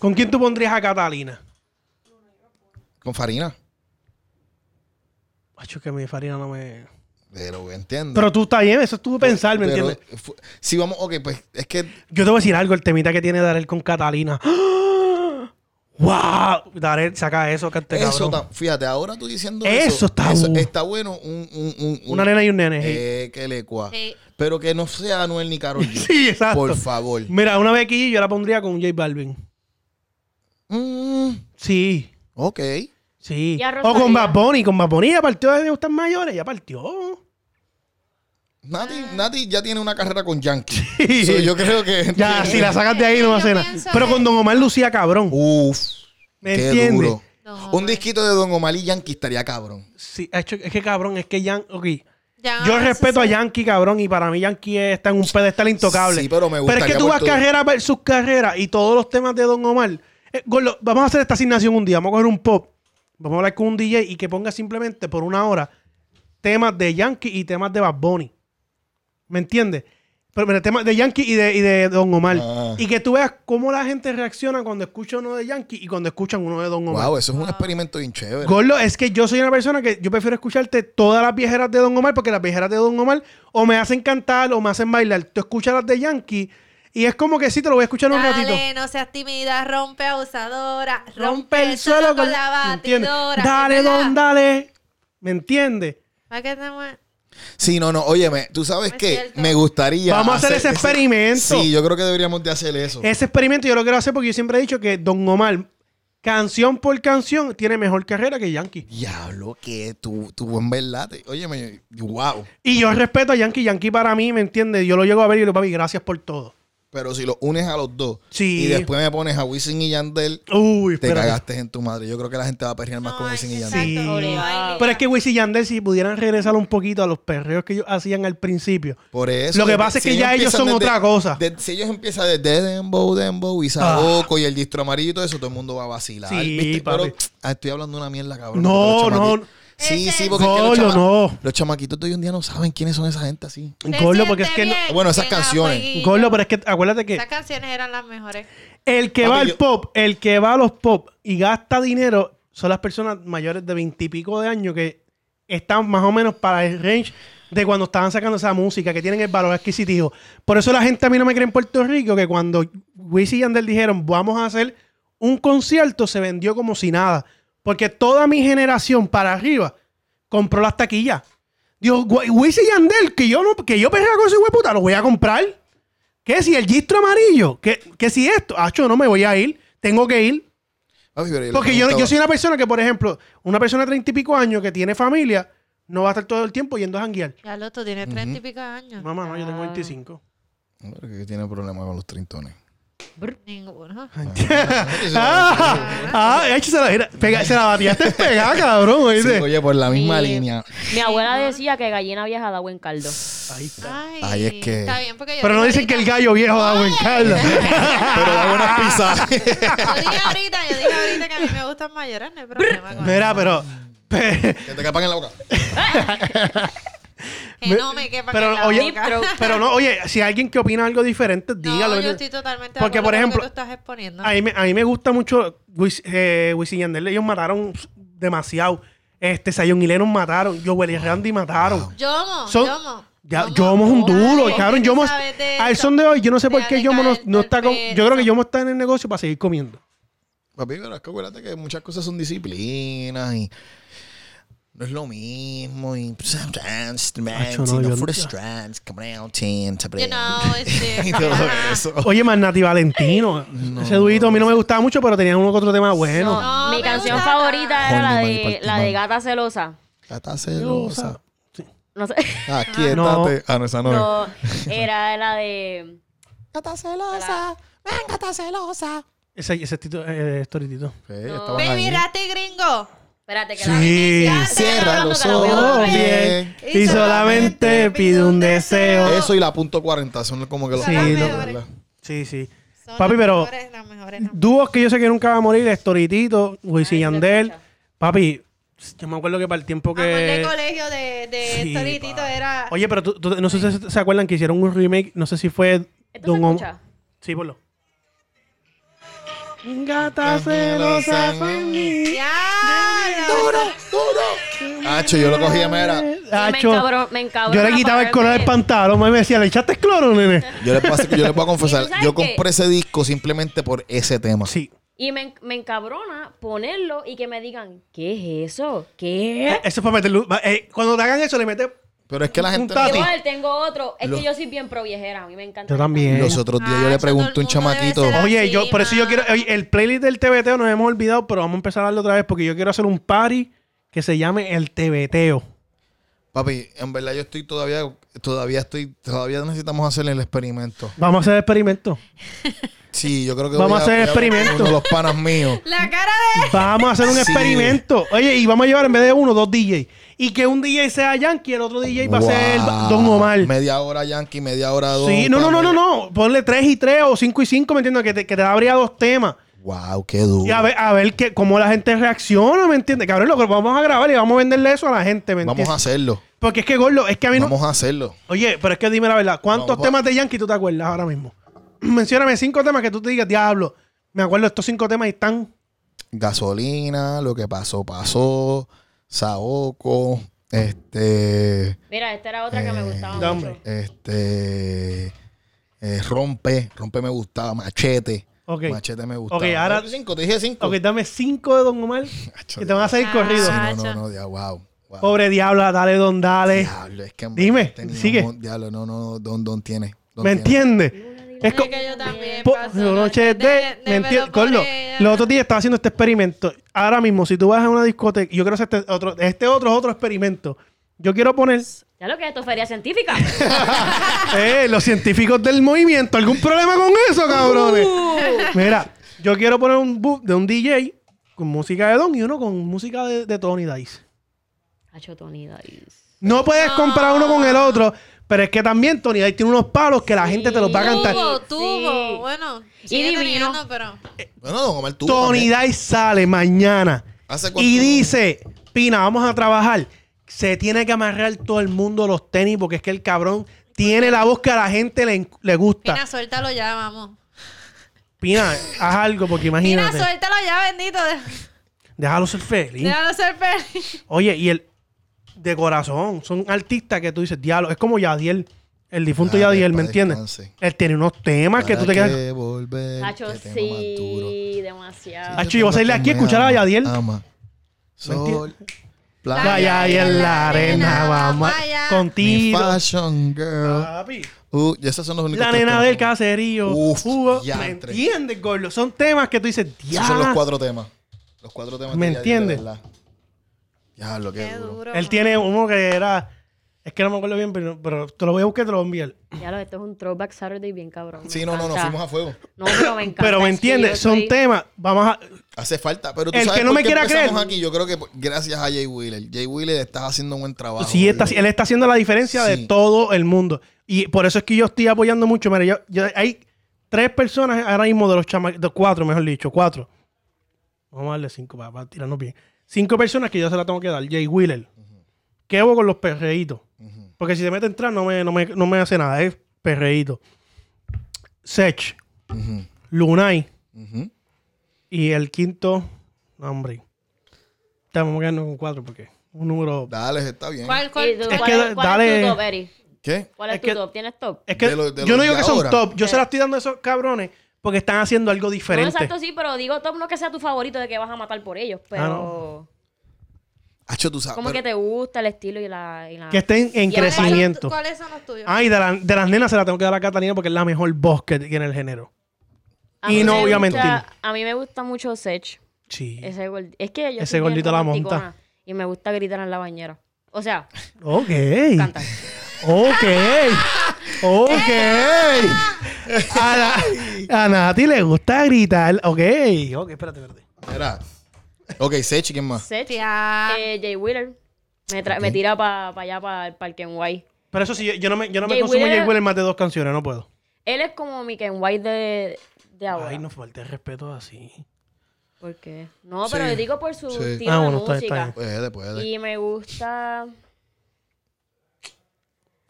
C: ¿con quién tú pondrías a Catalina?
B: Con farina.
C: Macho, que mi farina no me.
B: Pero entiendo.
C: Pero tú estás bien, eso es tu pensar, ¿me
B: Pero,
C: entiendes?
B: fu- Si vamos, ok, pues es que
C: Yo te voy a decir algo, el temita que tiene Darel con Catalina. (gasps) ¡Ah! ¡Wow! Darel, saca eso, que te
B: eso,
C: cabrón.
B: ta- fíjate, ahora tú diciendo eso.
C: Eso está bueno.
B: Está bueno un, un, un- un-
C: Una nena y un nene. sí.
B: Eh, que le cua.
E: Sí.
B: Pero que no sea Anuel ni Karol G.
C: (laughs) Sí, exacto.
B: Por favor.
C: Mira, una vez aquí yo la pondría con J Balvin.
B: Mm,
C: Sí.
B: ok.
C: Sí.
F: Y a
C: O con
F: Rosalía.
C: Bad Bunny. Con Bad Bunny ya partió de gustan mayores.
B: (laughs)
C: Ya partió.
B: Nati,
F: Ah.
B: Nati ya tiene una carrera con Yankee. So, yo creo que. Uh.
C: Ya, si la sacas de ahí no va a hacer nada.
E: pienso
C: Pero
E: que-
C: con Don Omar lucía cabrón.
B: (laughs) Uf.
C: ¿Me
B: qué
C: entiendes?
B: duro.
E: No,
B: un
E: bueno.
B: disquito de Don Omar y Yankee estaría cabrón.
C: Sí, ha hecho- es que cabrón, es que Yan... ok.
E: Ya,
C: Yo
E: eso
C: respeto a
E: Ah, sí.
C: Yankee, cabrón, y para mí Yankee está en un pedestal intocable.
B: Sí, pero me
C: Pero es
B: gustaría
C: que tú
B: por
C: vas
B: todo.
C: carrera versus carrera y todos los temas de Don Omar. Eh, Gordo, vamos a hacer esta asignación un día. Vamos a coger un pop. Vamos a hablar con un DJ y que ponga simplemente por una hora temas de Yankee y temas de Bad Bunny. ¿Me entiendes? Pero mira, el tema de Yankee y de, y de Don Omar.
B: Ah.
C: Y que tú veas cómo la gente reacciona cuando escucha uno de Yankee y cuando escuchan uno de Don Omar.
B: Wow, eso es un experimento bien chévere.
C: Gordo, es que yo soy una persona que yo prefiero escucharte todas las viejeras de Don Omar porque las viejeras de Don Omar o me hacen cantar o me hacen bailar. Tú escuchas las de Yankee y es como que sí, te lo voy a escuchar un ratito.
E: Dale, no seas tímida, rompe abusadora, rompe,
C: Rompe el suelo con la ¿Me entiendes?
E: batidora.
C: Dale, don, dale. ¿Me entiendes?
E: ¿Para qué te mue-
B: Sí, no, no, óyeme, tú sabes
E: No es
B: que
E: cierto.
B: me gustaría...
C: Vamos a hacer ese experimento.
B: Sí, yo creo que deberíamos de hacer eso.
C: Ese experimento yo lo quiero hacer porque yo siempre he dicho que Don Omar, canción por canción, tiene mejor carrera que Yankee.
B: Diablo, que tú, tú en verdad, te- óyeme, wow.
C: Y yo respeto a Yankee. Yankee para mí, ¿me entiendes? Yo lo llego a ver y le digo, papi, gracias por todo.
B: Pero si los unes a los dos
C: Sí.
B: y después me pones a Wisin y Yandel,
C: Uy,
B: te
C: espérate.
B: cagaste en tu madre. Yo creo que la gente va a perrear más
E: No
B: con
E: hay-
B: Wisin y Yandel.
E: exacto,
C: Sí.
E: no hay
C: Pero es que Wisin y Yandel, si pudieran regresar un poquito a los perreos que ellos hacían al principio.
B: Por eso.
C: Lo que pasa es que ya ellos
B: empiezan
C: son otra cosa. Ah.
B: de- si ellos empiezan desde Dembow, Dembow y Saboco y el distro amarillo y todo eso, todo el mundo va a vacilar.
C: Sí,
B: ¿viste? Pero,
C: papi.
B: ah, estoy hablando una mierda, cabrón.
C: No,
B: porque los
C: no,
B: chamaqui-
C: no.
B: Sí,
E: Ese-
B: sí, porque es que los,
C: Gordo,
B: chama-
C: no.
B: los chamaquitos de hoy en día no saben quiénes son esa gente así.
E: Te
C: Gordo, porque es
E: sientes
C: que. No,
E: bien,
B: Bueno, esas
E: bien a
B: canciones.
E: fueguito.
C: Gordo, pero es que acuérdate que
E: Esas canciones eran las mejores.
C: el que
B: Papi,
C: va al
B: yo-
C: pop, el que va a los pop y gasta dinero son las personas mayores de veintipico de años que están más o menos para el range de cuando estaban sacando esa música, que tienen el valor adquisitivo. Por eso la gente a mí no me cree en Puerto Rico que cuando Wisin y Yandel dijeron vamos a hacer un concierto se vendió como si nada. Porque toda mi generación para arriba compró las taquillas. Dios, Wisin y Yandel, que yo, no, que yo perrea con ese hueputa, lo voy a comprar. ¿Qué si el gistro amarillo? ¿Qué, qué si esto? Acho, no me voy a ir. Tengo que ir.
B: Papi, pero yo le
C: Porque yo,
B: preguntaba-
C: yo soy una persona que, por ejemplo, una persona de treinta y pico años que tiene familia, no va a estar todo el tiempo yendo a janguear.
E: Ya lo, tú tienes treinta y pico años.
C: Mamá, no, yo
E: Ah.
C: tengo 25.
B: Hombre, que tiene problemas con los trintones.
E: Ninguno.
C: (laughs) ah, ah, se la, era- pega- se la batiaste pegada, cabrón,
B: Sí,
C: oíste.
B: oye, por la misma
F: Sí.
B: línea.
F: Mi abuela decía que gallina vieja da buen caldo.
C: Ahí está.
E: Ay,
B: Ay, es que-
E: Está bien, porque yo
C: Pero no
E: dije
C: dicen que el
E: ahorita-
C: gallo viejo da buen caldo.
B: Pero da buenas pisadas.
E: (laughs) Yo dije ahorita, yo dije ahorita que a mí me gustan mayores, no hay problema con
C: Mira, pero. pe-
B: que te capan en la boca.
E: Que Eh, no me quepa
C: pero,
E: en la
C: oye,
E: boca.
C: pero, pero no, oye, si alguien que opina algo diferente,
E: No,
C: dígalo.
E: yo estoy totalmente
C: Porque,
E: de acuerdo
C: por ejemplo,
E: con lo que tú estás exponiendo.
C: a, mí, me- a mí me gusta mucho Wisin eh, Wisin y Yandel. Ellos mataron demasiado. Este, Sayon y Lennon mataron. Joel y Randy mataron.
E: Yomo,
C: Son-
E: Yomo.
C: Ya, Yomo es un duro,
E: Ay,
C: cabrón.
E: ¿qué
C: Yomo,
E: sabes de
C: al
E: eso?
C: son de hoy, yo no sé por
E: Deja
C: qué
E: de
C: Yomo no,
E: caer
C: no
E: del
C: está con. Yo creo que
E: pelo.
C: Yomo está en el negocio para seguir comiendo.
B: Papi, pero es que acuérdate que muchas cosas son disciplinas y no es lo mismo. Y sometimes,
C: Acho, no,
B: no,
C: yo no-
B: frustrants, cabrón, chin,
E: You
B: chabrón.
E: know,
C: (laughs)
E: este,
B: (laughs) Y todo
E: ajá.
B: eso.
C: Oye, más (laughs) Nati Valentino. Ese duito a mí Oh. no me gustaba mucho, pero tenía uno que otro tema bueno.
F: No,
E: No,
F: mi
E: me
F: canción
E: gusta.
F: favorita era la
B: Horny
F: de,
B: Mike
F: la de
B: Party Man.
F: Gata Celosa.
B: Está celosa.
F: No sé.
B: Aquí
C: No.
B: estate. Ah, no, esa no, es.
F: (laughs) No, era la de.
B: Gata celosa. Ven, gata celosa.
C: Ese, ese tito, eh, storytito.
B: Sí,
F: No.
B: estaban ahí.
E: Baby Rati Gringo.
F: Espérate, que
C: Sí.
F: la
B: Cierra los
C: Oh,
B: ojos.
C: bien.
B: Bien.
C: Y solamente pido un deseo.
B: Eso y la punto 40 son como que los
C: Sí,
B: puntos,
C: no.
B: ¿verdad?
C: Sí, sí.
E: Son
C: Papi,
E: las
C: pero
E: mejores, las mejores, las
C: dúos que yo sé que nunca va a morir, Storitito, Wisin y
F: Ay,
C: Yandel.
F: escucha.
C: Papi, yo me acuerdo que para el tiempo
E: Amor de
C: que...
E: colegio de, de
C: Sí,
E: Toritito
C: pa.
E: era.
C: Oye, pero tú, tú- no sé si se acuerdan que hicieron un remake, no sé si fue...
F: ¿Esto se
C: Om-
F: escucha?
C: Sí, ponlo. Gata celosa fue mi...
E: ya, no,
B: ¡Duro! Hacho, yo lo cogía, mera.
C: Hacho,
F: Me encabro- me encabrón
C: yo le
F: para
C: quitaba el
F: pararme.
C: color al pantalón, mami, me decía, ¿le echaste cloro,
F: (laughs)
C: nene?
B: Yo les, paso- yo les voy a confesar,
F: ¿Y tú sabes
B: yo
F: qué?
B: compré ese disco simplemente por ese tema.
C: Sí.
F: Y me, en- me encabrona ponerlo y que me digan, ¿qué es eso? ¿Qué?
C: Eso es para meterle... un- eh, cuando te hagan eso, le metes...
B: Pero es que la
C: Un
B: gente...
C: tati.
F: Igual tengo otro. Es
B: Lo-
F: que yo soy bien pro viejera. A mí me encanta.
C: Yo también.
B: Los otros días yo le
E: Hacho,
B: pregunté a un
E: Ah, todo el mundo
B: chamaquito...
E: debe ser
C: Oye, yo,
E: Sí,
C: por eso yo quiero.
E: mano.
C: oye, el playlist del TBTeo nos hemos olvidado, pero vamos a empezar a darle otra vez porque yo quiero hacer un party que se llame el TBTeo.
B: Papi, en verdad yo estoy todavía... Todavía estoy... Todavía necesitamos hacer el experimento.
C: Vamos a
B: (laughs)
C: hacer experimento.
B: Sí, yo creo que...
C: Vamos
B: voy
C: a hacer
B: voy buscar
C: experimento.
B: Uno de los panas
C: (laughs)
B: míos.
E: La cara de.
C: Vamos a hacer un
B: Sí.
C: experimento. Oye, y vamos a llevar en vez de uno, dos DJs. Y que un DJ sea Yankee, el otro DJ va a ser
B: Guau.
C: Don Omar.
B: Media hora Yankee, media hora Don...
C: Sí, no, no, no, no, no. Ponle tres y tres o cinco y cinco, ¿me entiendes? Que te, que te abría dos temas.
B: Wow, qué duro.
C: Y a ver, a ver que, cómo la gente reacciona, ¿me entiendes? Cabrón, lo vamos a grabar y vamos a venderle eso a la gente, ¿me entiendes?
B: Vamos a hacerlo.
C: Porque es que, Gordo, es que a mí no...
B: Vamos a hacerlo.
C: Oye, pero es que dime la verdad, ¿cuántos
B: Vamos a-
C: temas de Yankee tú te acuerdas ahora mismo? (clears throat) Mencióname cinco temas que tú te digas, diablo, me acuerdo estos cinco temas y están...
B: Gasolina, lo que pasó, pasó. Saoco. Este.
F: Mira, esta era otra que
C: Eh,
F: me gustaba
C: dame.
F: mucho.
B: Este. eh, rompe. Rompe me gustaba. Machete.
C: Ok.
B: Machete me gustaba.
C: Ok, ahora-
B: Te dije cinco, te dije cinco.
C: Ok, dame cinco de Don Omar
B: Acho,
C: que te van a salir
E: Ah.
C: corridos.
E: Sí.
B: No, no, no, ya, wow. wow.
C: Pobre diablo, dale, Don, dale.
B: Diablo, es que en
C: Dime,
B: verdad tenía
C: sigue.
B: un- diablo, no, no, don, don tiene. Don
C: ¿Me
B: tiene.
C: entiendes? Es
E: Es
C: co-
E: que yo también
C: Po-
E: paso
C: noches de, ¿me entiendes? Gordo, los otros días estaba haciendo este experimento. Ahora mismo, si tú vas a una discoteca, yo quiero hacer este otro, este otro es otro experimento. Yo quiero poner
F: Ya lo que es esto, feria
C: (laughs)
F: científica.
C: eh, los científicos del movimiento. ¿Algún problema con eso, cabrones? Mira, yo quiero poner un boot de un DJ con música de Don y uno con música de, de Tony Dice.
F: Hacho Tony Dice.
C: No puedes comparar uno con el otro, pero es que también Tony Dice tiene unos palos que la gente te los va a cantar.
E: Tuvo,
F: Sí.
E: tuvo. Bueno,
F: Y
E: sigue
F: divino.
E: teniendo, pero...
B: Bueno, don Omar, tú.
C: Tony
B: también.
C: Dice sale mañana
B: ¿Hace cuánto?
C: y dice, Pina, vamos a trabajar. Se tiene que amarrar todo el mundo los tenis porque es que el cabrón tiene la voz que a la gente le, le gusta.
E: Mira, suéltalo ya, vamos.
C: Pina, haz algo porque
E: Mira,
C: imagínate.
E: suéltalo ya, bendito. de-
C: Déjalo ser feliz.
E: Déjalo ser feliz.
C: Oye, y el de corazón, son artistas que tú dices, diablo, es como Yadiel, el difunto
B: Yadiel,
C: Yadiel, ¿me
B: pa'
C: entiendes?
B: descanse.
C: Él tiene unos temas que tú te
B: Para
C: quedas.
B: que
C: Este,
B: volver,
F: Hacho,
B: que tengo más duro.
F: sí, demasiado.
C: Hacho, yo voy a salir de aquí a
B: Me
C: escuchar a
B: ama,
C: Yadiel.
B: Ama. Sol, playa,
C: Vaya y en la arena,
E: arena,
C: vamos
E: vaya.
B: mi
C: contigo.
B: fashion girl.
C: Papi.
B: Uh, y esos son los únicos
C: La
B: tres
C: nena
B: temas.
C: del caserío.
B: Uf,
C: Hugo, ¿Me
B: diantre.
C: entiendes, Gordo? Son temas que tú dices,
B: Esos son los
C: "Ya".
B: cuatro temas. Los cuatro temas.
C: ¿Me
B: de Yadiel, de
C: entiendes?
B: verdad. Diablo, qué,
E: Qué
B: duro.
E: duro.
C: Él tiene uno que era. Es que no me acuerdo bien, pero, pero te lo voy a buscar y te lo voy a enviar.
F: Ya lo, esto es un throwback Saturday bien cabrón.
B: Sí, no, no, nos fuimos a fuego.
F: No,
C: (laughs)
F: pero me encanta.
C: Pero me
F: es que yo
C: entiendes, son
F: soy-
C: temas. Vamos a.
B: Hace falta, pero tú
C: El
B: sabes
C: que no
B: por
C: me
B: qué
C: quiera
B: empezamos
C: creer.
B: aquí. Yo creo que por- gracias a Jay Wheeler. Jay Wheeler estás haciendo un buen trabajo.
C: sí, está-
B: bro.
C: él está haciendo la diferencia de
B: Sí.
C: todo el mundo. Y por eso es que yo estoy apoyando mucho. Mira, yo, yo- hay tres personas ahora mismo de los chamacos, de cuatro, mejor dicho, cuatro. Vamos a darle cinco para, para tirarnos bien. Cinco personas que yo se la tengo que dar. Jay Wheeler. ¿Qué hago con los perreitos? Porque si se mete a entrar no me, no me, no me hace nada. Es perreíto. Sech. Lunay.
B: Ujú.
C: Y el quinto. No, hombre. Estamos quedando con cuatro porque un número.
B: Dale, está bien.
E: ¿Cuál, cuál?
F: ¿Y tú,
C: Es
F: ¿Cuál,
C: que
F: es- cuál
C: dale-
F: es tu top, Eri?
B: ¿Qué?
F: ¿Cuál
C: Es
F: es tu
C: que-
F: top? ¿Tienes top?
C: Es que
B: De los- de
C: yo no
B: los
C: digo
B: de
C: que son
B: ahora.
C: top. Yo
F: Sí.
C: se la estoy dando a esos cabrones porque están haciendo algo
F: Eh. No,
C: diferente.
F: exacto, sí, pero digo top no que sea tu favorito de que vas a matar por ellos, pero...
C: Ah,
B: Hacho, tú sabes.
F: Como
B: pero-
F: que te gusta el estilo y la... y la-
C: que este estén en
F: Y ahora
E: ¿Cuáles son
C: crecimiento. Ah.
E: tu- ¿Cuáles son los tuyos?
C: Ay, de, la- de las nenas se la tengo que dar a Catalina porque es la mejor voz que tiene el género.
F: A mí
C: y no
F: me
C: voy a
F: gusta-
C: mentir.
F: A mí me gusta mucho Sech.
C: Sí.
F: Ese gord- Es que yo
C: Ese
F: soy bien
C: gordito la
F: romanticona
C: monta.
F: Y me gusta gritar en la bañera. O sea,
C: Ok.
F: canta.
C: Ok.
F: (laughs)
C: Ok. A, la- a Nati le gusta gritar. Ok. Ok, espérate, espérate.
B: Espera. Ok, Sechi, ¿quién más?
F: Sech,
E: Tía.
F: eh, Jay Wheeler. Me, tra- me tira para allá, para el parque en Guay.
C: Pero eso sí, yo, yo no me, yo no me
F: Jay
C: consumo
F: Wheeler-
C: Jay Wheeler más de dos canciones, no puedo.
F: Él es como mi Ken White de, de ahora.
C: Ay, no falta el respeto así.
F: ¿Por qué? No, pero
B: Sí.
F: le digo por su
B: Sí.
F: estilo
C: Ah,
F: de
C: bueno, está-
F: música.
C: está bien.
B: Puede, puede.
F: Y me gusta.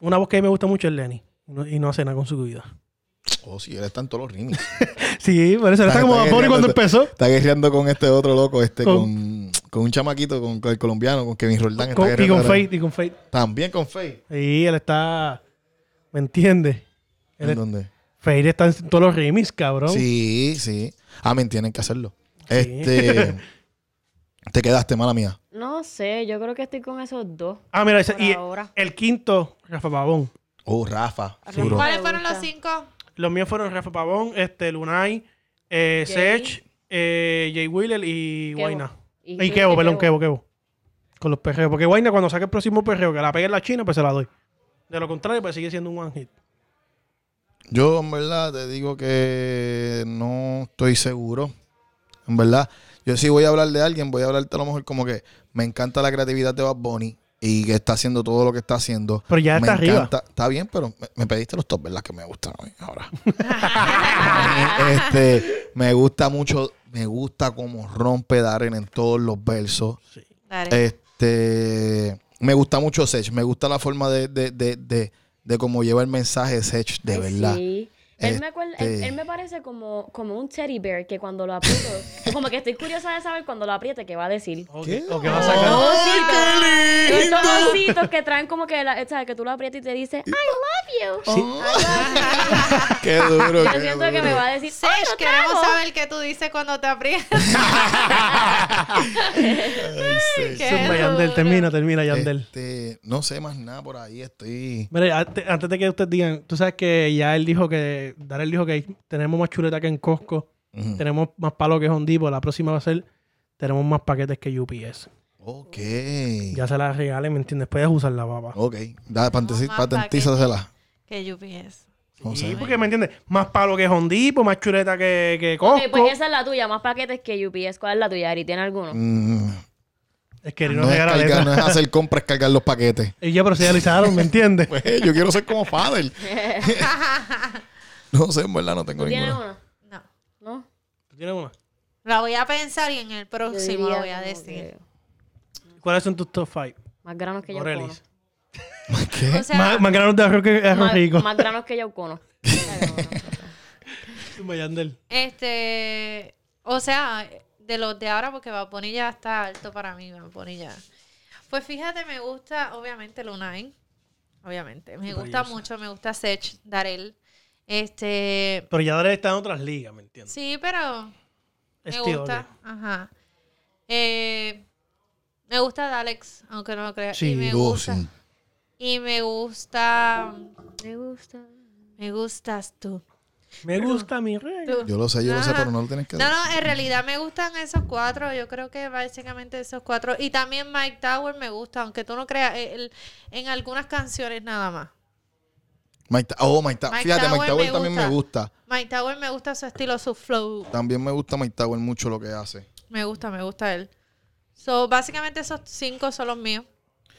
C: Una voz que a mí me gusta mucho es Lenny. No- y no hace nada con su vida.
B: Oh, sí, él está en todos los remix.
C: Sí, por eso él está como Bad Bunny
B: guerreando-
C: cuando empezó.
B: Está guerreando con este otro loco, este,
C: Con-
B: con, con un chamaquito, con, con el colombiano, con Kevin Roldán. está
C: Con- y
B: guerreando
C: con
B: ahora.
C: Faith, y con Faith.
B: También con Faye.
C: Sí, él está. ¿Me entiendes?
B: ¿En
C: Él es-
B: dónde?
C: Faith está en todos los remix, cabrón.
B: Sí, sí. Ah, men, tienen que hacerlo.
C: (laughs)
B: Este. te quedaste, mala mía.
F: No sé, yo creo que estoy con esos dos.
C: Ah, mira, ese-
F: Por
C: y
F: ahora.
C: el quinto, Rafa Pavón.
B: Oh, Rafa.
F: Rafa.
B: Duro.
E: ¿Cuáles
F: Me
E: fueron los
F: gusta.
E: cinco?
C: Los míos fueron Rafa Pavón, este, Lunay, eh,
F: Jay.
C: Sech, eh, Jay Wheeler y
F: Kevo.
C: Guayna.
F: Y-
C: Y
F: y
C: Kevo, perdón,
F: Kevo.
C: Kevo, Kevo. Con los perreos. Porque Guayna, cuando saque el próximo perreo, que la pegue en la China, pues se la doy. De lo contrario, pues sigue siendo un one hit.
B: Yo, en verdad, te digo que no estoy seguro. En verdad, yo sí voy a hablar de alguien, voy a hablarte a lo mejor como que me encanta la creatividad de Bad Bunny y que está haciendo todo lo que está haciendo.
C: Pero ya
B: Me
C: está arriba.
B: encanta- Está bien, pero me, me pediste los top, (laughs) ¿verdad? Que me gustan a mí ahora. este, me gusta mucho Me gusta como rompe Darren en todos los versos.
C: Eh,
E: Dale.
B: Este, me gusta mucho Sech. Me gusta la forma de, de, de, de, de cómo lleva el mensaje de Sech, de
F: Ay,
B: verdad.
F: Sí. Él, me acuer- él-
B: Este-
F: él me parece como, como un teddy bear que cuando lo aprieto, (laughs) como que estoy curiosa de saber cuando lo apriete qué va a decir.
C: O que- o que va a
E: Oh,
C: sacar.
F: Estos ositos que traen como que, la, ¿sabes? que tú lo aprietas y te dice, I love you.
B: (laughs) Qué duro.
F: Oh, Yo
B: qué
F: siento que
B: duro.
F: me va a decir,
E: Sech,
F: ¡Ay, lo
E: queremos
F: trago!
E: saber qué tú dices cuando te aprietas.
B: Ay, Sech.
E: Qué
C: Zumba, Yandel,
E: duro.
C: termina, termina, Yandel.
B: Este, no sé más nada por ahí. Estoy.
C: Mira, ante- antes de que ustedes digan, tú sabes que ya él dijo que, Darel dijo que tenemos más chuleta que en Costco,
B: Ujú.
C: tenemos más palo que Home Depot, la próxima va a ser, tenemos más paquetes que UPS.
B: Ok.
C: Ya se las regalen, ¿me entiendes? Puedes usar la papa.
B: Ok. Da, patentiz-
E: más
B: patentízasela.
E: Que UPS.
B: No
C: Sí,
B: sé.
C: porque, ¿me entiendes? Más palo que Home Depot, más chuleta que, que Costco.
F: Ok, pues esa es la tuya, más paquetes que UPS. ¿Cuál es la tuya, Ari? ¿Tiene alguno?
B: Mm,
C: Es que Ari no,
B: No es,
C: regala
B: cargar-
C: letra.
B: no es hacer compras, es cargar los
C: (laughs)
B: paquetes.
C: Y ya, pero se realizaron, ¿me (laughs) entiendes?
B: Pues yo quiero ser como Fadel. no sé, en verdad no tengo
F: ¿Tú tienes
B: ninguna.
F: uno?
E: (laughs) No.
F: ¿No?
C: ¿Tú tienes una?
E: La voy a pensar y en el
F: Yo
E: próximo
F: diría
E: lo voy a
F: como
E: decir.
F: que
C: ¿Cuáles son tus top 5?
F: Más granos que yo cono.
C: Morelis.
B: ¿Qué?
E: O sea,
C: ¿Eh? más, más granos de arroz que arroz
F: Más,
C: rico.
F: más granos que yo cono.
C: Zumba, Yandel.
E: este, o sea, de los de ahora porque Bad Bunny ya está alto para mí, Bad Bunny ya. Pues fíjate, me gusta obviamente Lunay. Obviamente, me gusta mucho, me gusta Sech, Darel. Este,
C: Pero ya Darel está en otras ligas, ¿me entiendes? Este
E: sí, pero
C: Es
E: Me
C: teoría.
E: gusta. Ajá. Eh, me gusta Dalex, aunque no lo crea.
C: Sí,
E: y me
B: oh,
E: gusta.
B: sí.
E: Y me gusta.
F: Me gusta.
E: Me gustas tú.
C: Me gusta mi rey.
E: Tú.
B: Yo lo sé, yo lo sé,
E: Ajá.
B: pero no lo tienes que
E: No,
B: decir.
E: no, en realidad me gustan esos cuatro. Yo creo que básicamente esos cuatro. Y también Mike Tower me gusta, aunque tú no creas. él- en algunas canciones nada más.
B: Mike Ta- oh, Mike Tower.
E: Mike
B: Fíjate, Mike
E: Tower
B: Tower
E: me
B: también
E: gusta.
B: me gusta.
E: Mike Tower me gusta su estilo, su flow.
B: También me gusta Mike Tower mucho lo que hace.
E: Me gusta, me gusta él. So, básicamente esos cinco son los míos.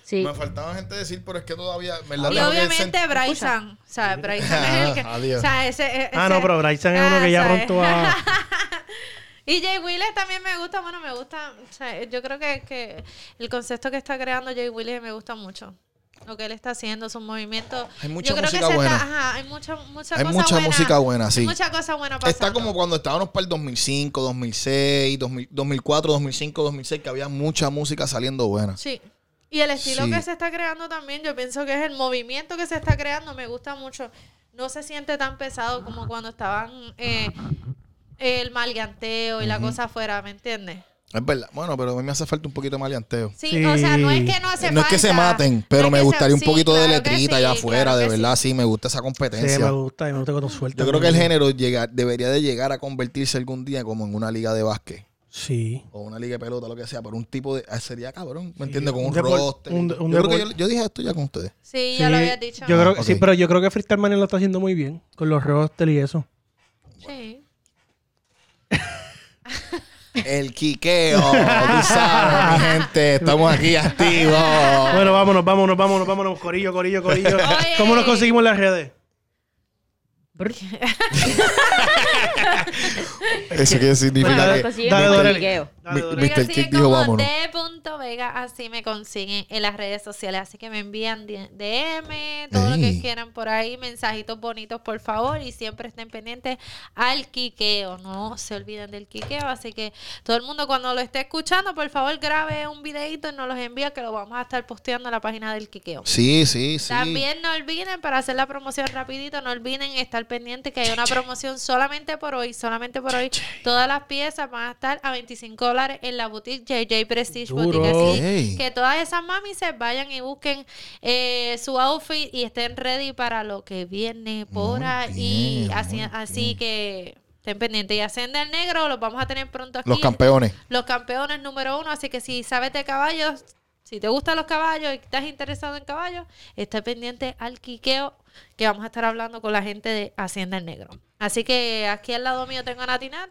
F: Sí.
B: Me faltaba gente decir, pero es que todavía. en ¿verdad?
E: Y
B: tengo que
E: obviamente
B: sent-
E: Bryson, o sea, Bryson es el
B: (laughs)
E: que,
B: Adiós.
E: o sea, ese, e-
C: Ah,
E: ese-
C: no, pero Bryson es uno
E: Ah,
C: que ya
E: ¿sabes?
C: pronto va.
E: (laughs) Y Jay Willis también me gusta, bueno, me gusta, o sea, yo creo que, que el concepto que está creando Jay Willis me gusta mucho. Lo que él está haciendo, sus movimientos.
B: Hay mucha
E: yo creo
B: música
E: que se
B: buena.
E: Está, ajá, hay mucha, mucha
B: Hay
E: cosa
B: mucha
E: buena.
B: música buena,
E: Hay
B: sí.
E: Mucha cosa buena pasando.
B: Está como cuando estábamos para el 2005, 2006, 2000 2004, 2005, 2006, que había mucha música saliendo buena.
E: Sí. Y el estilo
B: Sí.
E: que se está creando también, yo pienso que es el movimiento que se está creando, me gusta mucho. No se siente tan pesado como cuando estaban eh, el malganteo y la cosa afuera, ¿me entiendes?
B: Es verdad. Bueno, pero a mí me hace falta un poquito de maleanteo.
E: Sí,
C: Sí.
E: o sea, no es que no hace
B: No es que se
E: falta,
B: maten,
E: no
B: pero
E: es
B: me
E: que se-
B: gustaría un
E: sí,
B: poquito de
E: claro que
B: letrita allá
E: sí,
B: afuera,
E: claro
B: de
E: que sí.
B: verdad, sí. me gusta esa competencia.
C: Sí, me gusta, y me gusta cuando suelta.
B: Yo creo que el género llega- debería de llegar a convertirse algún día como en una liga de básquet
C: Sí.
B: o una liga de pelota, lo que sea, pero un tipo de... ah, Sería cabrón, ¿me entiendes? Con
C: un
B: un,
C: depor-
B: roster.
C: un- un
B: yo, creo que
C: depor-
B: yo, yo dije esto ya con ustedes.
E: Sí, ya lo habías dicho.
C: Yo creo que,
B: Ah,
C: Sí,
B: ok.
C: pero yo creo que Freestyle Mania lo está haciendo muy bien con los roster y eso.
E: Sí.
B: (laughs) El quiqueo, tú sabes, mi gente, estamos aquí activos.
C: Bueno, vámonos, vámonos, vámonos, vámonos. Corillo, corillo, corillo.
E: (laughs) Oye.
C: ¿Cómo nos conseguimos en las redes?
B: (laughs) Eso quiere
C: Bueno,
B: significar
C: dale,
B: que...
C: consigue
B: Mr.
C: con Dorel.
F: Miguel.
C: Dale,
B: Mi-
C: Dorel.
E: Me
B: Mr.
E: consiguen
B: Kick dijo,
E: como
B: vámonos.
E: D.Vega, así me consiguen en las redes sociales. Así que me envían di- DM, todo lo
B: Ey.
E: que quieran por ahí, mensajitos bonitos, por favor. Y siempre estén pendientes al quiqueo. No se olviden del quiqueo. Así que todo el mundo, cuando lo esté escuchando, por favor, grabe un videito y nos los envía que lo vamos a estar posteando en la página del quiqueo.
B: Sí, sí, sí.
E: También no olviden, para hacer la promoción rapidito, no olviden estar pendiente que hay una promoción solamente por hoy, solamente por hoy. Todas las piezas van a estar a 25 dólares en la boutique JJ Prestige
C: Duro.
E: Boutique. Así
B: Ey.
E: que todas esas mamis se vayan y busquen eh, su outfit y estén ready para lo que viene por
B: Muy
E: ahí.
B: bien,
E: así
B: muy
E: así que estén pendientes. Y Hacienda el Negro los vamos a tener pronto aquí
B: Los campeones.
E: los campeones número uno. Así que si sabes de caballos, si te gustan los caballos y estás interesado en caballos, está pendiente al quiqueo que vamos a estar hablando con la gente de Hacienda el Negro. Así que aquí al lado mío tengo a Natinat.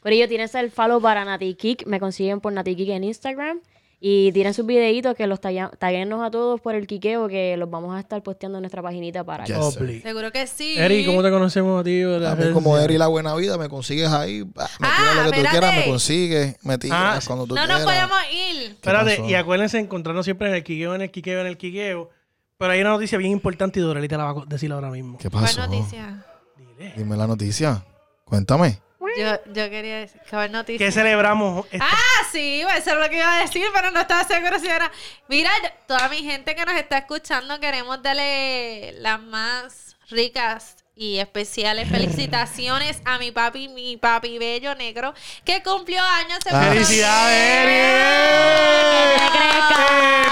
F: Corillo, tienes el follow para Nati Kick. Me consiguen por Nati Kick en Instagram. Y tiren sus videitos que los talla- taguénnos a todos por el quiqueo que los vamos a estar posteando en nuestra paginita para
B: Yes, sir.
C: Obli.
E: Seguro que sí.
C: Eri, ¿cómo te conocemos a ti? de las
B: A mí
C: redes
B: como
C: sociales?
B: Eri la buena vida, me consigues ahí. bah, Me
E: Ah,
B: tiras lo que tú
E: espérate.
B: quieras, me consigues. Me tiras
C: Ah,
B: cuando tú
E: No
B: quieras.
E: nos podemos ir.
C: Espérate,
B: pasó?
C: y acuérdense de encontrarnos siempre en el quiqueo, en el quiqueo, en el quiqueo. Pero hay una noticia bien importante y Dorelli te la va a co- decir ahora mismo.
B: ¿Qué
E: ¿Cuál
B: pasó?
E: noticia?
C: Dile.
B: Dime la noticia. Cuéntame.
E: Yo, yo quería decir, ¿cuál noticia?
C: ¿Qué celebramos? este-
E: Ah, sí, eso es lo que iba a decir, pero no estaba segura si era. Mira, yo- toda mi gente que nos está escuchando, queremos darle las más ricas y especiales felicitaciones a mi papi, mi papi bello negro, que cumplió años. se
B: Ah.
E: puso-
C: ¡Felicidades, Eri! ¡Qué
F: ¡Que te
G: ¡Eh!
F: crezca!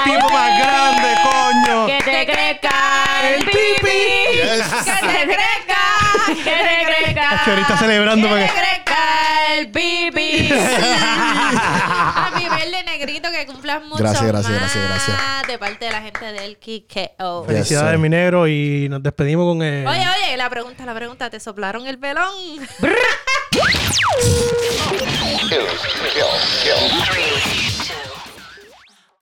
C: tipo más grande, coño!
F: ¡Que te crezca!
E: ¡El pipi! ¡Que te crezca! ¡Que te crezca!
C: Hacho, ahorita celebrando
E: ¡Que
C: porque-
E: te crezca el pipi! A mi verde negrito que cumplas mucho
B: Gracias, gracias,
E: más
B: gracias, gracias.
E: De parte de la gente del Kikeo.
B: Yes,
C: Felicidades,
B: sir.
C: mi negro, y nos despedimos con el...
E: Oye, oye, la pregunta, la pregunta, ¿te soplaron el pelón?
A: two, go.